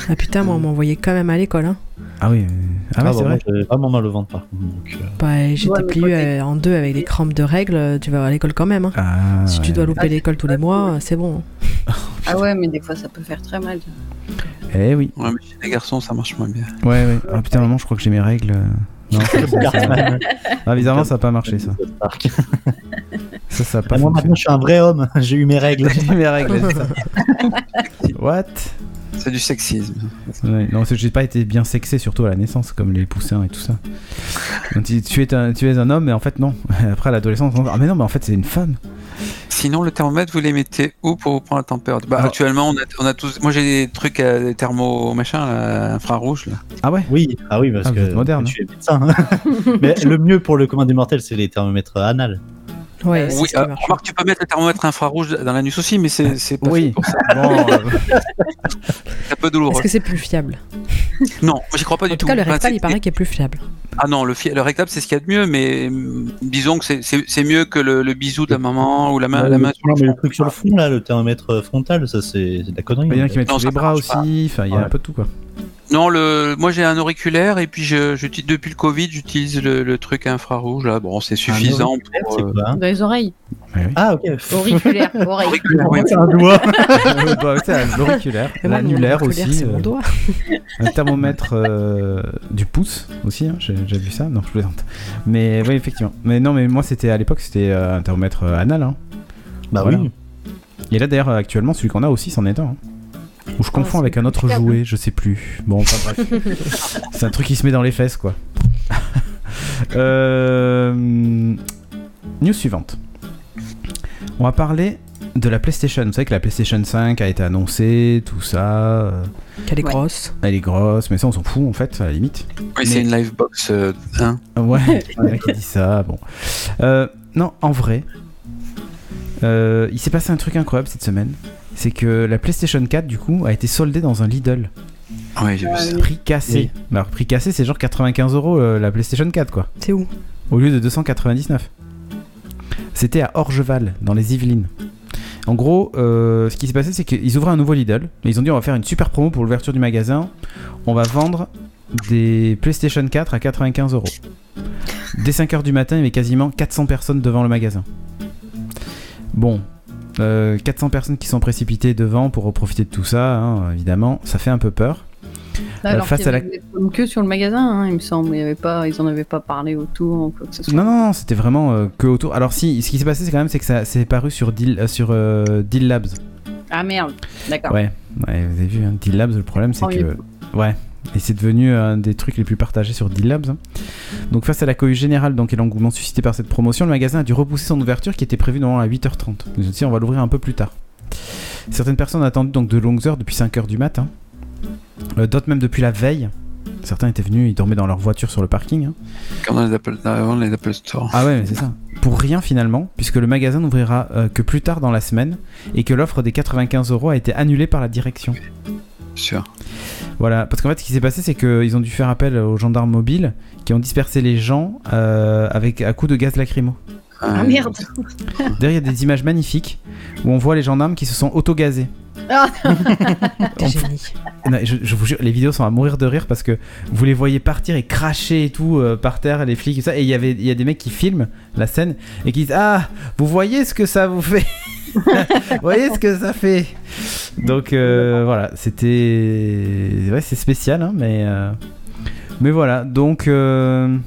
Ah putain moi on m'envoyait quand même à l'école hein. Ah oui, euh, ah, ouais, Ah, c'est bah, vrai. moi, j'avais vraiment mal au ventre par contre. donc, euh, Bah, j'étais Ouais, mais plié toi, t'es- euh, en deux avec des crampes de règles, euh, tu vas à l'école quand même. hein. Ah, si tu ouais. dois louper Ah, l'école tous les mois, euh, c'est bon. d'aller- Ah ouais, mais des fois ça peut faire très mal. Eh oui. Ouais, mais chez les garçons, ça marche moins bien. Ouais, ouais. Ah putain, maman, je crois que j'ai mes [LAUGHS] règles. euh. Non, ça, ça- Cartman. ah, bizarrement, ça n'a pas marché [LAUGHS] ça. Park. Ça, ça a pas Ah, Moi fonctionné. maintenant je suis un vrai homme, [LAUGHS] j'ai eu mes règles. [LAUGHS] J'ai mes règles, c'est ça. [LAUGHS] What C'est du sexisme. Ouais, Non, parce que j'ai pas été bien sexé, surtout à la naissance, comme les poussins et tout ça. On dit, tu es un, tu es un homme, mais en fait, non. [LAUGHS] Après, à l'adolescence, on dit, ah, mais non, mais en fait, c'est une femme. Sinon, le thermomètre, vous les mettez où pour vous prendre la température bah, Ah. Actuellement, on a, on a tous. Moi, j'ai des trucs à des thermo machin, là, infrarouge. Là. Ah ouais Oui, ah oui, parce Ah, vous que êtes moderne, tu es médecin. hein. [LAUGHS] Mais le mieux pour le commun des mortels, c'est les thermomètres anal. Ouais, Euh, c'est Oui, ce qui euh, marche. remarque, tu peux mettre le thermomètre infrarouge dans l'anus aussi, mais c'est c'est pas Oui. fait pour ça. Bon, [LAUGHS] euh, C'est un peu Est-ce douloureux. que c'est plus fiable Non, j'y crois pas En du tout cas, le Enfin, rectal, il c'est- paraît qu'il est plus fiable. Ah non, le, fi- le rectable, c'est ce qu'il y a de mieux, mais hum, disons que c'est- c'est c'est mieux que le, le bisou de la maman ou la main, Ouais, la le- main sur non, le Euh, mais le front. truc sur le front, là, le thermomètre frontal, ça c'est c'est de la connerie. hein. il y en a en qui fait. mettent Non, sous ça les bras marche pas. aussi, enfin, il y a un Ouais. peu de tout [LAUGHS] quoi. Non, le, moi j'ai un auriculaire et puis je, j'utilise depuis le Covid, j'utilise le, le truc infrarouge. Là, bon, Ah c'est suffisant pour. C'est euh, quoi, hein Dans les oreilles, Ah ok. [LAUGHS] auriculaire, oreille. auriculaire, oui. [LAUGHS] C'est un doigt. Euh, bah, tu sais, L'auriculaire, Mais moi, mon l'annulaire oculaire, aussi, C'est mon euh, doigt. un thermomètre euh, du pouce aussi, hein, j'ai j'ai vu ça, non, je plaisante. Mais oui, effectivement. Mais non, mais moi, c'était à l'époque, c'était euh, un thermomètre euh, anal. Hein. Bah Voilà. oui. Et là d'ailleurs euh, actuellement celui qu'on a aussi c'en est un. hein. Ou je confonds c'est avec un autre incroyable. jouet, je sais plus. Bon, enfin bref. c'est un truc qui se met dans les fesses quoi. [LAUGHS] Euh, News suivante. On va parler de la PlayStation. Vous savez que la PlayStation 5 a été annoncée, tout ça. euh, Qu'elle est Ouais. grosse. Elle est grosse, mais ça on s'en fout en fait, à la limite. Oui, c'est Mais- une live box. euh, hein. Ouais, il y en a qui dit ça, bon. Euh, non, en vrai, euh, il s'est passé un truc incroyable cette semaine. C'est que la PlayStation 4, du coup, a été soldée dans un Lidl. Ouais, j'ai vu ça. Prix cassé. Bah, alors, prix cassé, c'est genre 95 euros euh, la PlayStation 4, quoi. C'est où Au lieu de 299. C'était à Orgeval, dans les Yvelines. En gros, euh, ce qui s'est passé, c'est qu'ils ouvraient un nouveau Lidl. Et ils ont dit on va faire une super promo pour l'ouverture du magasin. On va vendre des PlayStation 4 à 95 euros. Dès 5h du matin, il y avait quasiment 400 personnes devant le magasin. Bon, euh, 400 personnes qui sont précipitées devant pour profiter de tout ça, hein, évidemment, ça fait un peu peur. Alors face qu'il y à la- avait des problèmes que sur le magasin, hein, il me semble. Il y avait pas, ils en avaient pas parlé autour ou quoi que ce soit. Non, non, non, c'était vraiment euh, que autour. Alors, si, ce qui s'est passé, c'est quand même c'est que ça c'est paru sur Deal, euh, sur, euh, Deal Labs. Ah merde, d'accord. Ouais, ouais, vous avez vu, hein, Deal Labs, le problème, c'est Oh, que. Ouais. Et c'est devenu un des trucs les plus partagés sur Deal Labs. hein. Donc, face à l'accueil général donc, et l'engouement suscité par cette promotion, le magasin a dû repousser son ouverture qui était prévue normalement à 8h30. Ils ont dit, on va l'ouvrir un peu plus tard. Certaines personnes ont attendu donc de longues heures depuis 5h du matin. Euh, D'autres même depuis la veille. Certains étaient venus, ils dormaient dans leur voiture sur le parking. hein. Comme dans les Apple, avant les Apple Store. Ah ouais, mais c'est ça. Pour rien finalement, puisque le magasin n'ouvrira euh, que plus tard dans la semaine et que l'offre des 95 euros a été annulée par la direction. Sûr. Voilà, parce qu'en fait, ce qui s'est passé, c'est qu'ils ont dû faire appel aux gendarmes mobiles qui ont dispersé les gens euh, avec à coups de gaz lacrymo. Ah merde Euh, Derrière, il y a des images magnifiques où on voit les gendarmes qui se sont autogazés. Ah. T'es génie. Non, je, je vous jure, les vidéos sont à mourir de rire parce que vous les voyez partir et cracher et tout euh, par terre, les flics et ça. Et il y avait, il y a des mecs qui filment la scène et qui disent Ah, vous voyez ce que ça vous fait [LAUGHS] Vous voyez ce que ça fait Donc euh, voilà, c'était. Ouais, c'est spécial, hein, mais. euh, Mais voilà, donc. euh,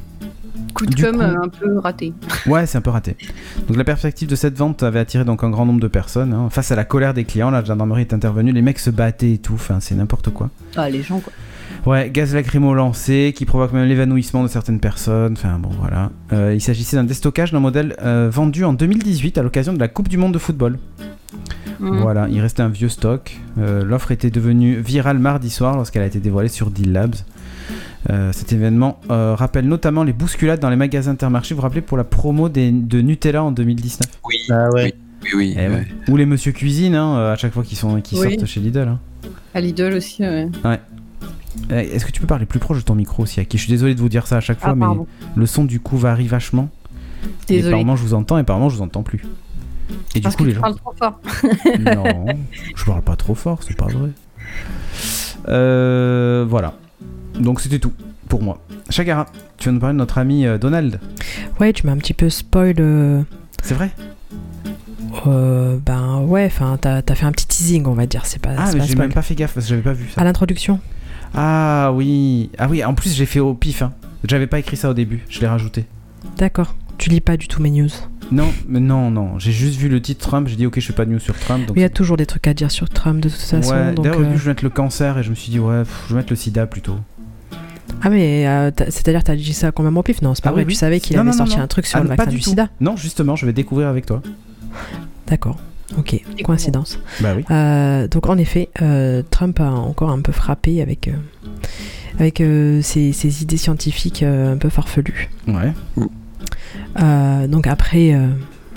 Coup de Du com' coup- euh, un peu raté. Ouais, c'est un peu raté. Donc la perspective de cette vente avait attiré donc un grand nombre de personnes. hein. Face à la colère des clients, la gendarmerie est intervenue, les mecs se battaient et tout, enfin c'est n'importe quoi. Ah, les gens, quoi. Ouais, gaz lacrymo lancé qui provoque même l'évanouissement de certaines personnes. Enfin bon, voilà. Euh, il s'agissait d'un déstockage d'un modèle euh, vendu en 2018 à l'occasion de la Coupe du Monde de football. Hmm. Voilà, il restait un vieux stock. Euh, L'offre était devenue virale mardi soir lorsqu'elle a été dévoilée sur Deal Labs. Euh, cet événement euh, rappelle notamment les bousculades dans les magasins Intermarché, vous vous rappelez, pour la promo des- de Nutella en 2019. Oui, Ah ouais. oui, oui. Eh ouais. ouais. Ou les monsieur cuisine, hein, euh, à chaque fois qu'ils sont- qu'ils Oui. sortent chez Lidl. hein. À Lidl aussi, ouais. Euh, Est-ce que tu peux parler plus proche de ton micro aussi, Aki Je suis désolé de vous dire ça à chaque fois, Ah, mais pardon. le son du coup varie vachement. Et par Désolé. moments, je vous entends et par moments, je vous entends plus. Et du Parce coup, que les tu gens. parles trop fort. non, je parle pas trop fort, c'est pas vrai. Euh, voilà. Donc c'était tout pour moi. Chagara, tu vas nous parler de notre ami euh, Donald. Ouais, tu m'as un petit peu spoil. euh, C'est vrai euh, ben ouais, enfin, t'as t'as fait un petit teasing, on va dire. C'est pas, Ah, c'est mais pas j'ai spoil. même pas fait gaffe parce que j'avais pas vu ça. À l'introduction. Ah oui. Ah oui, en plus j'ai fait au pif. hein. J'avais pas écrit ça au début, je l'ai rajouté. D'accord. Tu lis pas du tout mes news. Non, mais non, non. J'ai juste vu le titre Trump, j'ai dit ok, je fais pas de news sur Trump. Donc Mais Il y a toujours des trucs à dire sur Trump de toute façon. ouais, donc, d'ailleurs, au euh, début, je vais mettre le cancer et je me suis dit, ouais, pff, je vais mettre le sida plutôt. Ah mais euh, t'as- c'est-à-dire t'as dit ça complètement au pif Non, c'est pas Ah vrai. oui, oui. Tu savais qu'il Non, avait non, non, sorti non. un truc sur Ah, le non, vaccin pas du, du tout. sida. Non, justement, je vais découvrir avec toi. D'accord. Ok. Et Coïncidence. Bah oui. Euh, donc en effet, euh, Trump a encore un peu frappé avec, euh, avec euh, ses, ses idées scientifiques euh, un peu farfelues. Ouais. Euh, donc après euh,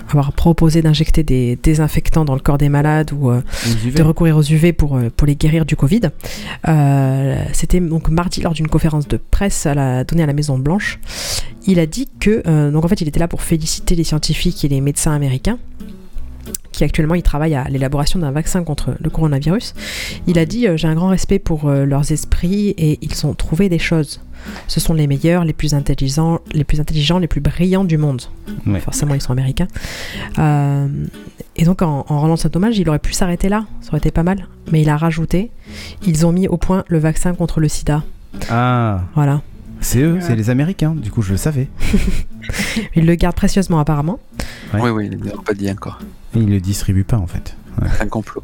avoir proposé d'injecter des désinfectants dans le corps des malades ou euh, Vous y de vais. recourir aux UV pour, euh, pour les guérir du Covid. Euh, C'était donc mardi lors d'une conférence de presse à la, donnée à la Maison Blanche. Il a dit que, euh, donc en fait, il était là pour féliciter les scientifiques et les médecins américains qui actuellement ils travaillent à l'élaboration d'un vaccin contre le coronavirus. Il a dit euh, j'ai un grand respect pour euh, leurs esprits et ils ont trouvé des choses. Ce sont les meilleurs, les plus intelligents, les plus intelligents, les plus brillants du monde. Ouais. Forcément ils sont américains. Euh, et donc en, en rendant cet hommage, il aurait pu s'arrêter là, ça aurait été pas mal. Mais il a rajouté, ils ont mis au point le vaccin contre le sida. Ah, Voilà. c'est eux, Ouais. c'est les Américains. Du coup, je le savais. Il le garde précieusement apparemment. Ouais. Oui, oui, ils l'ont pas dit encore. Et ils le distribuent pas en fait. C'est un complot.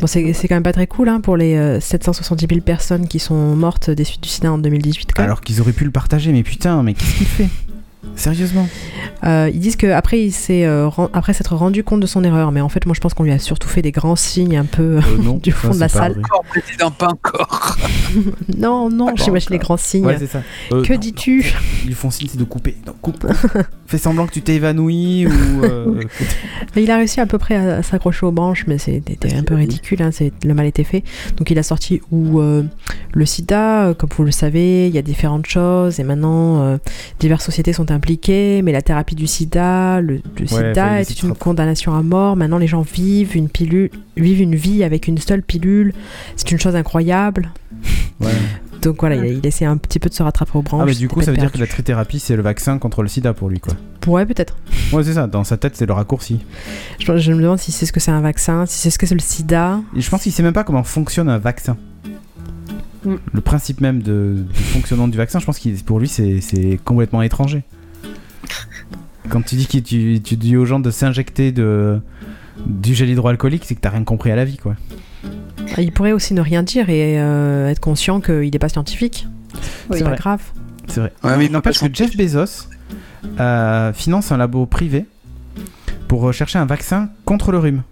Bon, c'est c'est quand même pas très cool hein, pour les euh, 770 000 personnes qui sont mortes des suites du sida en 2018. Quand même. Alors qu'ils auraient pu le partager, mais putain, mais qu'est-ce qu'il fait Sérieusement Euh, ils disent qu'après il s'est euh, ren- après s'être rendu compte de son erreur, mais en fait moi je pense qu'on lui a surtout fait des grands signes un peu. Euh, Non, Du fond de c'est la pas salle. vrai. Encore, président, pas encore. [LAUGHS] non non, D'accord, j'imagine les d'accord. grands signes. Ouais, c'est ça. Euh, que non, dis-tu non, Ils font signe c'est de couper. Non, [LAUGHS] coupe. Fais semblant que tu t'es évanoui ou. euh, Il a réussi à peu près à, à s'accrocher aux branches, mais c'était un peu ridicule, hein, c'est- le mal était fait. Donc il a sorti où euh, le sida, euh, comme vous le savez, il y a différentes choses, et maintenant euh, diverses sociétés sont impliquées, mais la thérapie du sida, le, le fallait sida laisser est une Trump. condamnation à mort, maintenant les gens vivent une, pilule, vivent une vie avec une seule pilule, c'est une chose incroyable. Ouais. Donc voilà, il, a- il essaie un petit peu de se rattraper aux branches. Ah, mais c'était du coup, peine ça veut dire que perdue. la trithérapie, c'est le vaccin contre le sida pour lui, quoi. Ouais, peut-être. Ouais, c'est ça. Dans sa tête, c'est le raccourci. Je, je me demande si c'est ce que c'est un vaccin, si c'est ce que c'est le sida. Et Je pense qu'il sait même pas comment fonctionne un vaccin. Mm. Le principe même de, du fonctionnement du vaccin, je pense que pour lui, c'est c'est complètement étranger. Quand tu dis que tu, tu dis aux gens de s'injecter de du gel hydroalcoolique, c'est que t'as rien compris à la vie, quoi. Il pourrait aussi ne rien dire et euh, être conscient qu'il n'est pas scientifique. Oui. C'est pas vrai. grave. C'est vrai. Ouais, mais il faut N'empêche pas que Jeff Bezos euh, finance un labo privé pour rechercher un vaccin contre le rhume.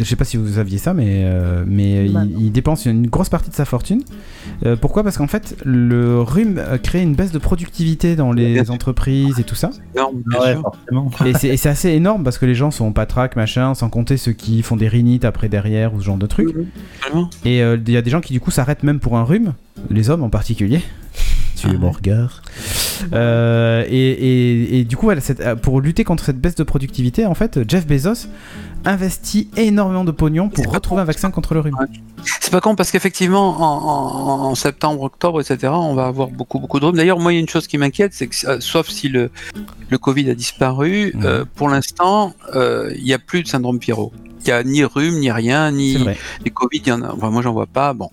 je sais pas si vous aviez ça, mais, euh, mais Bah, il, il dépense une grosse partie de sa fortune. Euh, pourquoi Parce qu'en fait, le rhume euh, crée une baisse de productivité dans Bien les sûr. entreprises et tout ça. énorme, Ah bien Ouais, sûr. forcément. Et c'est et c'est assez énorme parce que les gens sont en patraque, machin, sans compter ceux qui font des rhinites après derrière ou ce genre de trucs. Vraiment. Et euh, il y a des gens qui du coup s'arrêtent même pour un rhume, les hommes en particulier. Tu es mon regard. Euh, et, et- et du coup, voilà, cette- euh, pour lutter contre cette baisse de productivité, en fait, Jeff Bezos investit énormément de pognon pour C'est pas Ah retrouver con, un vaccin contre le rhume. C'est pas con parce qu'effectivement, en, en- en septembre, octobre, etc., on va avoir beaucoup, beaucoup de rhumes. D'ailleurs, moi, il y a une chose qui m'inquiète, c'est que, euh, sauf si le, le Covid a disparu, Mhm. euh, pour l'instant, euh, il n'y a plus de syndrome Pierrot. Il n'y a ni rhume, ni rien, ni C'est vrai. les Covid, il y en a. Enfin, moi, j'en vois pas. Bon.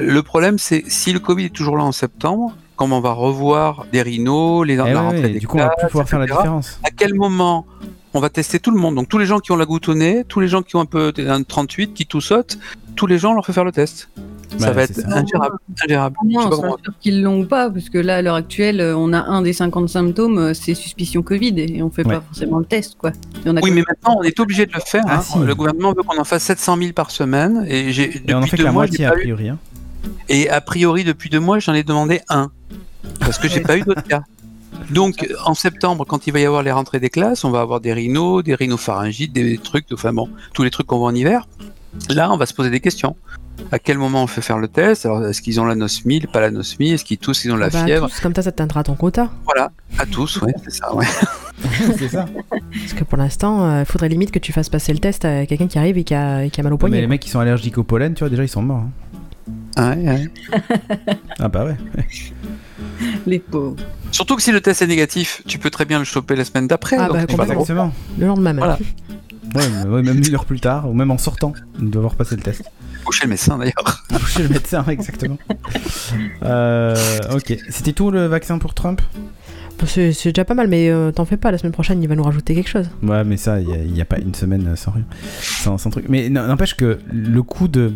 Le problème, c'est si le Covid est toujours là en septembre, comme on va revoir des rhinos, les Eh la ouais, rentrée ouais, des du coup, on va plus classes, pouvoir faire la etc., différence. à quel moment on va tester tout le monde. Donc tous les gens qui ont la goutte au nez, tous les gens qui ont un peu un 38, qui tout sautent, tous les gens on leur fait faire le test. Ouais, ça va être c'est ça. ingérable. ingérable. Au moins, Je sais on pas sera comment- sûr qu'ils l'ont ou pas, parce que là, à l'heure actuelle, euh, on a un des 50 symptômes, euh, c'est suspicion Covid, et on fait Ouais. pas forcément le test, quoi. Et on a Oui, que- mais maintenant on est obligé de le faire. Ah, hein. si. Le gouvernement veut qu'on en fasse 700 000 par semaine et j'ai Et on en depuis fait que deux la mois moitié j'ai a pas eu. priori. hein. Et a priori depuis deux mois j'en ai demandé un parce que j'ai pas eu d'autres cas. Donc en septembre, quand il va y avoir les rentrées des classes, on va avoir des rhinos, des rhinopharyngites, des trucs, enfin bon, tous les trucs qu'on voit en hiver. Là, on va se poser des questions. À quel moment on fait faire le test Alors, est-ce qu'ils ont la nosmie, pas la nosmie Est-ce qu'ils tous ils ont la Ah bah, fièvre tous, comme ça, ça teindra ton quota. Voilà, à tous, ouais, c'est ça. Ouais. [LAUGHS] c'est ça. Parce que pour l'instant, euh, il faudrait limite que tu fasses passer le test à quelqu'un qui arrive et qui a, et qui a mal au mais poignet. les mecs qui sont allergiques au pollen, tu vois, déjà ils sont morts. hein. Ouais, ouais. Ah bah ouais. Les pauvres. [LAUGHS] Surtout que si le test est négatif, tu peux très bien le choper la semaine d'après. Ah donc bah, c'est pas complètement. grave. Exactement. Le lendemain même. Voilà. Ouais, mais- ouais, même une heure plus tard, ou même en sortant, d'avoir passé le test. Faut chez le médecin d'ailleurs. Chez le médecin, exactement. Euh, ok. C'était tout le vaccin pour Trump Bah, C'est c'est déjà pas mal, mais euh, t'en fais pas, la semaine prochaine, il va nous rajouter quelque chose. Ouais, mais ça, il n'y a, pas une semaine euh, sans rien. Sans, sans truc. Mais n- n'empêche que le coup de.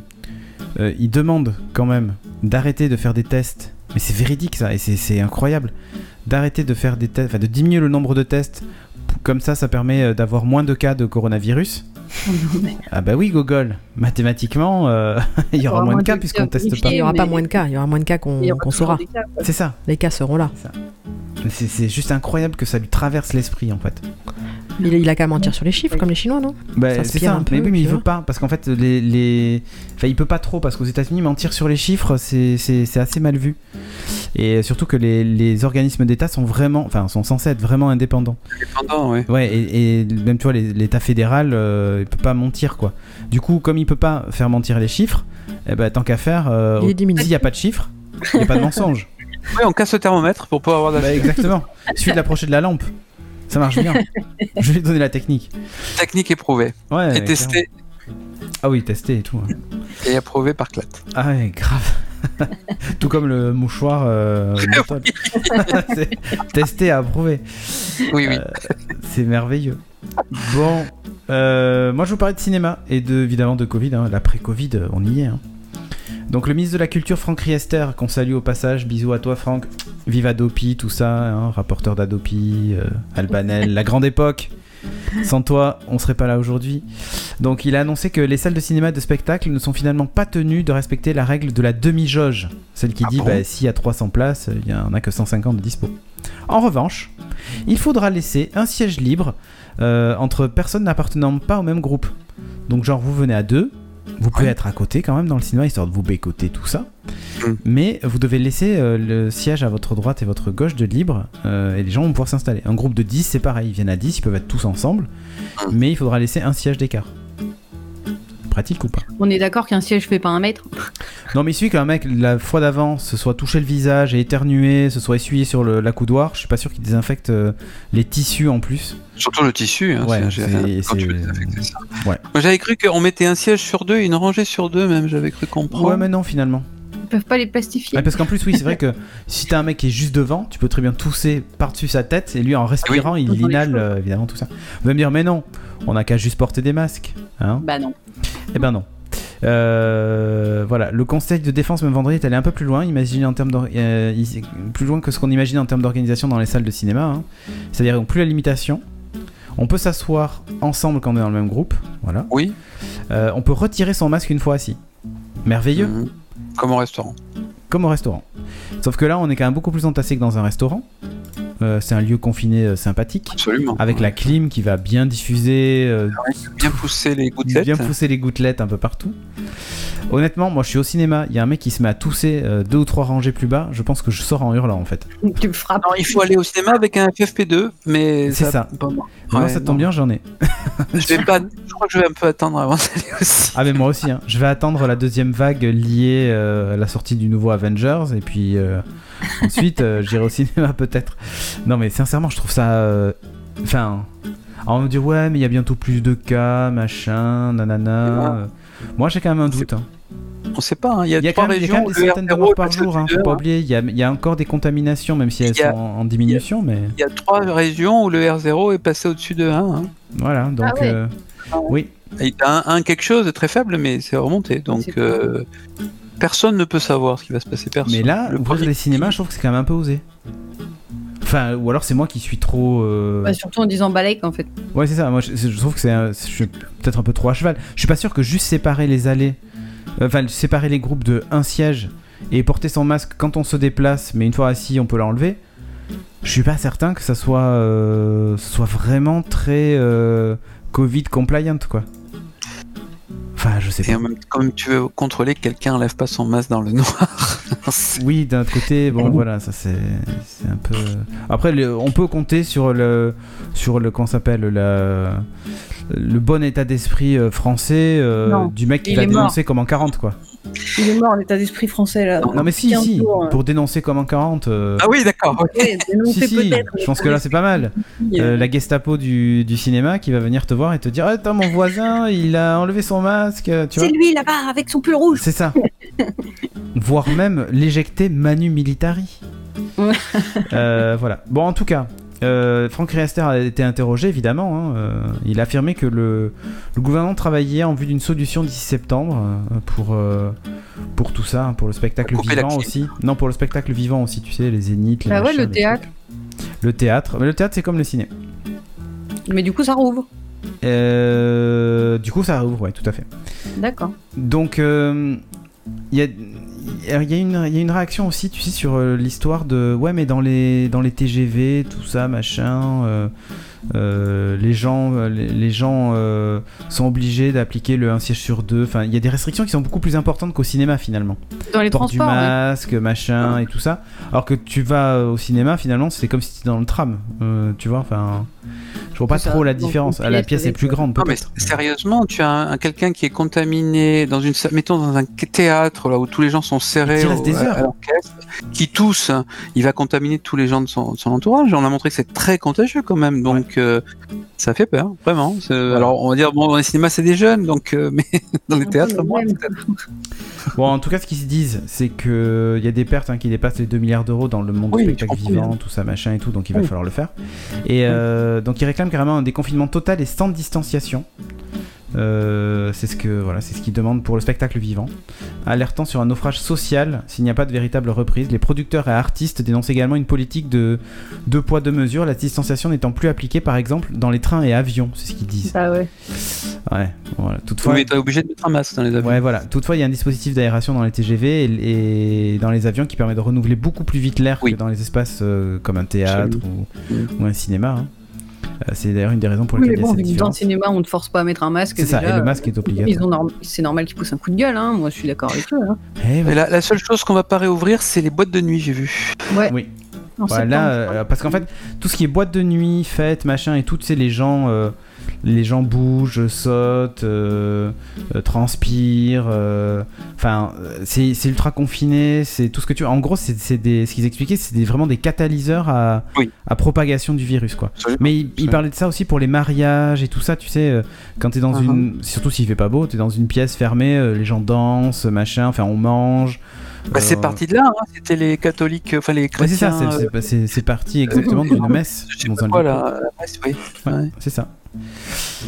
euh, il demande quand même d'arrêter de faire des tests. Mais c'est véridique ça, et c'est- c'est incroyable. D'arrêter de faire des tests, enfin de diminuer le nombre de tests. P- Comme ça, ça permet euh, d'avoir moins de cas de coronavirus. Ah bah oui, Gogol. Mathématiquement, euh, [LAUGHS] il y aura moins de cas puisqu'on teste pas. Il y aura Mais- pas moins de cas, il y aura moins de cas qu'on Il y aura qu'on toujours saura. des cas, quoi. C'est ça. Les cas seront là. C'est- C'est juste incroyable que ça lui traverse l'esprit en fait. Il, il a qu'à mentir sur les chiffres, Oui. comme les Chinois, non Bah, c'est S'inspire ça, un peu, mais oui, mais tu il veut vois. pas parce qu'en fait, les, les... Enfin, il peut pas trop parce qu'aux États-Unis, mentir sur les chiffres, c'est c'est- c'est assez mal vu. Et surtout que les, les organismes d'État sont vraiment, enfin, sont censés être vraiment indépendants. Dépendant, ouais. Ouais, et, et même tu vois, les- l'État fédéral, euh, il peut pas mentir quoi. Du coup, comme il peut pas faire mentir les chiffres, eh ben, tant qu'à faire, euh, Il est diminué. s'il y a pas de chiffres, il y a pas de mensonge. Ouais, on casse le thermomètre pour pouvoir avoir de la Bah, exactement. Il suffit de l'approcher de la lampe. Ça marche bien. Je vais te donner la technique. Bah, technique éprouvée Ouais, et testée clairement. Ah oui, tester et tout. ouais. et approuvée par Clat. Ah ouais, grave. Tout comme le mouchoir euh, menthol. [LAUGHS] C'est testé, approuvé. Oui, oui. Euh, c'est merveilleux. Bon, euh, moi je vous parlais de cinéma et de, évidemment de Covid. hein. L'après-Covid, euh, on y est. hein. Donc le ministre de la Culture, Franck Riester, qu'on salue au passage. Bisous à toi, Franck. Vive Adopi, tout ça. hein, rapporteur d'Adopi, euh, Albanel, la grande époque. Sans toi, on serait pas là aujourd'hui. Donc il a annoncé que les salles de cinéma et de spectacle ne sont finalement pas tenues de respecter la règle de la demi-jauge. Celle qui Ah dit, bon bah, s'il y a 300 places, il y en a que 150 de dispo. En revanche, il faudra laisser un siège libre euh, entre personnes n'appartenant pas au même groupe. Donc genre vous venez à deux, vous pouvez être à côté quand même dans le cinéma histoire de vous bécoter tout ça. Mm. Mais vous devez laisser euh, le siège à votre droite et votre gauche de libre euh, et les gens vont pouvoir s'installer. Un groupe de 10 c'est pareil, ils viennent à 10, ils peuvent être tous ensemble, Mm. mais il faudra laisser un siège d'écart. Pratique ou pas On est d'accord qu'un siège fait pas un mètre Non mais il suffit qu'un mec la fois d'avant se soit touché le visage et éternué, se soit essuyé sur le- l'accoudoir, je suis pas sûr qu'il désinfecte euh, les tissus en plus. Surtout le tissu. Hein, Ouais, c'est- c'est- quand tu veux c'est- désinfecter ça. ouais. Moi, j'avais cru qu'on mettait un siège sur deux et une rangée sur deux, même. J'avais cru comprendre. Ouais mais non finalement. Ils peuvent pas les plastifier. Ouais, parce qu'en plus, oui, c'est vrai que si t'as un mec qui est juste devant, tu peux très bien tousser par-dessus sa tête et lui en respirant, Dans il les inhale cheveux. euh, évidemment tout ça. Vous allez me dire, mais non, on n'a qu'à juste porter des masques. Hein Bah non. eh ben non. Euh, voilà, le Conseil de défense même vendredi est allé un peu plus loin, imaginé en termes d'or- euh, is- plus loin que ce qu'on imaginait en termes d'organisation dans les salles de cinéma. hein. C'est-à-dire donc plus la limitation. On peut s'asseoir ensemble quand on est dans le même groupe, voilà. Oui. Euh, on peut retirer son masque une fois assis. Merveilleux, Mhm. Comme au restaurant. comme au restaurant. Sauf que là, on est quand même beaucoup plus entassé que dans un restaurant. Euh, c'est un lieu confiné euh, sympathique, Absolument. avec la clim qui va bien diffuser, euh, Bien pousser les gouttelettes. bien pousser les gouttelettes un peu partout. Honnêtement, moi je suis au cinéma, il y a un mec qui se met à tousser euh, deux ou trois rangées plus bas, je pense que je sors en hurlant en fait. Tu me frappes. Non, il faut aller au cinéma avec un FFP2, mais C'est ça. pas moi. moi Ouais, ça tombe non. bien, j'en ai. Je vais pas. Je crois que je vais un peu attendre avant d'aller aussi. Ah mais moi aussi, hein. je vais attendre la deuxième vague liée euh, à la sortie du nouveau Avengers et puis euh, ensuite euh, j'irai au cinéma peut-être. Non mais sincèrement je trouve ça... euh, Enfin... alors on me dit ouais mais il y a bientôt plus de cas, machin, nanana... euh. Moi j'ai quand même un doute. hein. On sait pas. hein, Eh ben, Il y a, Il y a trois quand même, il y a quand régions. même des le centaines de RO, morts par le jour, hein, Sud, faut pas oublier, il y a, il y a encore des contaminations même si elles Il y a- sont en, en diminution mais... Il y a trois régions où le R0 est passé au-dessus de 1. hein. Voilà, donc... ouais. euh, Ah oui, Il y a un, un quelque chose de très faible, mais c'est remonté. C'est Donc pas- euh, personne ne peut savoir ce qui va se passer. Personne. mais là, Le ouvrir premier- les cinémas je trouve que c'est quand même un peu osé. Enfin, ou alors c'est moi qui suis trop... euh, Bah, surtout en disant balèque en fait. Ouais, c'est ça. Moi, je, je trouve que c'est, un- je suis peut-être un peu trop à cheval. Je suis pas sûr que juste séparer les allées, euh, enfin séparer les groupes de un siège et porter son masque quand on se déplace, mais une fois assis, on peut l'enlever. Je suis pas certain que ça soit, euh, ce soit vraiment très euh, Covid compliant, quoi. Enfin, je sais Et pas. en même temps, comme tu veux contrôler que quelqu'un lève pas son masque dans le [LAUGHS] noir. C'est- Oui, d'un autre côté, bon voilà, ça c'est c'est un peu. Après, le- on peut compter sur le sur le qu'on s'appelle la- le bon état d'esprit euh, français euh, Non, du mec qui il va est mort. dénoncer comme en 40 quoi. Il est mort, l'état d'esprit français là. Non mais si 15 si, jours, euh. pour dénoncer comme en 40. euh, Ah oui, d'accord. ok. Ouais, dénoncer si si, peut-être, je pense mais que là c'est pas mal. oui, Euh, euh, la Gestapo du, du cinéma qui va venir te voir et te dire attends mon voisin il a enlevé son masque, tu vois. C'est lui là-bas avec son pull rouge. C'est [LAUGHS] ça. Voire même l'éjecter manu militari. Euh, voilà. Bon, en tout cas, euh, Franck Riester a été interrogé, évidemment. hein, euh, il a affirmé que le, le gouvernement travaillait en vue d'une solution d'ici septembre euh, pour, euh, pour tout ça, hein, pour le spectacle Couper la vivant clim. aussi. Non, pour le spectacle vivant aussi, tu sais, les zéniths, les Bah ouais, machins, le les théâtre. trucs. Le théâtre. Mais le théâtre, c'est comme le ciné. Mais du coup, ça rouvre. Euh, du coup, ça rouvre, ouais, tout à fait. D'accord. Donc, euh, il y a. Il y, a une, il y a une réaction aussi, tu sais, sur euh, l'histoire de ouais, mais dans les, dans les TGV, tout ça, machin, euh, euh, les gens, euh, les, les gens euh, sont obligés d'appliquer le un siège sur deux. Enfin, il y a des restrictions qui sont beaucoup plus importantes qu'au cinéma finalement. Dans les Port du transports. ouais. masque, machin et tout ça. Alors que tu vas euh, au cinéma finalement, c'est comme si tu étais dans le tram, euh, tu vois. Enfin, je vois pas C'est ça. trop la Donc, différence. une Ah, la pièce pièce est avec- plus grande, Non mais peut-être. sérieusement, tu as un, un- quelqu'un qui est contaminé dans une salle- mettons dans un théâtre là où tous les gens sont serrés Il reste au- des heures. à l'orchestre, qui tousse, hein, il va contaminer tous les gens de son, de son entourage. On a montré que c'est très contagieux quand même, donc euh, ça fait peur, vraiment. C'est- euh, Alors on va dire bon dans les cinémas c'est des jeunes, donc euh, [LAUGHS] mais dans les Un peu théâtres le moins. même. peut-être. Bon, en tout cas, ce qu'ils se disent, c'est que il y a des pertes hein, qui dépassent les 2 milliards d'euros dans le monde Oui, du je spectacle comprends vivant, tout ça, machin et tout, donc il va Oui. falloir le faire. Et euh, donc, ils réclament carrément un déconfinement total et sans distanciation. Euh, c'est ce que voilà, c'est ce qu'ils demandent pour le spectacle vivant, alertant sur un naufrage social s'il n'y a pas de véritable reprise. Les producteurs et artistes dénoncent également une politique de deux poids deux mesures, la distanciation n'étant plus appliquée, par exemple, dans les trains et avions. C'est ce qu'ils disent. Bah ouais. Ouais, voilà. Toutefois, Oui, mais t'es obligé de mettre un masque dans les avions. Ouais, voilà. Toutefois, il y a un dispositif d'aération dans les TGV et, et dans les avions qui permet de renouveler beaucoup plus vite l'air Oui. que dans les espaces euh, comme un théâtre ou, ou un cinéma. hein. Euh, C'est d'ailleurs une des raisons pour Oui, lesquelles mais il y a bon, cette vu que dans le différence. cinéma, on ne te force pas à mettre un masque. C'est ça, déjà, et le masque est euh, obligatoire. ils ont norm- C'est normal qu'ils poussent un coup de gueule, hein. moi je suis d'accord avec eux. hein. Eh Mais ouais. la, la seule chose qu'on va pas réouvrir, c'est les boîtes de nuit, j'ai vu. Oui, voilà, En septembre, je crois. euh, parce qu'en fait, tout ce qui est boîte de nuit, fête, machin et tout, tu sais, les gens, euh, les gens bougent, sautent, euh, euh, transpirent, euh, enfin, euh, c'est c'est ultra confiné, c'est tout ce que tu veux. En gros, c'est c'est des, ce qu'ils expliquaient, c'est des- vraiment des catalyseurs à, Oui. à propagation du virus, quoi. Absolument. Mais il, il parlait de ça aussi pour les mariages et tout ça, tu sais, euh, quand t'es dans Uh-huh. une. Surtout s'il fait pas beau, t'es dans une pièce fermée, euh, les gens dansent, machin, enfin on mange. Bah, c'est Euh, parti de là, hein, c'était les catholiques, euh, enfin les ouais, c'est ça, chrétiens. c'est- euh, c'est c'est- c'est parti exactement d'une messe. je sais dans pas un quoi, lieu là, la presse, oui. Ouais, Ouais. c'est ça.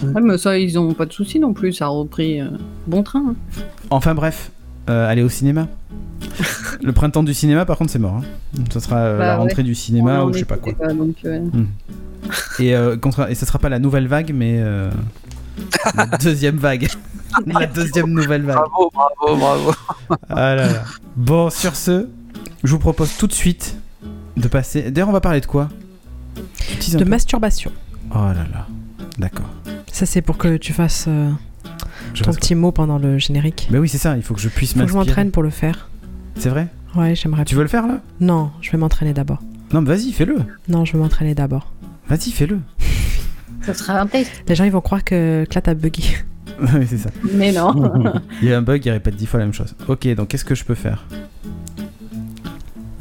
Ouais, mais ça, ils ont pas de soucis non plus, ça a repris euh, bon train. hein. Enfin bref, euh, aller au cinéma. le printemps du cinéma, par contre, c'est mort. hein. Ça sera euh, Bah la ouais. rentrée du On cinéma en ou je sais était pas quoi. pas, donc, euh, Et, euh, contra- et ça sera pas la nouvelle vague, mais euh, la deuxième vague. La deuxième nouvelle vague. [LAUGHS] Bravo, bravo, bravo. Ah là là. Bon, sur ce, je vous propose tout de suite de passer. D'ailleurs, on va parler de quoi Tease un De peu. masturbation. Oh là là. D'accord. Ça, c'est pour que tu fasses euh, Je ton reste- petit mot pendant le générique. Mais oui, c'est ça, il faut que je puisse Faut que je m'inspirer. m'entraîne pour le faire. C'est vrai Ouais, j'aimerais. Tu veux le faire là Non, je vais m'entraîner d'abord. Non, mais vas-y, fais-le. Non, je vais m'entraîner d'abord. Vas-y, fais-le. [LAUGHS] Ça sera un test. Les gens, ils vont croire que Clat a bugué. Oui, c'est ça. Mais non. Il y a un bug, il répète dix fois la même chose. Ok, donc qu'est-ce que je peux faire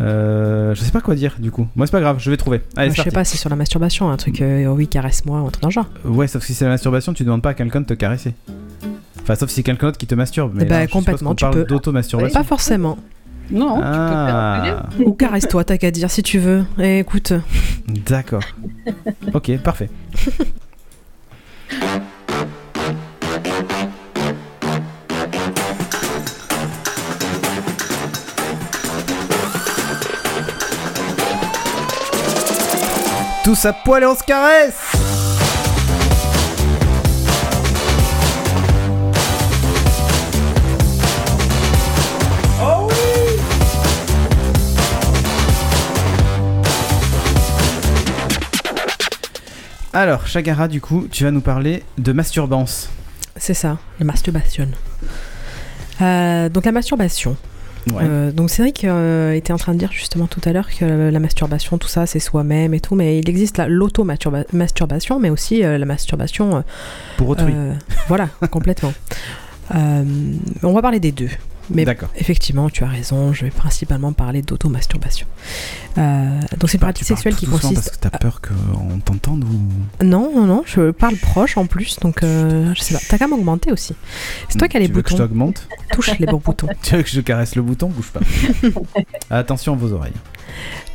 euh, je sais pas quoi dire du coup. Moi c'est pas grave, je vais trouver. Allez, je c'est sais parti. pas, c'est sur la masturbation, un truc, euh, oh oui, caresse-moi, ou un truc dans le genre. Ouais, sauf que si c'est la masturbation, tu demandes pas à quelqu'un de te caresser. Enfin, sauf si c'est quelqu'un d'autre qui te masturbe. Mais Eh ben, là, je suppose complètement, qu'on tu parle peux. d'auto-masturbation. Pas forcément. [LAUGHS] Non, Ah, ou caresse-toi, t'as qu'à dire si tu veux. Et écoute, d'accord. ok, parfait. Tous à poil et on se caresse Alors, Chagara, du coup, tu vas nous parler de masturbance. c'est ça, la masturbation. Euh, donc la masturbation. Euh, donc c'est vrai qu'il était en train de dire justement tout à l'heure que la masturbation, tout ça, c'est soi-même et tout, mais il existe la- l'auto-masturbation, mais aussi euh, la masturbation euh, Pour autrui. Euh, voilà, [LAUGHS] complètement. Euh, on va parler des deux. mais- D'accord. Effectivement, tu as raison, je vais principalement parler d'automasturbation. Euh, donc Ah, c'est une pratique sexuelle qui consiste... Parce que t'as peur qu'on t'entende ou. Non, non, non, je parle proche en plus, donc euh, je sais pas. T'as qu'à m'augmenter aussi. C'est toi qui as les Hmm, tu veux que je boutons. t'augmente Touche les bons [LAUGHS] boutons. Tu veux que je caresse le bouton Bouge pas. Attention à vos oreilles.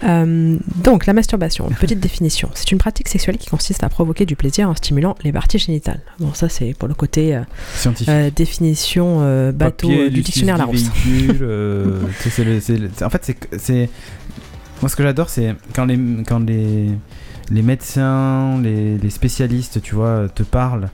Euh, donc, la masturbation, petite définition. C'est une pratique sexuelle qui consiste à provoquer du plaisir en stimulant les parties génitales. Bon, ça, c'est pour le côté euh, Scientifique. euh, définition euh, bateau Papier, euh, du l'utilité dictionnaire Larousse. véhicule, euh, [LAUGHS] tu sais, c'est le- c'est le- c'est- en fait, c'est que- c'est. Moi, ce que j'adore, c'est quand les, quand les, les médecins, les, les spécialistes, tu vois, te parlent.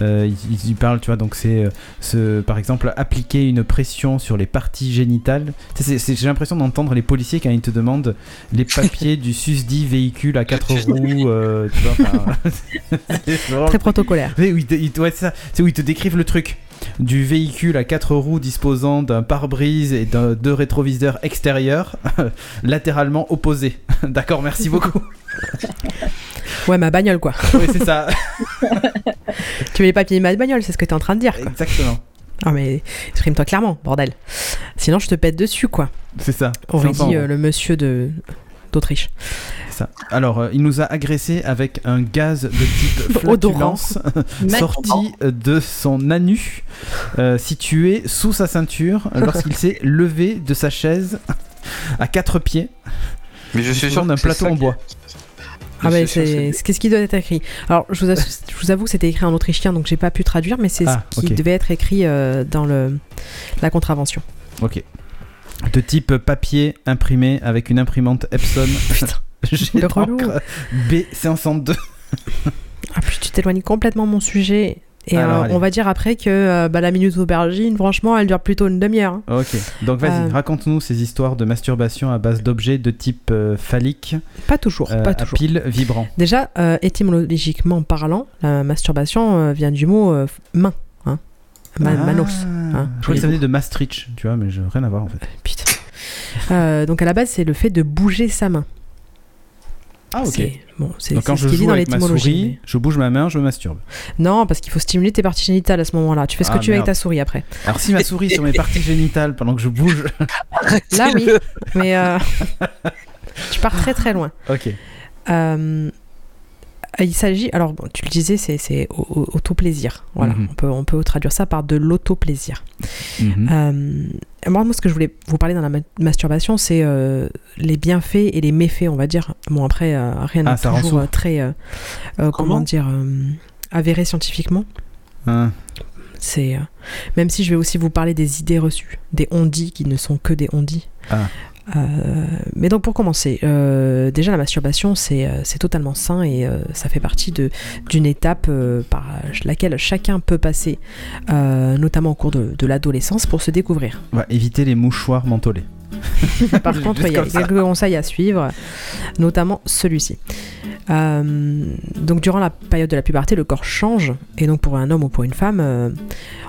euh, ils, ils- ils parlent, tu vois, donc c'est euh, ce, par exemple appliquer une pression sur les parties génitales. Tu sais, c'est- c'est- J'ai l'impression d'entendre les policiers quand ils te demandent les papiers [LAUGHS] du susdit véhicule à quatre roues, euh, tu vois. enfin, [LAUGHS] c'est [LAUGHS] vraiment Très protocolaire. oui, oui, il te- ouais, c'est ça. C'est où ils te décrivent le truc. Du véhicule à quatre roues disposant d'un pare-brise et d'un deux rétroviseurs extérieurs [LAUGHS] latéralement opposés. [LAUGHS] D'accord, merci [LAUGHS] beaucoup. Ouais, ma [LAUGHS] bagnole, quoi. oui, c'est ça. Tu veux les papiers de ma bagnole, c'est ce que t'es en train de dire, quoi. Exactement. Ah, mais exprime-toi clairement, bordel. Sinon, je te pète dessus, quoi. C'est ça. Aurait J'entends. dit euh, le monsieur de d'Autriche. C'est ça. Alors, euh, il nous a agressé avec un gaz de type [LAUGHS] Odorant. flatulence sorti euh, de son anus euh, situé sous sa [LAUGHS] ceinture lorsqu'il s'est levé de sa chaise à quatre pieds Mais je suis sûr d'un que c'est plateau ça en qui- bois. Ah, mais Je suis sûr c'est que c'est ce qui doit être écrit. Alors, je vous, assu- je vous avoue que c'était écrit en autrichien, donc j'ai pas pu traduire, mais c'est Ah, ce qui ok. devait être écrit euh, dans le la contravention. Ok. De type papier imprimé avec une imprimante Epson. [LAUGHS] Putain. [LAUGHS] J'ai euh, Le l'encre relou. B502. Ah, puis tu t'éloignes complètement de mon sujet. Et Alors, euh, allez. on va dire après que euh, bah, la minute aubergine, franchement, elle dure plutôt une demi-heure. hein. Ok, donc vas-y, Euh. raconte-nous ces histoires de masturbation à base d'objets de type euh, phallique, Pas toujours, euh, Oh, pas à toujours. pile vibrant. Déjà, euh, étymologiquement parlant, la masturbation euh, vient du mot euh, main. hein. Ah. Ma- Manos. hein, je pour crois que les ça venait de Maastricht, tu vois, mais je... rien à voir en fait. Putain. Euh, donc à la base, c'est le fait de bouger sa main. Ah C'est- Bon, c'est Donc c'est quand ce je qui est dit joue dans avec ma l'étymologie. souris, je bouge ma main, je masturbe. mais- Non, parce qu'il faut stimuler tes parties génitales à ce moment-là. Tu fais ce Ah, que tu veux avec merde. ta souris après. Alors si ma souris est sur mes parties génitales pendant que je bouge... [LAUGHS] Là, oui. Arrêtez-le. Mais euh, tu pars très très loin. ok, Euh, il s'agit, alors bon, tu le disais, c'est- c'est au- au- auto-plaisir. Voilà, Mhm. on, peut, on peut traduire ça par de l'auto-plaisir. Mhm. Euh, moi, moi, ce que je voulais vous parler dans la ma- masturbation, c'est euh, les bienfaits et les méfaits, on va dire. Bon, après, euh, rien n'est Ah, ça rend toujours sourd. euh, très, euh, euh, comment, Comment dire, euh, avéré scientifiquement. Hein. C'est euh, même si je vais aussi vous parler des idées reçues, des on-dit qui ne sont que des on-dit. Ah. Euh, mais donc pour commencer, euh, déjà la masturbation c'est euh, c'est totalement sain et euh, ça fait partie de- d'une étape euh, par laquelle chacun peut passer, euh, notamment au cours de, de l'adolescence, pour se découvrir. On va éviter les mouchoirs mentolés. [LAUGHS] Par Juste contre, il y a comme ça. quelques conseils à suivre, notamment celui-ci. Euh, donc durant la période de la puberté, le corps change et donc pour un homme ou pour une femme, euh,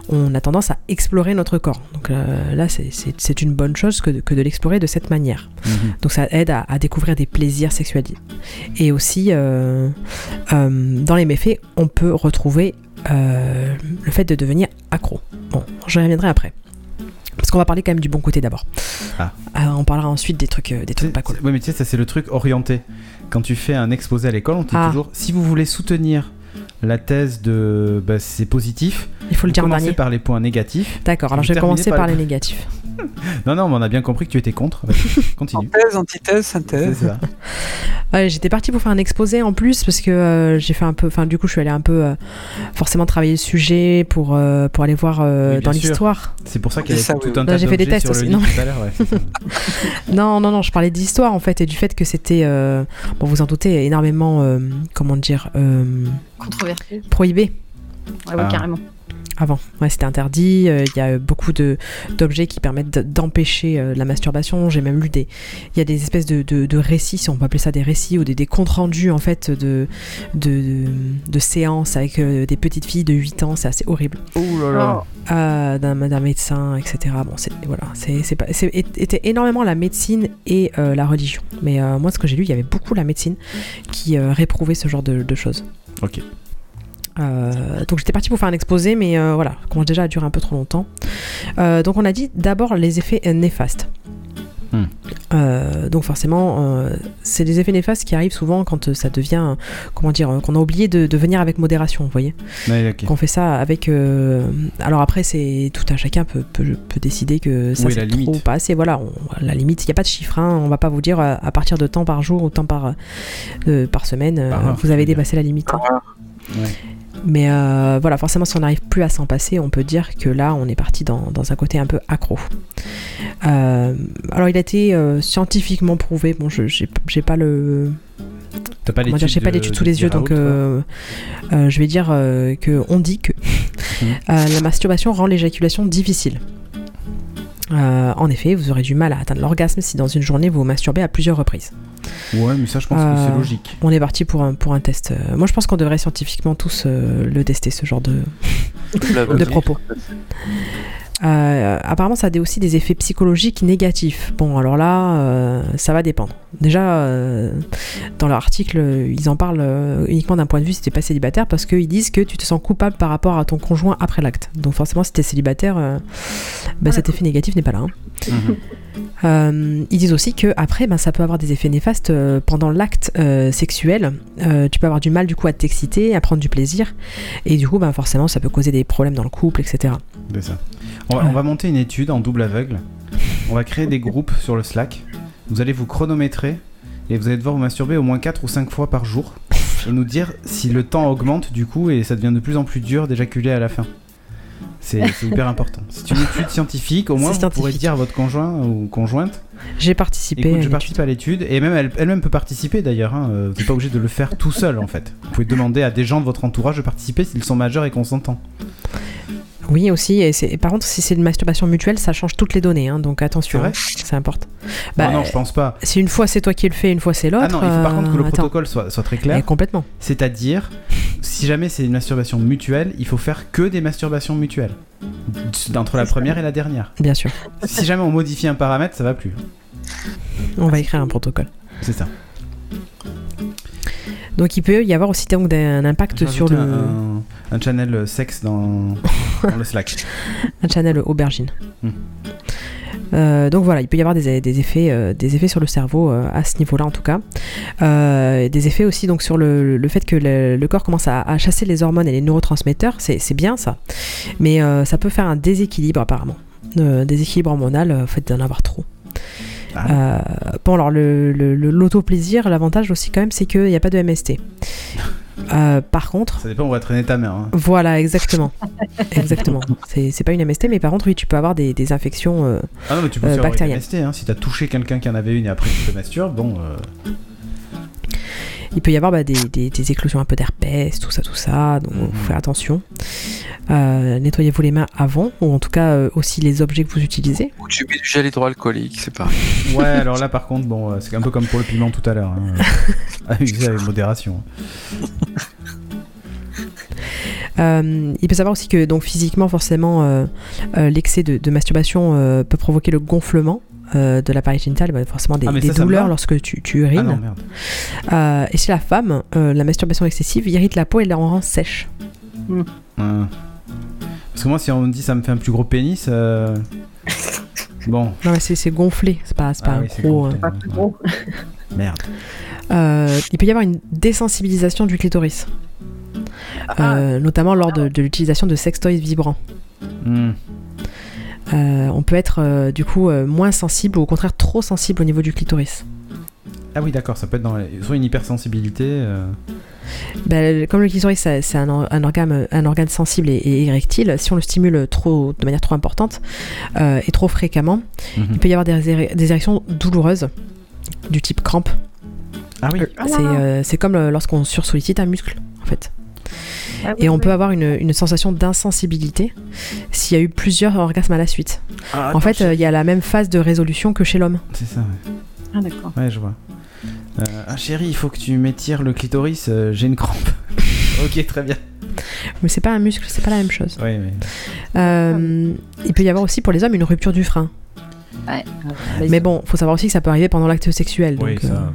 on a tendance à explorer notre corps. Donc euh, là, c'est- c'est c'est une bonne chose que de- que de l'explorer de cette manière. Mhm. Donc ça aide à, à découvrir des plaisirs sexuels. Et aussi, euh, euh, dans les méfaits, on peut retrouver euh, le fait de devenir accro. Bon, j'y reviendrai après. Parce qu'on va parler quand même du bon côté d'abord. Ah. Euh, on parlera ensuite des trucs, euh, des Tu sais, trucs pas cool. c'est- ouais, mais tu sais, ça c'est le truc orienté. Quand tu fais un exposé à l'école, on te dit Ah. toujours si vous voulez soutenir la thèse de bah, c'est positif, Il faut le dire en commencez dernier. par les points négatifs. D'accord, alors vous je vais terminez commencer par par le- les négatifs. Non, non, mais on a bien compris que tu étais contre. [LAUGHS] Vas-y, Continue. Synthèse, antithèse, C'est synthèse. ça. Ouais, j'étais partie pour faire un exposé en plus parce que euh, j'ai fait un peu, enfin du coup je suis allée un peu euh, forcément travailler le sujet pour, euh, pour aller voir euh, Oui, bien dans sûr. l'histoire. C'est pour ça qu'il y C'est ça, avait tout oui. un Non, tas Bah, j'ai fait des d'objets tests sur le aussi, lit non. tout à l'heure. ouais, c'est ça. Non, non, non, je parlais d'histoire en fait et du fait que c'était, euh, bon vous en doutez, énormément, euh, comment dire, euh, Controversé. prohibé Ouais, ouais, Ah. carrément. avant. Ouais, c'était interdit, euh, il y a euh, beaucoup de- d'objets qui permettent de- d'empêcher euh, la masturbation, j'ai même lu des... Il y a des espèces de, de- de récits, si on peut appeler ça des récits, ou des, des comptes rendus en fait de, de, de, de séances avec euh, des petites filles de 8 ans, c'est assez horrible. Oh Ouh là là. euh, d'un d'un médecin, etc. Bon, c'est voilà, c'est c'est pas- c'est- était énormément la médecine et euh, la religion. Mais euh, moi, ce que j'ai lu, il y avait beaucoup la médecine qui euh, réprouvait ce genre de, de choses. Ok. Euh, donc j'étais partie pour faire un exposé, mais euh, voilà, commence déjà à durer un peu trop longtemps. Euh, donc on a dit d'abord les effets euh, néfastes. Hmm. Euh, donc forcément, euh, c'est des effets néfastes qui arrivent souvent quand euh, ça devient, euh, comment dire, euh, qu'on a oublié de, de venir avec modération, vous voyez Ouais, ok. qu'on fait ça avec. euh, Alors après, c'est tout un chacun peut, peut, peut décider que ça Oui, la c'est trop limite. ou pas assez. Voilà, on- à la limite, il n'y a pas de chiffre. hein. on va pas vous dire euh, à partir de temps par jour ou temps par, euh, par semaine, euh, Par heure, je vous avez veux dire. dépassé la limite. hein. Ouais. Mais euh, voilà, forcément, si on n'arrive plus à s'en passer, on peut dire que là, on est parti dans, dans un côté un peu accro. Euh, alors, il a été euh, scientifiquement prouvé. Bon, je j'ai j'ai pas le T'as pas comment dire, l'étude j'ai pas de- l'étude sous de les yeux, Pierre donc Raoult, euh, euh, je vais dire euh, que on dit que Mhm. [LAUGHS] euh, la masturbation rend l'éjaculation difficile. Euh, en effet, vous aurez du mal à atteindre l'orgasme si dans une journée vous vous masturbez à plusieurs reprises. toi Ouais, mais ça, je pense que c'est euh, logique. On est parti pour un, pour un test. euh, Moi, je pense qu'on devrait scientifiquement tous euh, le tester, ce genre de, de propos. Euh, apparemment, ça a des- aussi des effets psychologiques négatifs. Bon, alors là, euh, ça va dépendre. Déjà, euh, dans leur article, euh, ils en parlent euh, uniquement d'un point de vue si t'es pas célibataire, parce qu'ils disent que tu te sens coupable par rapport à ton conjoint après l'acte. Donc forcément, si t'es célibataire, euh, bah, cet effet négatif n'est pas là. hein. Mhm. Euh, ils disent aussi que après, ben, ça peut avoir des effets néfastes euh, pendant l'acte euh, sexuel. Euh, tu peux avoir du mal du coup à t'exciter, à prendre du plaisir, et du coup, ben, forcément, ça peut causer des problèmes dans le couple, etc. C'est ça. On va, on va monter une étude en double aveugle. On va créer des groupes sur le Slack. Vous allez vous chronométrer et vous allez devoir vous masturber au moins 4 ou 5 fois par jour et nous dire si le temps augmente du coup et ça devient de plus en plus dur d'éjaculer à la fin. C'est c'est hyper important. C'est une étude scientifique. Au moins, vous C'est pourrez scientifique. dire à votre conjoint ou conjointe J'ai participé. Écoute, à je une participe à l'étude. Et même elle- elle-même peut participer d'ailleurs. Hein. Euh, Vous n'êtes pas obligé de le faire tout seul en fait. Vous pouvez demander à des gens de votre entourage de participer s'ils sont majeurs et consentants. étude. Oui, aussi. Et c'est- par contre, si c'est une masturbation mutuelle, ça change toutes les données. hein, donc attention, C'est vrai hein, ça importe. Ah Bah, non, je pense pas. si une fois c'est toi qui le fais, une fois c'est l'autre. Ah non, il faut par contre que le euh, attends. protocole soit, soit très Eh, clair. complètement. C'est-à-dire, si jamais c'est une masturbation mutuelle, il faut faire que des masturbations mutuelles. Entre la première et la dernière. Bien sûr. Si jamais on modifie un paramètre, ça va plus. On Ah, va écrire un protocole. C'est ça. Donc il peut y avoir aussi donc, un impact J'ai sur rajouté le un, un channel euh, sexe dans, dans le Slack. un channel aubergine. Hmm. Euh, donc voilà, il peut y avoir des, des effets, euh, des effets sur le cerveau euh, à ce niveau-là en tout cas. Euh, des effets aussi donc sur le, le fait que le, le corps commence à, à chasser les hormones et les neurotransmetteurs, c'est c'est bien ça. Mais euh, ça peut faire un déséquilibre apparemment. Euh, déséquilibre hormonal, euh, fait d'en avoir trop. Euh, bon alors le, le- le- l'auto-plaisir, l'avantage aussi quand même c'est qu'il n'y a pas de MST. Euh, par contre, Ça dépend, on va traîner ta main. hein. voilà, exactement. [LAUGHS] exactement. C'est c'est pas une MST, mais par contre, oui, tu peux avoir des, des infections. euh, Ah non, mais tu peux Euh, faire avec bactérienne. MST, hein. Si t'as touché quelqu'un qui en avait une et après tu te masturbes, bon. euh, Il peut y avoir bah, des, des- des éclosions un peu d'herpès, tout ça, tout ça. Donc, Mhm. faut faire attention. Euh, Nettoyez-vous les mains avant, ou en tout cas euh, aussi les objets que vous utilisez. Ou tu mets du gel hydroalcoolique, c'est pareil. Ouais, alors là par contre, bon, euh, c'est un peu comme pour le piment tout à l'heure. [LAUGHS] hein. Ah, Usez avec modération. Euh, il peut savoir aussi que donc physiquement, forcément, euh, euh, l'excès de, de masturbation euh, peut provoquer le gonflement. euh, de l'appareil génital, bah, forcément des, Ah, mais des ça, ça me douleurs parle. lorsque tu, tu Ah non, urines. merde. Euh, et chez la femme, euh, la masturbation excessive irrite la peau et la rend sèche. Hein. Parce que moi, si on me dit ça me fait un plus gros pénis. [LAUGHS] euh, Bon. Non, mais c'est c'est gonflé, c'est pas, c'est pas Ah un oui, c'est gros. compliqué, Pas ouais, plus ouais. gros. Merde. Euh, il peut y avoir une désensibilisation du clitoris. Ah. Euh, notamment lors de, de l'utilisation de sextoys vibrants. Hmm. Euh, on peut être euh, du coup euh, moins sensible ou au contraire trop sensible au niveau du clitoris. Ah oui, d'accord, ça peut être dans. les- Soit une hypersensibilité. euh, Ben, comme le clitoris ça- c'est un, or- un organe, un organe sensible et, et érectile, si on le stimule trop, de manière trop importante euh, et trop fréquemment, mhm. il peut y avoir des, éré- des érections douloureuses du type crampe. Ah oui. C'est euh, c'est comme euh, lorsqu'on sursollicite un muscle en fait. Ah oui, Et on oui. peut avoir une, une sensation d'insensibilité s'il y a eu plusieurs orgasmes à la suite. Ah, en fait, euh, il y a la même phase de résolution que chez l'homme. C'est ça, ouais. Ah, d'accord. Ouais, je vois. Euh, ah chérie, il faut que tu m'étires le clitoris, euh, j'ai une crampe. [LAUGHS] ok, très bien. Mais c'est pas un muscle, c'est pas la même chose. Oui, oui. Euh, il peut y avoir aussi pour les hommes une rupture du frein. Ouais. Mais bon, faut savoir aussi que ça peut arriver pendant l'acte sexuel. Donc, Oui, ça.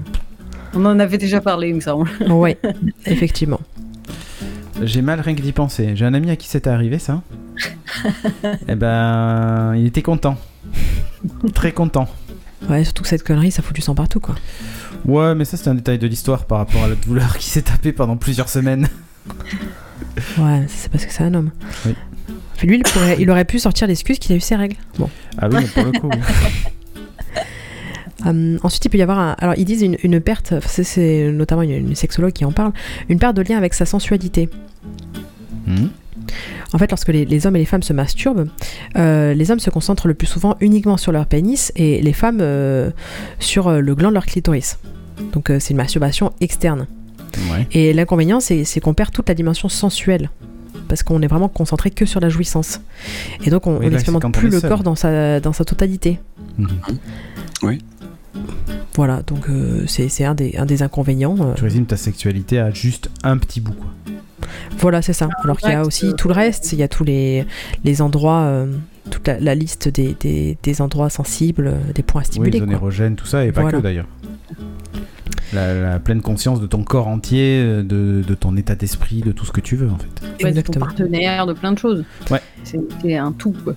On en avait déjà parlé, il me semble. euh, ouais, [LAUGHS] effectivement. J'ai mal rien que d'y penser. J'ai un ami à qui c'était arrivé [LAUGHS] ça. eh ben, il était content. Très content. Ouais, surtout que cette connerie, ça fout du sang partout, quoi. Ouais, mais ça c'est un détail de l'histoire par rapport à la douleur qui s'est tapée pendant plusieurs semaines. Ouais, c'est parce que c'est un homme. Oui. Puis lui, il, pourrait- il aurait pu sortir l'excuse qu'il a eu ses règles. Bon. Ah oui, mais pour le coup. oui. Euh, ensuite, il peut y avoir. un- alors, ils disent une, une perte. enfin, c'est- C'est notamment une, une sexologue qui en parle. Une perte de lien avec sa sensualité. [LAUGHS] Hmm. En fait, lorsque les, les hommes et les femmes se masturbent, euh, les hommes se concentrent le plus souvent uniquement sur leur pénis et les femmes euh, sur euh, le gland de leur clitoris. Donc, euh, c'est une masturbation externe. Ouais. Et l'inconvénient, c'est c'est qu'on perd toute la dimension sensuelle. Parce qu'on est vraiment concentré que sur la jouissance. Et donc, on Oui, là, c'est n'expérimente quand on plus est le seul. corps dans sa, dans sa totalité. Mhm. Oui. Voilà, donc euh, c'est c'est un des, un des inconvénients. euh, Tu résumes ta sexualité à juste un petit bout quoi. Voilà, c'est ça. Alors qu'il y a Correct. aussi tout le reste, il y a tous les, les endroits, euh, toute la, la liste des, des, des endroits sensibles, euh, des points à Oui, stimuler. les zones quoi. érogènes, tout ça, et pas Voilà. que d'ailleurs. La, la pleine conscience de ton corps entier, euh, de, de ton état d'esprit, de tout ce que tu veux en fait. Ouais, de ton Exactement. partenaire, de plein de choses. Ouais. C'est c'est un tout, quoi.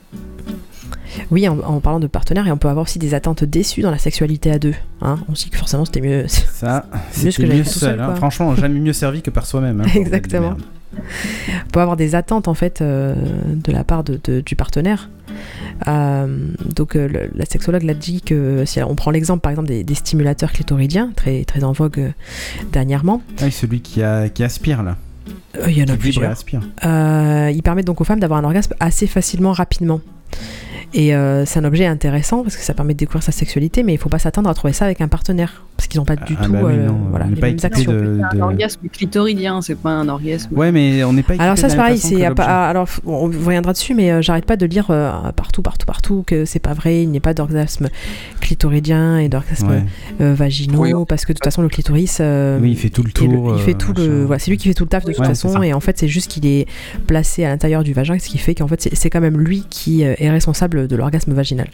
Oui, en, en parlant de partenaire, et on peut avoir aussi des attentes déçues dans la sexualité à deux. hein. On se dit que forcément c'était mieux. [LAUGHS] Ça, mieux ce c'est que j'avais mieux fait tout seul. seul, hein. quoi. Franchement, jamais mieux servi que par soi-même. hein, bordel de Exactement. merde. on peut avoir des attentes en fait euh, de la part de- de- du partenaire. Euh, donc euh, le- la sexologue l'a dit que euh, si on prend l'exemple par exemple des, des stimulateurs clitoridiens, très, très en vogue euh, dernièrement, Ah, et celui qui, a, qui aspire là. euh, il y en qui vibre a et plusieurs. aspire. Euh, il permet donc aux femmes d'avoir un orgasme assez facilement, rapidement. Et euh, c'est un objet intéressant parce que ça permet de découvrir sa sexualité, mais il faut pas s'attendre à trouver ça avec un partenaire parce qu'ils n'ont pas du Ah, tout bah oui, euh, non, voilà, on n'est les pas mêmes équipé actions. de- Un de- orgasme clitoridien, c'est pas un orgasme. Ouais, mais on n'est pas équipé Alors de ça la c'est même pareil, façon c'est que à- l'objet. à- alors f- on reviendra dessus, mais euh, j'arrête pas de lire euh, partout, partout, partout que c'est pas vrai, il n'y a pas d'orgasme clitoridien et d'orgasme Ouais. euh, vaginaux Oui. parce que de toute façon le clitoris, euh, Oui, il fait tout le est le- tour. euh, il fait tout le, voilà, c'est lui qui fait tout le taf de toute Ouais, c'est façon, ça. et en fait c'est juste qu'il est placé à l'intérieur du vagin, ce qui fait qu'en fait c'est- c'est quand même lui qui euh, est responsable de l'orgasme vaginal,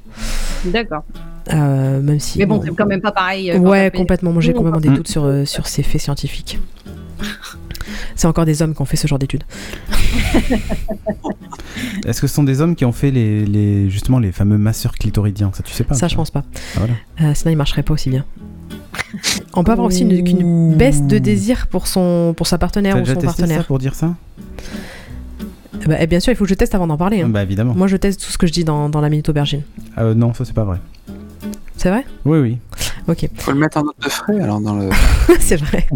D'accord. Euh, même si. Mais bon, c'est quand même pas pareil. euh, quand Ouais, t'as fait- complètement. Moi, j'ai Mmh. complètement des Mmh. doutes sur, euh, sur ces faits [LAUGHS] scientifiques. C'est encore des hommes qui ont fait ce genre d'études. Est-ce que ce sont des hommes qui ont fait les, les- justement les fameux masseurs clitoridiens Ça, tu sais pas. Ça, je toi. pense pas. Ah, voilà. Euh, sinon, il marcherait pas aussi bien. On peut avoir aussi une, qu'une baisse de désir pour, son, pour sa partenaire Mm. T'as ou déjà son testé ça partenaire. pour dire ça Eh ben, eh bien sûr, il faut que Ah, je teste avant d'en parler. hein. Bah évidemment. Moi, je teste tout ce que je dis dans, dans la minute aubergine. Ah, euh, non, ça c'est pas vrai. C'est vrai Oui, oui. Faut le mettre en note de frais alors dans le. [LAUGHS] C'est vrai.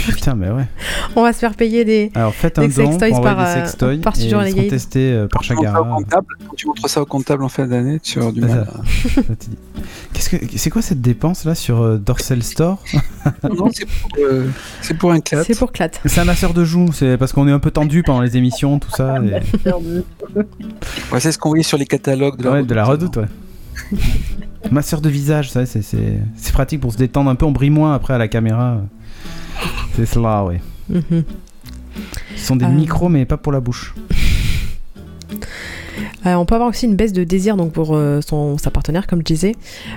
[LAUGHS] Putain, mais ouais. On va se faire payer des. Alors faites Des un don sextoys pour envoyer par, des euh, sextoys par et ils Studio seront Renegade. testés euh, par Quand tu montres ça au Chagara. comptable, quand tu montres ça au comptable en fin d'année, tu auras du C'est mal. à- Ça te dit. Qu'est-ce que c'est quoi cette dépense là sur euh, Dorsal Store [LAUGHS] Non, c'est pour, euh, c'est pour un clat. C'est pour Clat. C'est un masseur de joues, c'est parce qu'on est un peu tendu pendant les émissions, tout ça. et- Ouais, c'est ce qu'on voyait sur les catalogues [LAUGHS] de la Ouais, redoute. de la redoute, ouais. masseur de visage, ça, c'est- c'est c'est pratique pour se détendre un peu, on brille moins après à la caméra. C'est cela, ouais. Mhm. Ce sont des Euh. micros, mais pas pour la bouche. Euh, on peut avoir aussi une baisse de désir donc pour euh, son, sa partenaire, comme je disais.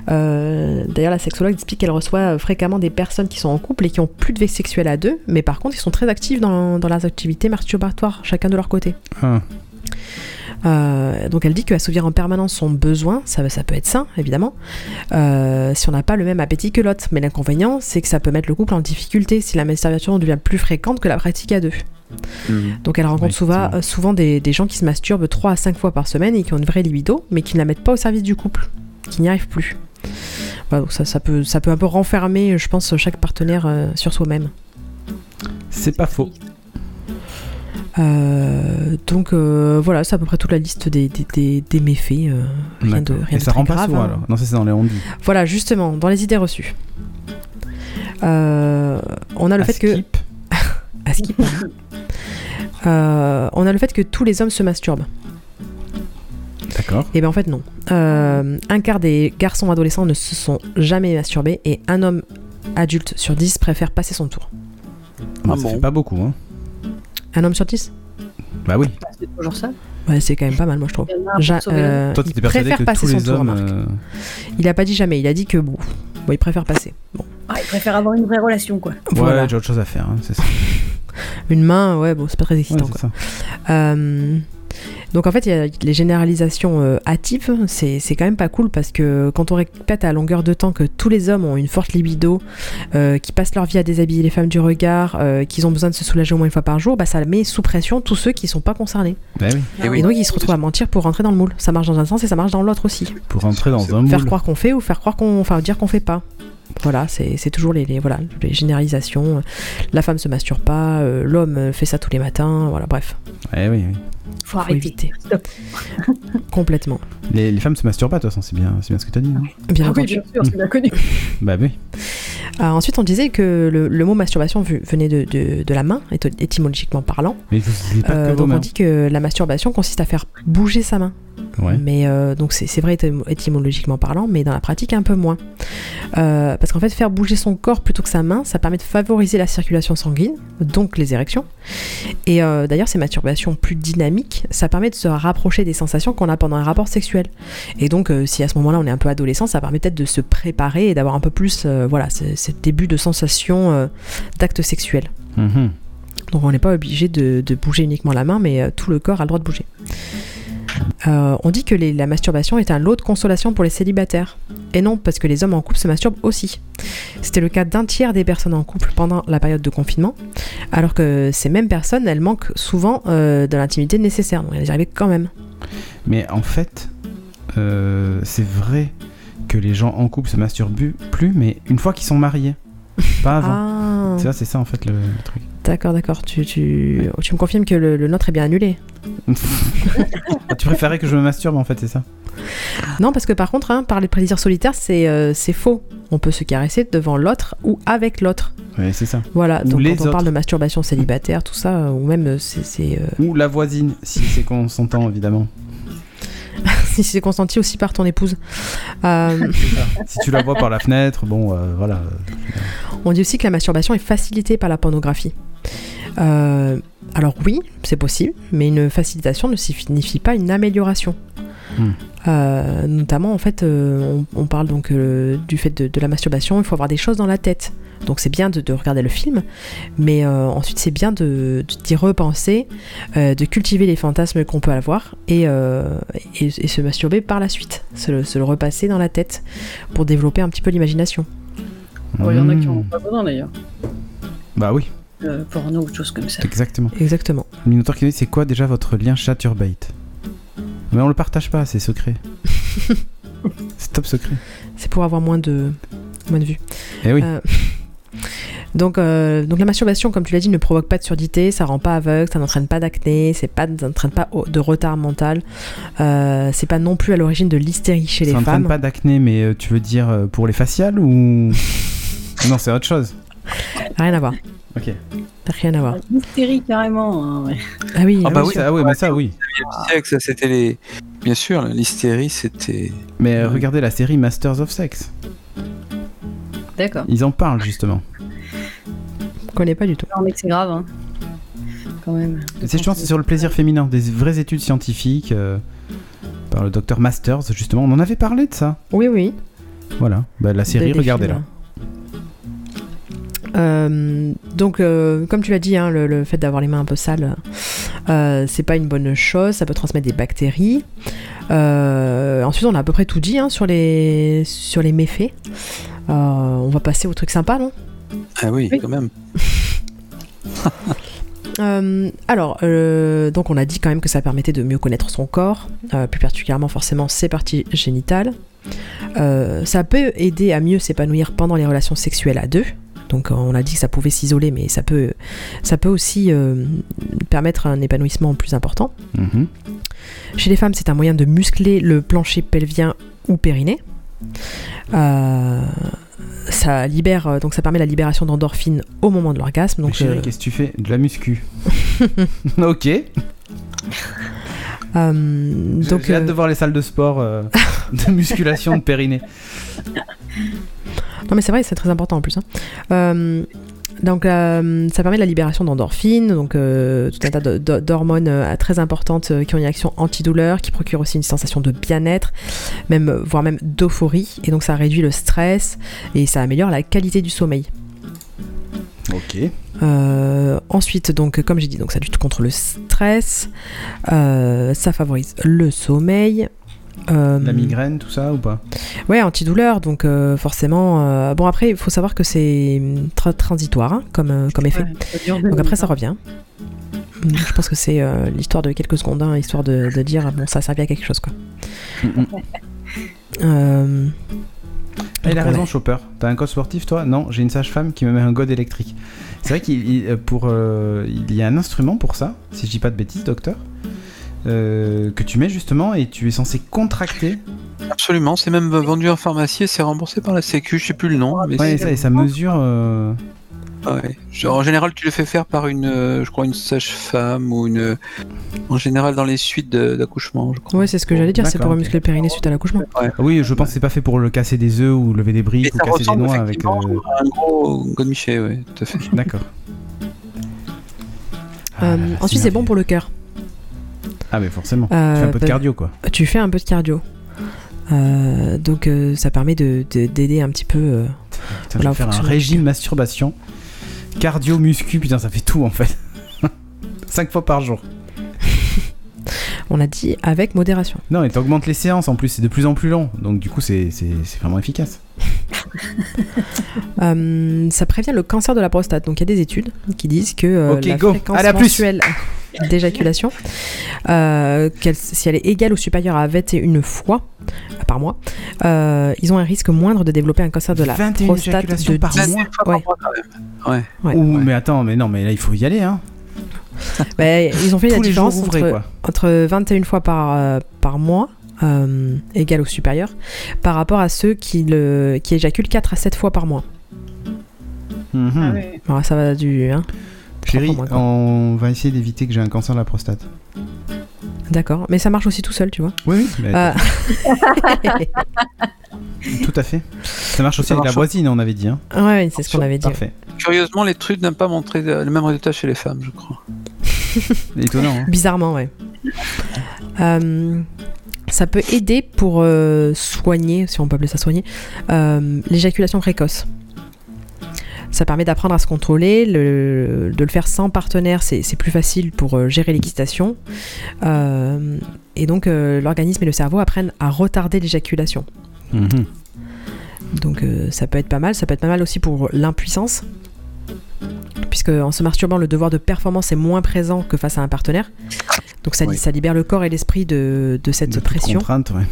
Euh, D'ailleurs, la sexologue explique qu'elle reçoit euh, fréquemment des personnes qui sont en couple et qui ont plus de vie sexuelle à deux, mais par contre, ils sont très actifs dans, dans leurs activités masturbatoires, chacun de leur côté. Ah. Euh, donc, elle dit qu'assouvir en permanence son besoin, ça, ça peut être sain, évidemment, euh, si on n'a pas le même appétit que l'autre. Mais l'inconvénient, c'est que ça peut mettre le couple en difficulté si la masturbation devient plus fréquente que la pratique à deux. Mm. Donc elle rencontre Ouais, souvent, effectivement. euh, souvent des, des gens qui se masturbent 3 à 5 fois par semaine et qui ont une vraie libido, mais qui ne la mettent pas au service du couple, qui n'y arrivent plus. Voilà, donc ça, ça, peut, ça peut un peu renfermer, je pense, chaque partenaire euh, sur soi-même. C'est pas faux. Euh, donc euh, voilà, c'est à peu près toute la liste des, des, des- des méfaits. euh, rien de, D'accord. rien Et de ça très rend pas grave, souvent hein. alors. Non, ça c'est dans les on dit. Voilà, justement, dans les idées reçues. Euh, on Ah, a le fait que... à skip. Euh, on a le fait que tous les hommes se masturbent. D'accord. Et bien Eh ben, en fait non. Euh, un quart des garçons adolescents ne se sont jamais masturbés et un homme adulte sur 10 préfère passer son tour. Bon, Ah ça bon. fait pas beaucoup, hein. Un homme sur 10 Bah oui. C'est toujours ça. Ouais, c'est quand même pas mal moi je trouve. Il y en a un Ja- pour sauver la- euh, Toi, il t'étais persuadé préfère que passer tous son les tour, hommes. remarque. euh, Il a pas dit jamais, il a dit que bon, bon, il préfère passer. Bon, Ah, il préfère avoir une vraie relation, quoi. voilà. Ouais, j'ai autre chose à faire, hein, c'est ça. Une main, ouais, bon, c'est pas très Ouais, excitant c'est quoi. ça. Euh, donc en fait, il y a les généralisations euh, hâtives, c'est c'est quand même pas cool parce que quand on répète à longueur de temps que tous les hommes ont une forte libido, euh, qui passent leur vie à déshabiller les femmes du regard, euh, qu'ils ont besoin de se soulager au moins une fois par jour, bah ça met sous pression tous ceux qui sont pas concernés. Bah oui, Et Eh oui. Et Ah donc ils se retrouvent à mentir pour rentrer dans le moule. Ça marche dans un sens et ça marche dans l'autre aussi. pour rentrer dans C'est- un moule. Faire croire qu'on fait ou faire croire qu'on, enfin dire qu'on fait pas. Voilà, c'est c'est toujours les, les- voilà les généralisations. La femme se masturbe pas, euh, l'homme fait ça tous les matins. Voilà, bref, Ouais, Eh oui, oui. Faut faut arrêter. éviter Stop. [LAUGHS] complètement. Les, les femmes se masturbent pas, de toute façon, c'est bien, c'est bien ce que t'as dit. hein. Bien Ah oui, entendu. bien sûr, c'est bien [LAUGHS] connu. Bah oui. Euh, ensuite, on disait que le, le mot masturbation vu- venait de, de- de la main, éto- étymologiquement parlant. Mais je vous dis pas Euh, que vos donc on mains. dit que la masturbation consiste à faire bouger sa main. Ouais. Mais euh, donc c'est c'est vrai étym- étymologiquement parlant, mais dans la pratique un peu moins. Euh, parce qu'en fait, faire bouger son corps plutôt que sa main, ça permet de favoriser la circulation sanguine, donc les érections. Et euh, d'ailleurs, ces masturbations plus dynamiques, ça permet de se rapprocher des sensations qu'on a pendant un rapport sexuel. Et donc, euh, si à ce moment-là on est un peu adolescent, ça permet peut-être de se préparer et d'avoir un peu plus, euh, voilà, ce- ce début de sensation euh, d'acte sexuel. Mhm. Donc on n'est pas obligé de, de bouger uniquement la main, mais euh, tout le corps a le droit de bouger. Euh, on dit que les- la masturbation est un lot de consolation pour les célibataires. Et non, parce que les hommes en couple se masturbent aussi. C'était le cas d'un tiers des personnes en couple pendant la période de confinement, alors que ces mêmes personnes, elles manquent souvent euh, de l'intimité nécessaire. Donc elles y arrivaient quand même. Mais en fait, euh, c'est vrai que les gens en couple se masturbent bu- plus, mais une fois qu'ils sont mariés, pas avant. Ah, C'est ça, c'est ça en fait le, le truc. d'accord, d'accord. Tu, tu, tu me confirmes que le, le nôtre est bien annulé Ah, tu préférais que je me masturbe en fait, c'est ça Ah. Non, parce que par contre, hein, parler de plaisir solitaire, c'est euh, c'est faux. On peut se caresser devant l'autre ou avec l'autre. Ouais, c'est ça. Voilà, Ou donc quand les on parle autres. de masturbation célibataire, tout ça, euh, ou même euh, c'est- c'est euh, [LAUGHS] Ou la voisine, si c'est consentant évidemment. si c'est consenti aussi par ton épouse. Euh, Si tu la vois par la fenêtre, bon, euh, voilà. on dit aussi que la masturbation est facilitée par la pornographie. Euh, alors oui, c'est possible, mais une facilitation ne signifie pas une amélioration. Hmm. Euh, notamment, en fait, euh, on, on parle donc euh, du fait de, de la masturbation, il faut avoir des choses dans la tête. Donc c'est bien de, de regarder le film, mais euh, ensuite c'est bien de de- d'y repenser, euh, de cultiver les fantasmes qu'on peut avoir et, euh, et, et se masturber par la suite, se le- se le repasser dans la tête pour développer un petit peu l'imagination. Bon, Il y en Hmm. a qui en ont Mmh. pas besoin, d'ailleurs. Bah oui, Euh, porno ou chose comme ça. exactement. Exactement. Minotaur qui nous dit c'est quoi déjà votre [LAUGHS] lien chaturbate Mais on le partage pas, c'est secret. c'est top secret. C'est pour avoir moins de, moins de vues. Eh oui. Euh, donc, euh, donc la masturbation, comme tu l'as dit, ne provoque pas de surdité, ça rend pas aveugle, ça n'entraîne pas d'acné, c'est pas, ça n'entraîne pas au- de retard mental, euh, c'est pas non plus à l'origine de l'hystérie chez Ça les n'entraîne femmes. pas d'acné, mais euh, tu veux dire euh, pour les [LAUGHS] faciales ou. non, c'est autre chose. Rien à voir. Ok. Rien à voir. Mystérie carrément. hein, ouais. Ah oui, Ah oui, bah oui, oui. ça, ah ouais, mais ça, oui. siècle, ça c'était les. Bien sûr, l'hystérie c'était. Mais euh, regardez la série Masters of Sex. D'accord. Ils en parlent justement. je connais pas du tout. Non, mais c'est grave. hein. Quand même. C'est je pense, c'est sur le plaisir féminin, des vraies études scientifiques euh, par le docteur Masters justement. On en avait parlé de ça. Oui, oui. Voilà. Bah, la série, des- des regardez-la. films. Euh, donc, euh, comme tu l'as dit, hein, le, le fait d'avoir les mains un peu sales, euh, c'est pas une bonne chose. Ça peut transmettre des bactéries. Euh, ensuite, on a à peu près tout dit hein, sur les sur les méfaits. Euh, on va passer au truc sympa, non Ah oui, Oui. quand même. Euh, alors, euh, donc on a dit quand même que ça permettait de mieux connaître son corps, euh, plus particulièrement forcément ses parties génitales. Euh, ça peut aider à mieux s'épanouir pendant les relations sexuelles à deux. Donc euh, on a dit que ça pouvait s'isoler, mais ça peut, ça peut aussi euh, permettre un épanouissement plus important. Mhm. Chez les femmes, c'est un moyen de muscler le plancher pelvien ou périnée. Euh, ça libère, euh, donc ça permet la libération d'endorphines au moment de l'orgasme. Mais Donc chérie, euh, qu'est-ce que tu fais De la [LAUGHS] muscu. ok. euh, J'ai- donc, J'ai hâte euh, de voir les salles de sport [LAUGHS] euh, de musculation de périnée. Non mais c'est vrai, c'est très important en plus. hein. Euh, donc euh, ça permet la libération d'endorphines, donc euh, tout un tas de- de- d'hormones euh, très importantes euh, qui ont une action antidouleur, qui procurent aussi une sensation de bien-être, même euh, voire même d'euphorie, et donc ça réduit le stress et ça améliore la qualité du sommeil. Ok. Euh, ensuite, donc, comme j'ai dit, donc, ça lutte contre le stress, euh, ça favorise le sommeil. euh, La migraine, tout ça ou pas Ouais, antidouleur, donc euh, forcément. euh, bon, après, il faut savoir que c'est hum, tra- transitoire hein, comme, euh, comme effet. Ouais, ça dure deux Donc après, minutes, Mmh. ça hein. revient. Mm, Je pense que c'est euh, l'histoire de quelques secondes, hein, histoire de, de dire, bon, ça servait à quelque chose, quoi. Mhm. Euh, Ah, il a Donc, raison, ouais. Chopper. T'as un code sportif, toi Non, j'ai une sage-femme qui me met un god électrique. C'est vrai qu'il il- euh, pour, euh, il y a un instrument pour ça, si je dis pas de bêtises, docteur, euh, que tu mets justement et tu es censé contracter. Absolument, c'est même vendu en pharmacie et c'est remboursé par la Sécu, je sais plus le nom. Mais Ouais, et c'est- ça, et ça mesure. euh, Ah ouais. Genre, En général, tu le fais faire par une, euh, je crois, une sage-femme ou une. En général, dans les suites de- d'accouchement, je crois. ouais, c'est ce que j'allais dire, c'est D'accord, pour ok. muscler le périnée suite à l'accouchement. Ah Oui, je pense que c'est pas fait pour le casser des œufs ou lever des Et briques ou ça casser des ressemble noix avec. effectivement euh, à un gros godemichet, oui, tout à fait. [LAUGHS] D'accord. Ah, Euh, la ensuite, c'est synergie. bon pour le cœur. Ah, mais forcément. Euh, Tu fais un peu de bah, cardio, quoi. tu fais un peu de cardio. Euh, donc euh, ça permet d'aider de, d'aider un petit peu. euh, Putain, je vais voilà, faire un fonctionner. régime masturbation, cardio, muscu, putain, ça fait tout en fait. [LAUGHS] Cinq fois par jour. on l'a dit avec modération. Non, et t'augmentes les séances en plus, c'est de plus en plus long. Donc du coup, c'est c'est- c'est vraiment efficace. Euh, ça prévient le cancer de la prostate. Donc il y a des études qui disent que euh, Ok, la go. fréquence Allez, à plus. mensuelle d'éjaculation, euh, qu'elle- si elle est égale ou supérieure à 21 fois euh, par mois, euh, ils ont un risque moindre de développer un cancer de la 21 prostate éjaculations de par Bah, 10. mois. Ouais. Ouais, Ouh, mais attends, mais non, mais là, il faut y aller, hein. Bah, ils ont fait Tous la les jours différence ouvrés, entre, quoi. entre 21 fois par, euh, par mois, euh, égal ou supérieur, par rapport à ceux qui, le, qui éjaculent 4 à 7 fois par mois. Mhm. hein. Ah ouais. Alors, ça va du. hein. Chérie, Trois fois moins, quoi. on va essayer d'éviter que j'ai un cancer de la prostate. D'accord, mais ça marche aussi tout seul, tu vois. Oui, oui, mais Euh, [LAUGHS] tout à fait. Ça marche aussi Ça avec la marche. voisine, on avait dit. Hein. ouais, ouais, c'est ce qu'on avait dit. Parfait. Curieusement, l'étude n'a pas montré euh, le même résultat chez les femmes, je crois. Étonnant. hein. Bizarrement, ouais. Euh, ça peut aider pour euh, soigner, si on peut appeler ça soigner, euh, l'éjaculation précoce. Ça permet d'apprendre à se contrôler, le- de le faire sans partenaire, c'est c'est plus facile pour euh, gérer l'excitation. Euh, et donc, euh, l'organisme et le cerveau apprennent à retarder l'éjaculation. Mhm. Donc euh, ça peut être pas mal, ça peut être pas mal aussi pour l'impuissance. Puisque en se masturbant, le devoir de performance est moins présent que face à un partenaire. Donc ça, li- Oui. ça libère le corps et l'esprit de, de cette De toute pression. Contrainte, ouais.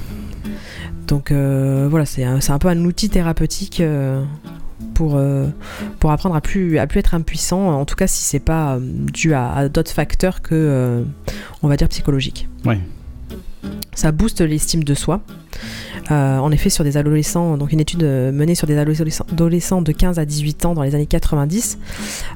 Donc euh, voilà, c'est un, c'est un peu un outil thérapeutique euh, pour, euh, pour apprendre à plus, à plus être impuissant, en tout cas si c'est pas euh, dû à, à d'autres facteurs que, euh, on va dire, psychologiques. Ouais. Ça booste l'estime de soi. Euh, en effet, sur des adolescents, donc une étude euh, menée sur des adolescents- adolescents de 15 à 18 ans dans les années 90,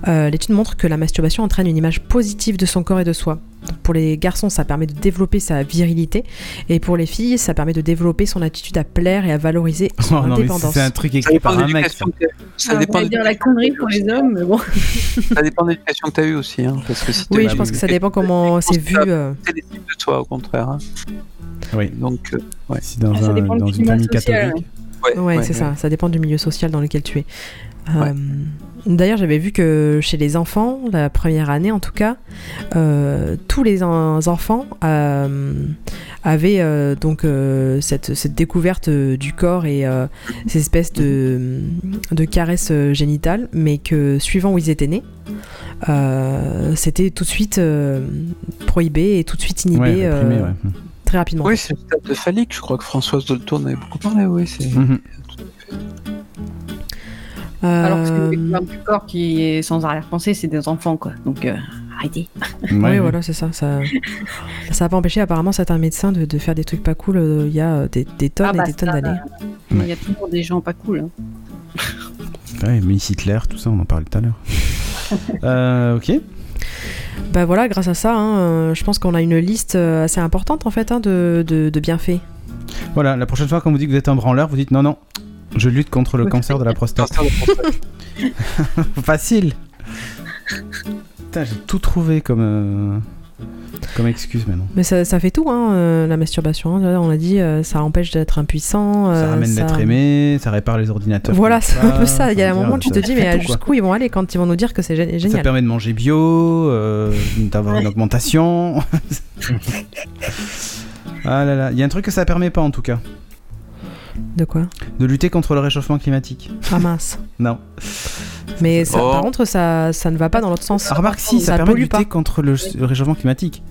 euh, l'étude montre que la masturbation entraîne une image positive de son corps et de soi. Donc, Pour les garçons, ça permet de développer sa virilité, et pour les filles, ça permet de développer son attitude à plaire et à valoriser son Oh non, mais indépendance. c'est un truc Ça écrit dépend par de un mec. ça. l'éducation que- Ah, ça Ah, On dépend va de- dire la connerie pour les hommes, mais Euh, bon. ça dépend de l'éducation que tu as eue aussi. hein, parce que si t'as Oui, eu [LAUGHS] je pense que ça une dépend comment c'est vu. euh, C'est des types de toi, au contraire. hein. Oui. Donc, euh, ouais. Si dans, Ah, ça un- dépend du dans une climat famille social, catholique. euh, ouais, Ouais, ouais, c'est ouais. ça. Ça dépend du milieu social dans lequel tu es. Euh, Ouais. D'ailleurs, j'avais vu que chez les enfants, la première année en tout cas, euh, tous les en- enfants euh, avaient euh, donc euh, cette, cette découverte euh, du corps et euh, ces espèces de, de caresses euh, génitales, mais que suivant où ils étaient nés, euh, c'était tout de suite euh, prohibé et tout de suite inhibé Ouais, réprimé, euh, ouais. très rapidement. Oui, c'est le stade de phallique. Je crois que Françoise Dolto en avait beaucoup parlé. Oui, c'est. Hmm. Mhm. Euh, Alors que c'est une découverte du corps qui est sans arrière-pensée, c'est des enfants, quoi. Donc, euh, arrêtez. Oui, Ouais, ouais. voilà, c'est ça. Ça ça a pas empêché apparemment certains médecins de, de faire des trucs pas cool euh, il y a euh, des, des tonnes Ah, et bah, des tonnes ça, d'années. Il y a toujours des gens pas cool. hein. Ouais, mais Hitler, tout ça, on en parlait tout à l'heure. Euh, ok. Bah voilà, grâce à ça, hein, euh, je pense qu'on a une liste euh, assez importante en fait hein, de, de- de bienfaits. Voilà, la prochaine fois qu'on vous dit que vous êtes un branleur, vous dites non, non, je lutte contre le cancer de la [LAUGHS] prostate. Cancer de prostate. Facile Putain, j'ai tout trouvé comme, euh, comme excuse maintenant. Mais ça, ça fait tout, hein, euh, la masturbation. hein. Là, on l'a dit, euh, ça empêche d'être impuissant. Ça euh, ramène d'être aimé, ça répare les ordinateurs. Voilà, qui c'est vont un peu pas, ça. Il y a un enfin, moment où tu te ça- dis, mais tout, euh, quoi. jusqu'où ils vont aller quand ils vont nous dire que c'est gé- Ça génial. permet de manger bio, euh, d'avoir une [LAUGHS] augmentation. ah là là, il y a un truc que ça permet pas en tout cas, De quoi de lutter contre le réchauffement climatique. Ah mince. Non. Mais ça- Oh. par contre, ça, ça ne va pas dans l'autre sens. Ah, remarque si, ça, Ça permet de pollue lutter pas. contre le, le réchauffement climatique.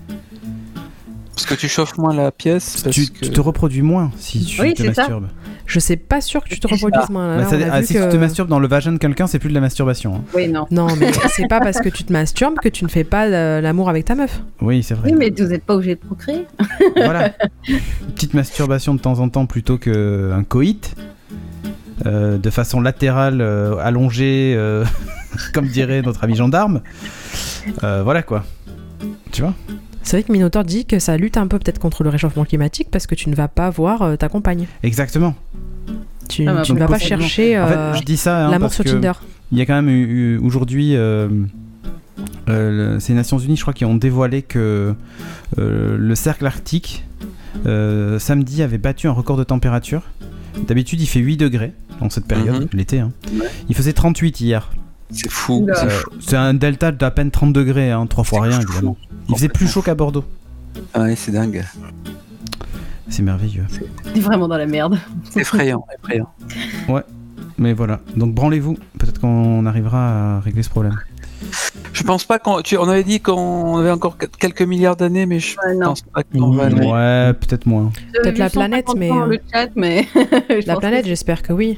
Parce que tu chauffes moins la pièce. Parce Tu, que... tu te reproduis moins si tu Oui, te c'est ça. masturbes. Je sais pas sûr que tu te reproduises moins. Là, Bah, ça- on a ah, vu si que- tu te masturbes dans le vagin de quelqu'un, c'est plus de la masturbation. hein. Oui, non. Non, mais [LAUGHS] c'est pas parce que tu te masturbes que tu ne fais pas euh, l'amour avec ta meuf. Oui, c'est vrai. Oui, mais vous n'êtes pas obligé de procréer. [LAUGHS] voilà. Une Petite masturbation de temps en temps plutôt qu'un coït. Euh, de façon latérale, euh, allongée, euh, [LAUGHS] comme dirait notre ami gendarme. Euh, voilà quoi. Tu vois C'est vrai que Minotaur dit que ça lutte un peu peut-être contre le réchauffement climatique parce que tu ne vas pas voir euh, ta compagne. Exactement. Tu, Ah bah, tu ne donc, vas pas possiblement. chercher En euh, fait, je dis ça hein, l'amour parce sur que Tinder. il y a quand même eu, eu- aujourd'hui. euh, euh, le- c'est les Nations Unies, je crois, qui ont dévoilé que euh, le cercle arctique, euh, samedi, avait battu un record de température. D'habitude, il fait 8 degrés dans cette période, Mhm. l'été. hein. Ouais. Il faisait 38 hier. C'est fou. Oula. c'est Euh, fou. C'est un delta d'à peine 30 degrés, hein, trois fois rien C'est fou. Ah évidemment. Il faisait plus chaud qu'à Bordeaux. Ouais, c'est dingue. C'est merveilleux. T'es vraiment dans la merde. [LAUGHS] C'est effrayant. effrayant. Mais voilà, donc branlez-vous. Peut-être qu'on arrivera à régler ce problème. Je pense pas qu'on. Tu... On avait dit qu'on avait encore que- quelques milliards d'années, mais je Ouais, non. pense pas qu'on va. Ouais. Ouais, peut-être moins. Peut-être la planète, mais, euh, Le chat, mais. [LAUGHS] je La pense planète, que j'espère que oui.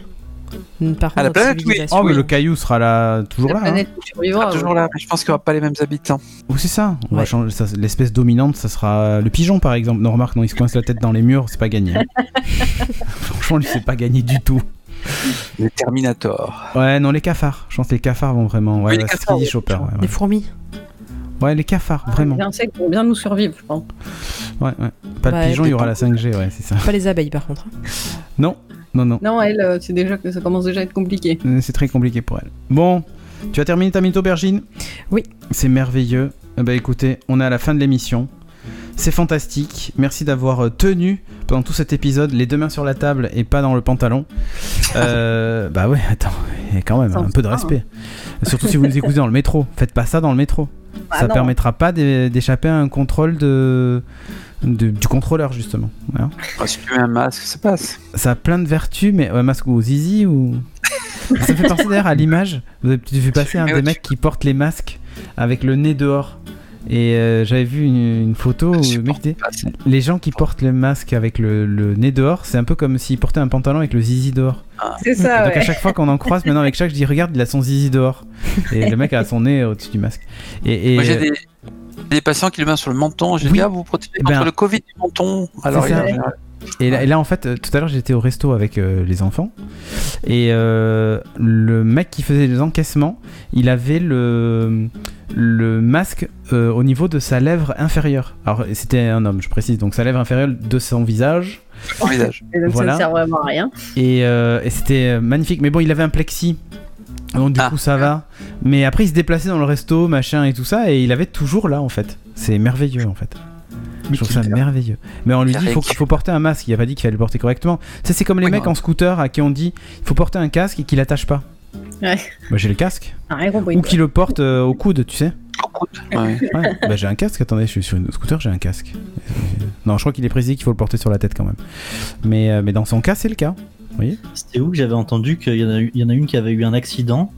Par contre, Ah, la notre planète, oui. civilisation, Oh, mais le caillou sera là, toujours La là. hein. planète Ah, survivra. euh. toujours là, mais je pense qu'il n'y aura pas les mêmes habitants. Oh, c'est ça. On va Ouais. changer ça. L'espèce dominante, ça sera euh, le pigeon, par exemple. Non, remarque, non, il se coince la tête dans les murs, c'est pas gagné. hein. Franchement, lui, c'est pas gagné du tout. Les Terminator. Ouais, non, les cafards. Je pense que les cafards vont vraiment. Ouais, Oui, les c'est ce qu'il cafards, dit oui. Chopper. Ouais, les ouais. fourmis. Ouais, les Ah, cafards, vraiment. Les insectes vont bien nous survivre, je pense. Ouais, ouais. Pas Bah, de pigeon, il y aura peut-être la 5G, ouais, c'est ça. Pas les abeilles par contre. hein. Non, non, non. Non, elle, euh, c'est déjà que ça commence déjà à être compliqué. Euh, C'est très compliqué pour elle. Bon, tu as terminé ta mythe aubergine Oui. C'est merveilleux. Eh ben, écoutez, on est à la fin de l'émission. C'est fantastique. Merci d'avoir euh, tenu pendant tout cet épisode les deux mains sur la table et pas dans le pantalon. Euh, bah ouais, attends, et quand même, Ça, un peu de ça, respect. Surtout si vous nous écoutez dans le métro. Faites pas ça dans le métro. Ah, ça non. permettra pas d'é- d'échapper à un contrôle de, de- du contrôleur justement. Voilà. Ah, si tu mets un masque, ça passe. Ça a plein de vertus, mais ouais, masque ou zizi ou. ça fait penser d'ailleurs à l'image. Vous avez peut-être vu passer un Mais des au-dessus. mecs qui portent les masques avec le nez dehors. Et euh, j'avais vu une, une photo Ah, où le mec supporte était- pas ça. les gens qui portent le masque avec le, le nez dehors, c'est un peu comme s'ils portaient un pantalon avec le zizi dehors. C'est Et Ah ça, donc à ouais. chaque fois qu'on en croise, maintenant avec chaque, je dis regarde, il a son zizi dehors. Et le mec a son nez au-dessus du masque. Et, et- Moi, j'ai des, des patients qui le mettent sur le menton. J'ai Oui. dit, ah, vous vous protégez Ben, contre le Covid du menton. Alors, c'est ça. il y a- Et là, et là, en fait, euh, tout à l'heure, j'étais au resto avec euh, les enfants. Et euh, le mec qui faisait les encaissements, il avait le, le masque euh, au niveau de sa lèvre inférieure. Alors, c'était un homme, je précise. Donc, sa lèvre inférieure de son visage. [LAUGHS] son visage. Et donc Voilà. ça ne sert vraiment à rien. Et, euh, et c'était euh, magnifique. Mais bon, il avait un plexi. Donc, du Ah. coup, ça va. Mais après, il se déplaçait dans le resto, machin et tout ça. Et il avait toujours là, en fait. C'est merveilleux, en fait. Je trouve ça merveilleux. Mais on lui La dit faut, règle. faut porter un masque. Il a pas dit qu'il fallait le porter correctement. Tu sais, c'est comme les Oui, mecs non. en scooter à qui on dit il faut porter un casque et qu'il attache pas. Ouais. Bah, j'ai le casque. Ah, rien compris. Ou quoi. qu'il le porte euh, au coude, tu sais. Ouais. Ouais. bah, j'ai un casque. Attendez, je suis sur une scooter, j'ai un casque. Non, je crois qu'il est précisé qu'il faut le porter sur la tête quand même. Mais, euh, mais dans son cas, c'est le cas. C'était où que j'avais entendu qu'il y, en a eu- il y en a une qui avait eu un accident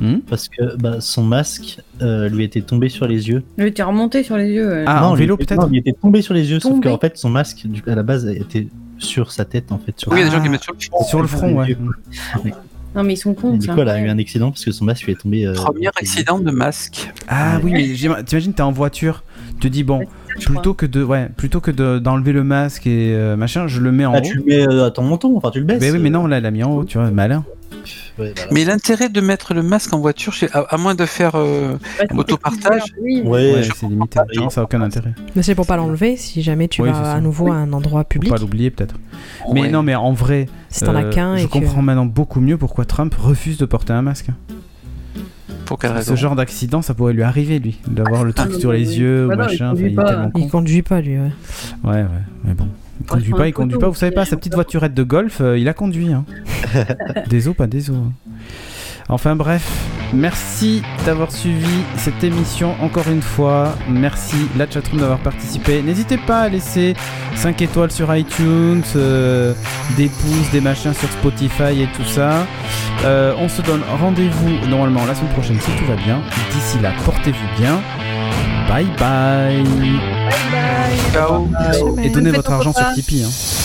Hmm parce que bah, son masque euh, lui était tombé sur les yeux. Je t'ai remonté sur les yeux. euh. Ah, en lui vélo était- peut-être Non, il était tombé sur les yeux, sauf Tombé. qu'en fait son masque du- à la base était sur sa tête en fait. Sur Oui, il y a Ah. des gens qui le mettent sur le front. Sur le front, ouais. Et Non, mais ils sont Mmh. cons, du ça. coup, elle a eu un accident parce que son masque lui est tombé. euh, Premier sur les yeux. accident de masque. Ah oui, mais j'im- t'imagines, t'es en voiture, tu te dis bon, Je crois. plutôt que de, ouais, plutôt que de- d'enlever le masque et euh, machin, je le mets en Ah, haut. tu le mets euh, à ton menton, enfin tu le baisses. Mais oui, mais euh, non, là, elle l'a mis en haut, tu vois, malin. ouais, voilà. Mais l'intérêt de mettre le masque en voiture, c'est- à, à moins de faire euh, Ouais, c'est autopartage. bizarre, Oui, mais Ouais, Ouais, je- c'est limité. Non, ça n'a aucun intérêt. Mais c'est pour pas l'enlever si jamais tu Oui, c'est vas ça. à nouveau à un endroit Faut public. pas l'oublier peut-être. Mais ouais. non, mais en vrai, Si t'en as euh, qu'un et je que- comprends maintenant beaucoup mieux pourquoi Trump refuse de porter un masque. pour quelle raison Ce genre d'accident, ça pourrait lui arriver, lui, d'avoir Ah, le truc non, sur mais les oui. yeux Bah ou non, il machin. conduit enfin, il est pas. tellement con. Il conduit pas lui. ouais. Ouais, ouais, mais bon. Il conduit prends pas, une il conduit photo, hein, pas. Vous savez puis pas, elle sa nous petite envoie. voiture de golf, euh, il a conduit. [LAUGHS] Hein. des os, pas des os. hein. Enfin bref, merci d'avoir suivi cette émission encore une fois. Merci la chatroom d'avoir participé. N'hésitez pas à laisser 5 étoiles sur iTunes, euh, des pouces, des machins sur Spotify et tout ça. Euh, on se donne rendez-vous normalement la semaine prochaine si tout va bien. D'ici là, portez-vous bien. Bye bye. Ciao. Et donnez Bonne votre fête argent aux sur copains. Tipeee. hein.